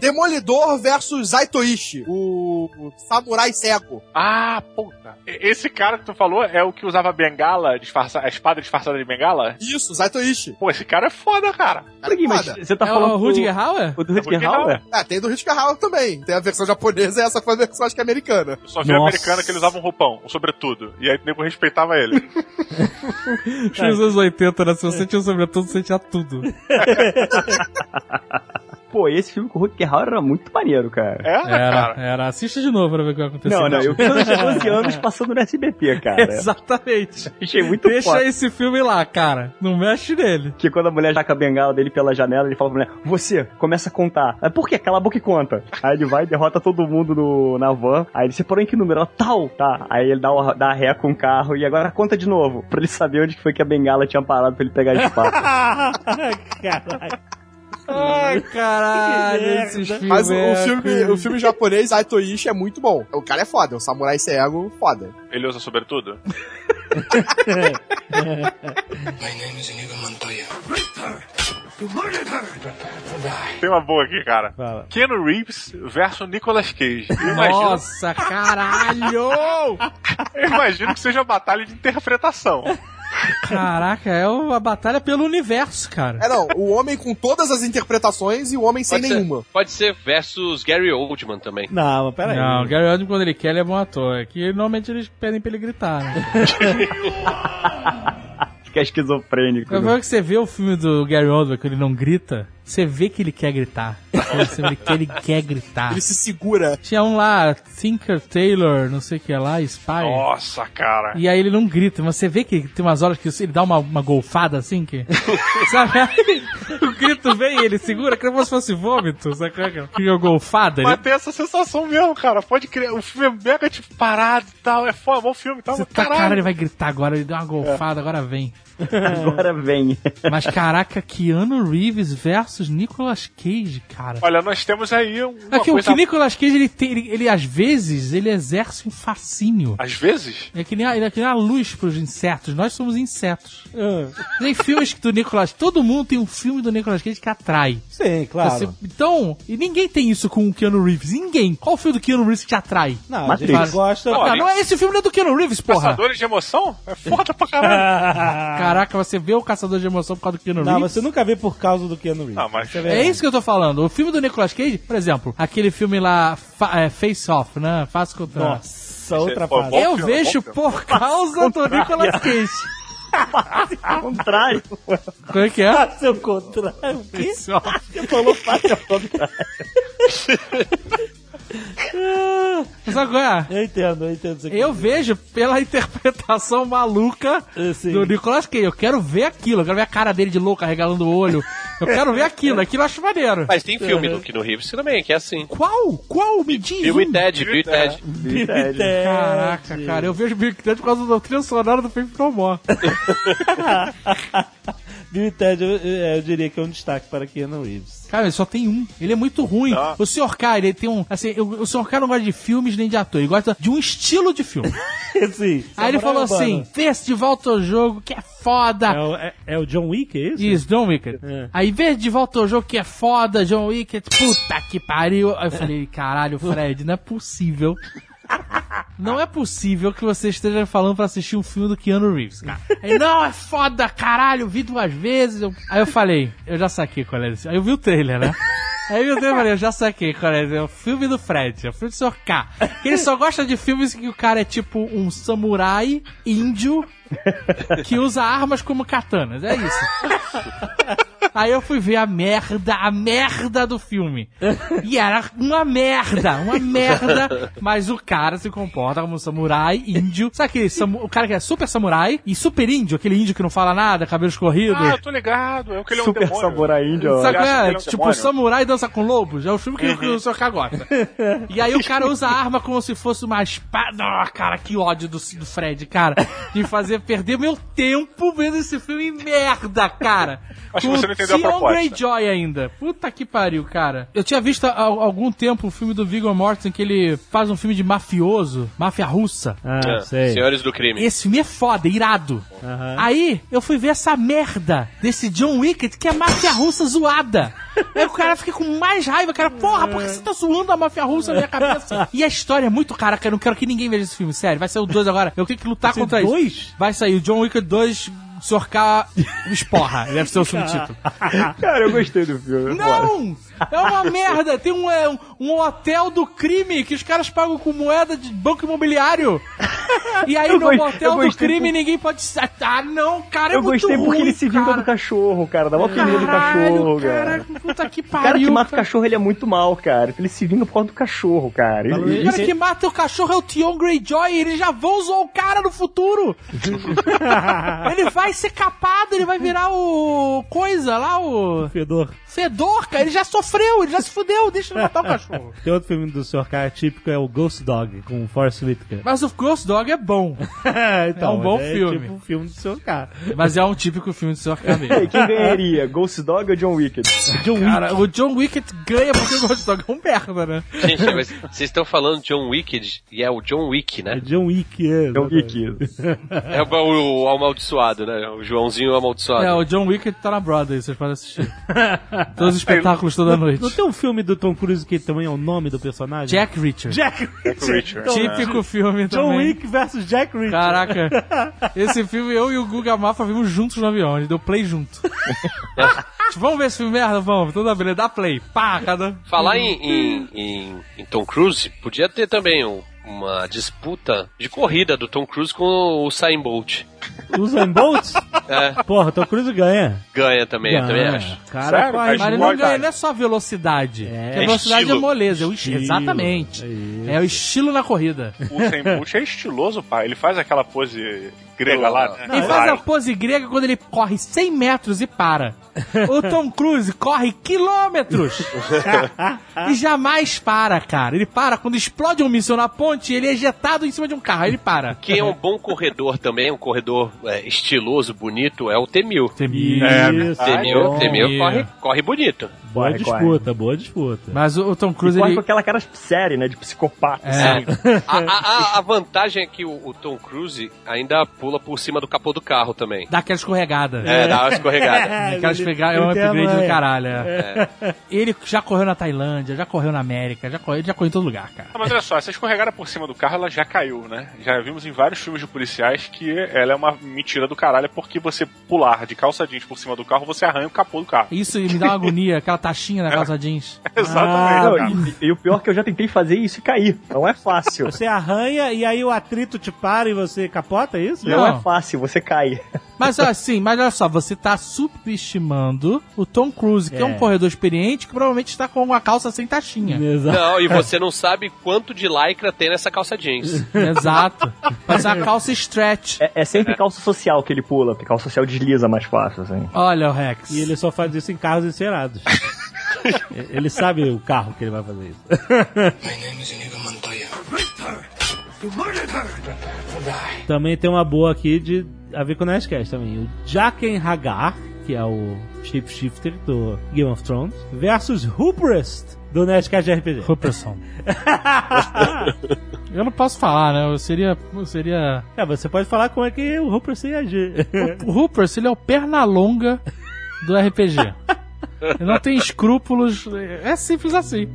Speaker 3: Demolidor versus Zaitoichi, o o samurai cego.
Speaker 2: Ah, puta. E- Esse cara que tu falou é o que usava bengala, disfarça, a espada disfarçada de bengala?
Speaker 3: Isso, Zaitoishi.
Speaker 2: Pô, esse cara é foda, cara.
Speaker 18: Peraí, mas você tá
Speaker 2: É
Speaker 18: falando. do-
Speaker 2: o Rutger Hauer?
Speaker 18: O do Rutger Hauer?
Speaker 2: tá
Speaker 3: Ah, tem do Rutger Hauer também. Tem a versão japonesa e essa foi a versão, acho que, é americana.
Speaker 2: Só vi americana que ele usava um roupão, um sobretudo. E aí o nego respeitava ele.
Speaker 6: Tinha os anos 80, né? Se você tinha um sobretudo, você tinha tudo.
Speaker 18: Pô, esse filme com o Rutger Hauer era muito maneiro, cara.
Speaker 6: Era, era. Assista de novo pra ver o que vai acontecer.
Speaker 18: Não, não, eu vi aos 12 anos passando no SBT, *laughs* cara.
Speaker 6: *laughs* Exatamente.
Speaker 18: Achei muito
Speaker 6: Deixa
Speaker 18: foda.
Speaker 6: esse filme lá, cara. Não mexe nele.
Speaker 18: Que quando a mulher jaca a bengala dele pela janela, ele fala pra mulher, você, começa a contar. Aí, Por quê? Cala a boca e conta. Aí ele vai e derrota todo mundo no, na van. Aí ele, você parou em que número? Ela, tal, tá. Aí ele dá, o, dá ré com o carro e agora conta de novo. Pra ele saber onde que foi que a bengala tinha parado pra ele pegar a espada.
Speaker 19: Caralho.
Speaker 6: Ai, caralho, esses filmes.
Speaker 3: Mas o, o
Speaker 6: é
Speaker 3: filme, o filme japonês, Aitoishi, é muito bom. O cara é foda, o samurai cego, foda.
Speaker 2: Ele usa sobretudo? Tem uma boa aqui, cara. Keanu Reeves versus Nicolas Cage. Eu imagino-
Speaker 6: Nossa, caralho!
Speaker 2: Eu *laughs* imagino que seja uma batalha de interpretação.
Speaker 6: Caraca, é uma batalha pelo universo, cara.
Speaker 3: É não, o homem com todas as interpretações e o homem sem
Speaker 13: Pode ser-
Speaker 3: nenhuma.
Speaker 13: Pode ser versus Gary Oldman também.
Speaker 19: Não, mas
Speaker 13: peraí.
Speaker 6: Não, o Gary Oldman, quando ele quer, ele é bom ator. É que normalmente eles pedem pra ele gritar, né?
Speaker 18: *laughs* Fica esquizofrênico.
Speaker 6: Mas
Speaker 18: né?
Speaker 6: quando você vê o filme do Gary Oldman, que ele não grita, você vê que ele quer gritar. Você vê que ele quer
Speaker 2: *laughs*
Speaker 6: gritar.
Speaker 3: Ele se segura.
Speaker 6: Tinha um lá, Tinker Taylor, não sei o que lá, Spy.
Speaker 2: Nossa, cara.
Speaker 6: E aí ele não grita, mas você vê que tem umas horas que ele dá uma, uma golfada assim, que... *laughs* Sabe? Aí o grito vem e ele segura, que como se fosse vômito, sabe? Que é golfada. Ele...
Speaker 2: Mas tem essa sensação mesmo, cara. Pode crer. O filme é mega tipo parado e tal. É foda, bom filme e tal.
Speaker 6: Você
Speaker 2: mas
Speaker 6: tá,
Speaker 2: Caralho.
Speaker 6: cara, ele vai gritar agora, ele deu uma golfada, agora vem.
Speaker 18: *laughs* Agora vem.
Speaker 6: Mas caraca, Keanu Reeves versus Nicolas Cage, cara.
Speaker 2: Olha, nós temos aí uma
Speaker 6: É que o
Speaker 2: coisa...
Speaker 6: que Nicolas Cage, ele, tem, ele, ele, às vezes, ele exerce um fascínio.
Speaker 2: Às vezes?
Speaker 6: É que nem a, ele é que nem a luz pros insetos. Nós somos insetos. Tem filmes que do Nicolas... Todo mundo tem um filme do Nicolas Cage que atrai.
Speaker 19: Sim, claro.
Speaker 6: Você- então, e ninguém tem isso com o Keanu Reeves. Ninguém. Qual o filme do Keanu Reeves que te atrai?
Speaker 19: Não,
Speaker 6: Mas
Speaker 19: a gente gosta-
Speaker 6: Não, não é esse filme, não é do Keanu Reeves, porra.
Speaker 2: Caçadores de emoção? É foda pra caralho.
Speaker 6: Caraca, você vê o Caçador de Emoção por causa do Keanu
Speaker 19: Não,
Speaker 6: Reeves?
Speaker 19: você nunca vê por causa do Keanu Reeves.
Speaker 2: Não, mas...
Speaker 19: é
Speaker 6: É isso que eu tô falando. O filme do Nicolas Cage, por exemplo, aquele filme lá, Fa- é, Face Off, né? Face contra.
Speaker 19: Nossa, outra
Speaker 6: Pô,
Speaker 19: fase.
Speaker 6: bom Eu filme, vejo bom filme. por causa do Nicolas Cage.
Speaker 19: *laughs*
Speaker 18: contrário.
Speaker 6: Como é que é?
Speaker 19: Face ao contrário. O quê? *laughs* Você falou face ao contrário.
Speaker 6: Sabe qual é?
Speaker 19: Eu entendo, eu entendo. isso aqui.
Speaker 6: Eu vejo pela *laughs* interpretação maluca do Nicolas Cage. Eu quero ver aquilo. Eu quero ver a cara dele de louco arregalando o olho. Eu quero ver aquilo. Aquilo eu acho maneiro.
Speaker 13: Mas tem filme do Keanu Reeves também, que é assim.
Speaker 6: Qual? Qual? Me diz.
Speaker 13: Bill
Speaker 6: um.
Speaker 13: e Ted, Bill e Ted.
Speaker 18: Bill e Ted.
Speaker 6: Caraca, cara. Eu vejo Bill e Ted por causa da trilha sonora do filme Promó.
Speaker 19: Bill e Ted, eu, eu- eu diria que é um destaque para Keanu
Speaker 6: *laughs*
Speaker 19: Reeves.
Speaker 6: Cara, ele só tem um. Ele é muito ruim.
Speaker 19: Tá.
Speaker 6: O Sr. K, ele tem um. Assim, o, o Sr. K não gosta de filmes nem de ator. Ele gosta de um estilo de filme.
Speaker 19: Sim,
Speaker 1: é
Speaker 6: Aí ele
Speaker 19: Samurai
Speaker 6: falou
Speaker 19: Urbano.
Speaker 6: assim: Festival ao Jogo, que é foda.
Speaker 19: É o, é- é o John Wick, é isso?
Speaker 6: Isso, John Wick. Aí, vez de volta ao jogo que é foda, John Wick, puta que pariu. Aí eu falei, caralho, Fred, não é possível. Não é possível que você esteja falando pra assistir um filme do Keanu Reeves, cara. Aí, não, é foda, caralho, vi duas vezes. Eu- Aí eu falei, eu já saquei qual é esse. Aí eu vi o trailer, né? Aí eu vi o trailer e falei, eu já saquei qual é esse. É o filme do Fred, é o filme do Sr. K. Que ele só gosta de filmes que o cara é tipo um samurai índio que usa armas como katanas. É isso. Aí eu fui ver a merda, a merda do filme. E era uma merda, uma merda. Mas o cara se comporta como um samurai índio. Sabe aquele samu- o cara que é super samurai e super índio, aquele índio que não fala nada, cabelo escorrido.
Speaker 2: Ah, eu tô ligado. É o que ele é um
Speaker 18: Super
Speaker 2: demônio.
Speaker 18: samurai índio.
Speaker 6: Sabe qual
Speaker 18: ó.
Speaker 6: é? tipo, samurai dança com lobos. É o filme que
Speaker 2: Uhum.
Speaker 6: o Sr. K gosta. E aí o cara usa a arma como se fosse uma espada. Ah, cara, que ódio do, do Fred, cara. De fazer perder meu tempo vendo esse filme merda, cara.
Speaker 2: Acho que
Speaker 6: Com
Speaker 2: você não entendeu a
Speaker 6: Theon
Speaker 2: proposta.
Speaker 6: Greyjoy ainda. Puta que pariu, cara. Eu tinha visto há algum tempo o filme do Viggo Mortensen que ele faz um filme de mafioso, máfia russa.
Speaker 13: É, Senhores do crime.
Speaker 6: Esse filme é foda, irado.
Speaker 19: *laughs*
Speaker 6: Aí eu fui ver essa merda desse John Wicked que é máfia russa zoada. Aí o cara fica com mais raiva, cara. Porra, por que você tá zoando a máfia russa na
Speaker 19: *laughs*
Speaker 6: minha cabeça? E a história é muito caraca. Eu não quero que ninguém veja esse filme, sério. Vai sair o 2 agora. Eu tenho que lutar
Speaker 19: Vai sair
Speaker 6: contra
Speaker 19: dois?
Speaker 6: isso. Vai sair o John Wick 2.
Speaker 19: *laughs*
Speaker 6: Sr. K. Esporra, deve
Speaker 19: Ah.
Speaker 6: ser o subtítulo. é-
Speaker 18: Cara, eu gostei do filme.
Speaker 6: Não!
Speaker 18: *laughs*
Speaker 6: É uma merda! Tem um, é, um- um hotel do crime que os caras pagam com moeda de banco imobiliário. E
Speaker 18: *laughs*
Speaker 6: aí
Speaker 18: Eu
Speaker 6: no
Speaker 18: gost- eu
Speaker 6: hotel do
Speaker 18: gostei
Speaker 6: crime
Speaker 18: por-
Speaker 6: ninguém pode. sa- Ah, não, cara, é
Speaker 18: eu
Speaker 6: muito
Speaker 18: gostei porque
Speaker 6: ruim,
Speaker 18: ele se vinga do cachorro, cara. Dá uma comida do
Speaker 6: Caralho,
Speaker 18: cachorro, cara.
Speaker 6: cara. Puta que
Speaker 18: O cara que
Speaker 6: pariu.
Speaker 18: mata o cachorro, ele é muito mal, cara. Ele se vinga por causa do cachorro, cara. Ele-
Speaker 6: O
Speaker 18: ele-
Speaker 6: cara que mata o cachorro é o Tion Greyjoy, e eles já vão zoar o cara no
Speaker 18: *laughs*
Speaker 6: futuro. ele vai ser capado, ele vai virar o. coisa lá, o.
Speaker 19: Fedor.
Speaker 6: Fedor, cara, ele já sofreu, ele já se fudeu, deixa ele matar o cachorro.
Speaker 19: Tem outro filme do Sr. K típico, é o Ghost Dog, com o Forrest
Speaker 6: *laughs*
Speaker 19: Whitaker.
Speaker 6: Mas o Ghost Dog é bom.
Speaker 19: então,
Speaker 6: é um bom
Speaker 19: é
Speaker 6: filme.
Speaker 19: tipo um filme do Sr. K.
Speaker 6: Mas é um típico filme do Sr. K mesmo.
Speaker 18: E *laughs* Quem ganharia? Ghost Dog ou John Wicked?
Speaker 19: John
Speaker 6: Cara, o John Wickett ganha porque o Ghost Dog é um merda, né?
Speaker 13: Gente, é, mas vocês estão falando John Wicked e é o John Wick, né?
Speaker 19: John Wick, é.
Speaker 18: John Wick.
Speaker 13: É o, o amaldiçoado, né? O Joãozinho amaldiçoado.
Speaker 6: É, o John Wickett tá na Broadway, vocês podem
Speaker 19: *laughs*
Speaker 6: assistir. Todos os espetáculos toda
Speaker 19: Não-
Speaker 6: noite.
Speaker 19: Não tem um filme do Tom Cruise que também é o nome do personagem?
Speaker 6: Jack Richard.
Speaker 19: Jack Richard. Então,
Speaker 6: Típico filme
Speaker 19: John
Speaker 6: também.
Speaker 19: Wick versus Jack Richard. *laughs*
Speaker 6: Caraca, esse filme eu e o Guga Mafra vimos juntos no avião, ele deu
Speaker 19: *laughs*
Speaker 6: play junto. vamos ver esse filme merda? Vamos, toda vez, dá play. Pá, cada.
Speaker 13: Falar
Speaker 18: Uhum.
Speaker 13: em, em, em- em Tom Cruise, podia ter também um- uma disputa de corrida do Tom Cruise com o Usain Bolt.
Speaker 19: Usain Bolt?
Speaker 13: É,
Speaker 19: Porra, Tom Cruise ganha.
Speaker 13: ganha
Speaker 6: É,
Speaker 13: também, eu também
Speaker 19: Ganha.
Speaker 13: acho.
Speaker 19: Cara, Sério? corre.
Speaker 6: Mas ele não
Speaker 19: Mortal.
Speaker 6: ganha, não é só velocidade. Porque a velocidade
Speaker 2: estilo.
Speaker 6: é moleza, é o es-
Speaker 2: Estilo.
Speaker 6: exatamente. É o estilo na corrida.
Speaker 2: O Sembuch é estiloso, pai. Ele faz aquela pose grega lá, né?
Speaker 6: Ele faz a pose grega quando ele corre 100 metros e para. O Tom Cruise corre quilômetros e jamais para, cara. Ele para quando explode um míssil na ponte, ele é ejetado em cima de um carro, aí ele para.
Speaker 13: Quem é um bom corredor também, um corredor é, estiloso, bonito, é o Temil.
Speaker 6: Temil.
Speaker 13: É,
Speaker 6: Isso,
Speaker 13: Temil,
Speaker 6: bom.
Speaker 13: Temil corre, corre bonito.
Speaker 19: Boa
Speaker 18: Corre,
Speaker 19: disputa, boa disputa.
Speaker 6: Mas o, Tom
Speaker 18: Cruise. Ele... com aquela cara série, né? De psicopata. assim.
Speaker 13: A, *laughs* a- a- a vantagem é que o, o Tom Cruise ainda pula por cima do capô do carro também.
Speaker 6: Dá aquela escorregada.
Speaker 13: É, dá uma escorregada. *laughs*
Speaker 6: Aquela escorregada é um
Speaker 13: Ele tem a
Speaker 6: upgrade do
Speaker 13: manha.
Speaker 6: caralho. é.
Speaker 13: É.
Speaker 6: Ele já correu na Tailândia, já correu na América, já correu, ele já correu em todo lugar, cara.
Speaker 2: Ah, mas olha só, essa escorregada por cima do carro, ela já caiu, né? Já vimos em vários filmes de policiais que ela é uma mentira do caralho, porque você pular de calça jeans por cima do carro, você arranha o capô do carro. *laughs*
Speaker 6: Isso me dá uma agonia, aquela taxinha na calça jeans.
Speaker 18: Não,
Speaker 6: Ah,
Speaker 18: e, e o pior é que eu já tentei fazer isso e cair. Não é fácil.
Speaker 19: Você arranha e aí o atrito te para e você capota, é isso?
Speaker 18: Não, é fácil, você cai.
Speaker 6: Mas assim, mas olha só, você tá subestimando o Tom Cruise, que é, um
Speaker 13: É.
Speaker 6: corredor experiente que provavelmente está com uma calça sem taxinha.
Speaker 19: Exato.
Speaker 13: Não, e você não sabe quanto de lycra tem nessa calça jeans.
Speaker 6: Exato. Mas a calça stretch.
Speaker 18: É, é sempre calça social que ele pula, porque calça social desliza mais fácil, assim.
Speaker 6: Olha o Rex.
Speaker 19: E ele só faz isso em carros
Speaker 6: *laughs*
Speaker 19: encerados. ele sabe o carro que ele vai fazer isso.
Speaker 12: You murdered her!
Speaker 19: Também tem uma boa aqui de a ver com o Nerdcast também. O Jaqen Hagar, que é o shapeshifter do Game of Thrones, versus Hooperest do Nerdcast de RPG. *laughs*
Speaker 6: Hooperson. Eu não posso falar, né? Eu seria. Eu seria...
Speaker 19: É, você pode falar como é que o Hooperson ia agir. *laughs*
Speaker 6: O Hoopers, ele é o pernalonga do RPG. Ele não tem escrúpulos. É simples assim.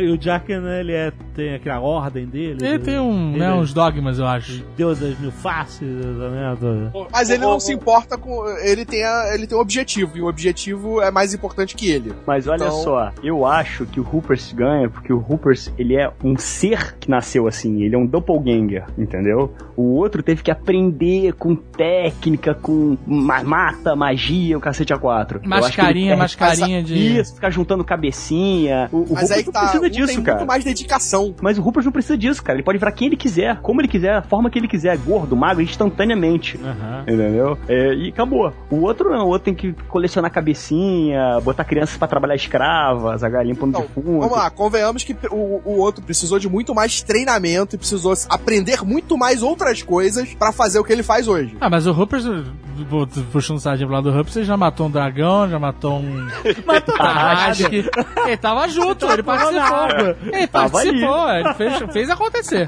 Speaker 19: e o Jaqen, né, ele é, tem aquela ordem dele.
Speaker 6: Ele tem um, né, uns dogmas, eu acho.
Speaker 19: Deus das mil faces, né, essa merda.
Speaker 3: Mas ele não se importa com. Ele tem, a- ele tem um objetivo, e o objetivo é mais importante que ele.
Speaker 18: Mas olha
Speaker 3: Então-
Speaker 18: só, eu acho que o Hoopers ganha porque o Hoopers, ele é um ser que nasceu assim, ele é um doppelganger, entendeu? O outro teve que aprender com técnica, com ma- mata, magia, o cacete a quatro. Eu acho que ele
Speaker 6: Mascarinha,
Speaker 1: é um
Speaker 18: perde-
Speaker 6: mascarinha de-
Speaker 18: Isso, ficar juntando cabecinha. O, o
Speaker 3: Mas aí
Speaker 18: Hoopers
Speaker 3: que
Speaker 18: não
Speaker 3: tá,
Speaker 18: precisa
Speaker 3: um
Speaker 18: disso,
Speaker 3: tem
Speaker 18: cara.
Speaker 3: muito mais dedicação.
Speaker 18: Mas o Hoopers não precisa disso, cara. Ele pode virar quem ele quiser, como ele quiser, a forma que ele quiser, gordo, magro, instantaneamente.
Speaker 6: Né?
Speaker 18: Entendeu? É, e acabou. O outro não, o outro tem que colecionar cabecinha, botar crianças pra trabalhar escravas, a galinha pano de fundo.
Speaker 3: Vamos lá, convenhamos que o, o outro precisou de muito mais treinamento e precisou aprender muito mais outras coisas pra fazer o que ele faz hoje.
Speaker 6: Ah, mas o Hoopers, puxando o sardinha pro lado do Hoopers, ele já matou um dragão, já matou um. matou um Tarrasque. Ele tava junto, ele participou.
Speaker 19: água.
Speaker 6: Ele
Speaker 19: Tava
Speaker 6: participou,
Speaker 19: ali.
Speaker 6: ele fez, fez acontecer.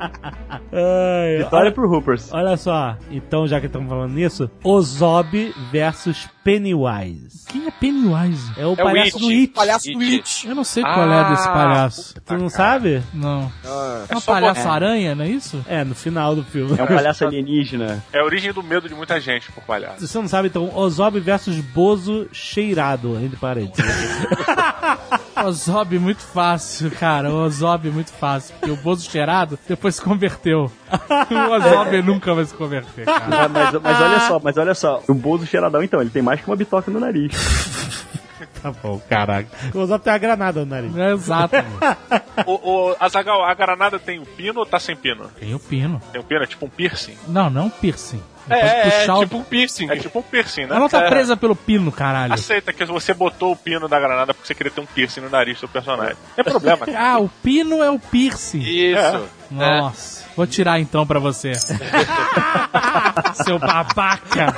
Speaker 19: Ai,
Speaker 18: Vitória
Speaker 19: olha-
Speaker 18: pro Hoopers.
Speaker 19: Olha só, então já que estamos falando nisso, Ozob versus Pennywise.
Speaker 6: Quem é Pennywise.
Speaker 1: É o
Speaker 6: É o
Speaker 1: palhaço
Speaker 6: It.
Speaker 1: do It.
Speaker 6: Palhaço do It. Eu não sei qual
Speaker 1: Ah,
Speaker 6: é desse palhaço.
Speaker 13: Ah,
Speaker 1: Tu não sabe?
Speaker 6: Não. É
Speaker 1: É
Speaker 6: um
Speaker 1: só
Speaker 6: palhaço
Speaker 1: botar.
Speaker 6: aranha, não é isso?
Speaker 1: É, no final do filme.
Speaker 20: É um
Speaker 1: *laughs*
Speaker 20: palhaço alienígena.
Speaker 13: É a origem do medo de muita gente por palhaço.
Speaker 1: Se você não sabe, então, Ozob versus Bozo cheirado, entre parênteses.
Speaker 6: Ozob muito fácil, cara. O Ozob muito fácil. Porque o Bozo cheirado depois se converteu. O
Speaker 13: É.
Speaker 6: Ozob nunca vai se converter, cara.
Speaker 20: Mas, mas- mas olha só, mas olha só. O Bozo cheiradão, então, ele tem mais que uma bitoca no nariz.
Speaker 1: tá bom, caraca. O Ozob tem uma granada no nariz.
Speaker 6: É exato.
Speaker 13: o, o, Azagal, a granada tem o pino ou tá sem pino?
Speaker 6: Tem o pino.
Speaker 13: Tem o pino, é tipo um piercing.
Speaker 6: Não, não piercing.
Speaker 13: É,
Speaker 6: Pode
Speaker 13: é,
Speaker 6: puxar
Speaker 13: é
Speaker 6: o-
Speaker 13: tipo um piercing. É tipo um piercing, né?
Speaker 6: Ela não tá
Speaker 13: É.
Speaker 6: presa pelo pino, caralho.
Speaker 13: Aceita
Speaker 2: É
Speaker 13: que você botou o pino da granada porque você queria ter um piercing no nariz do personagem. Não é problema. cara.
Speaker 6: Ah, o pino é o piercing.
Speaker 13: Isso.
Speaker 6: Nossa. Vou tirar então pra você.
Speaker 1: *laughs*
Speaker 6: Seu babaca.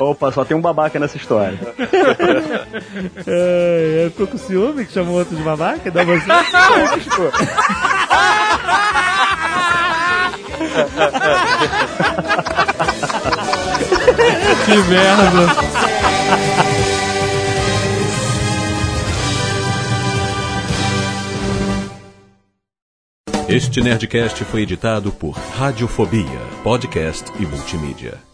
Speaker 20: Opa, só tem um babaca nessa história.
Speaker 1: *laughs* É, ficou com ciúme que chamou outro de babaca?
Speaker 20: *laughs*
Speaker 1: Dá você?
Speaker 6: que merda.
Speaker 2: Este Nerdcast foi editado por Radiofobia, podcast e multimídia.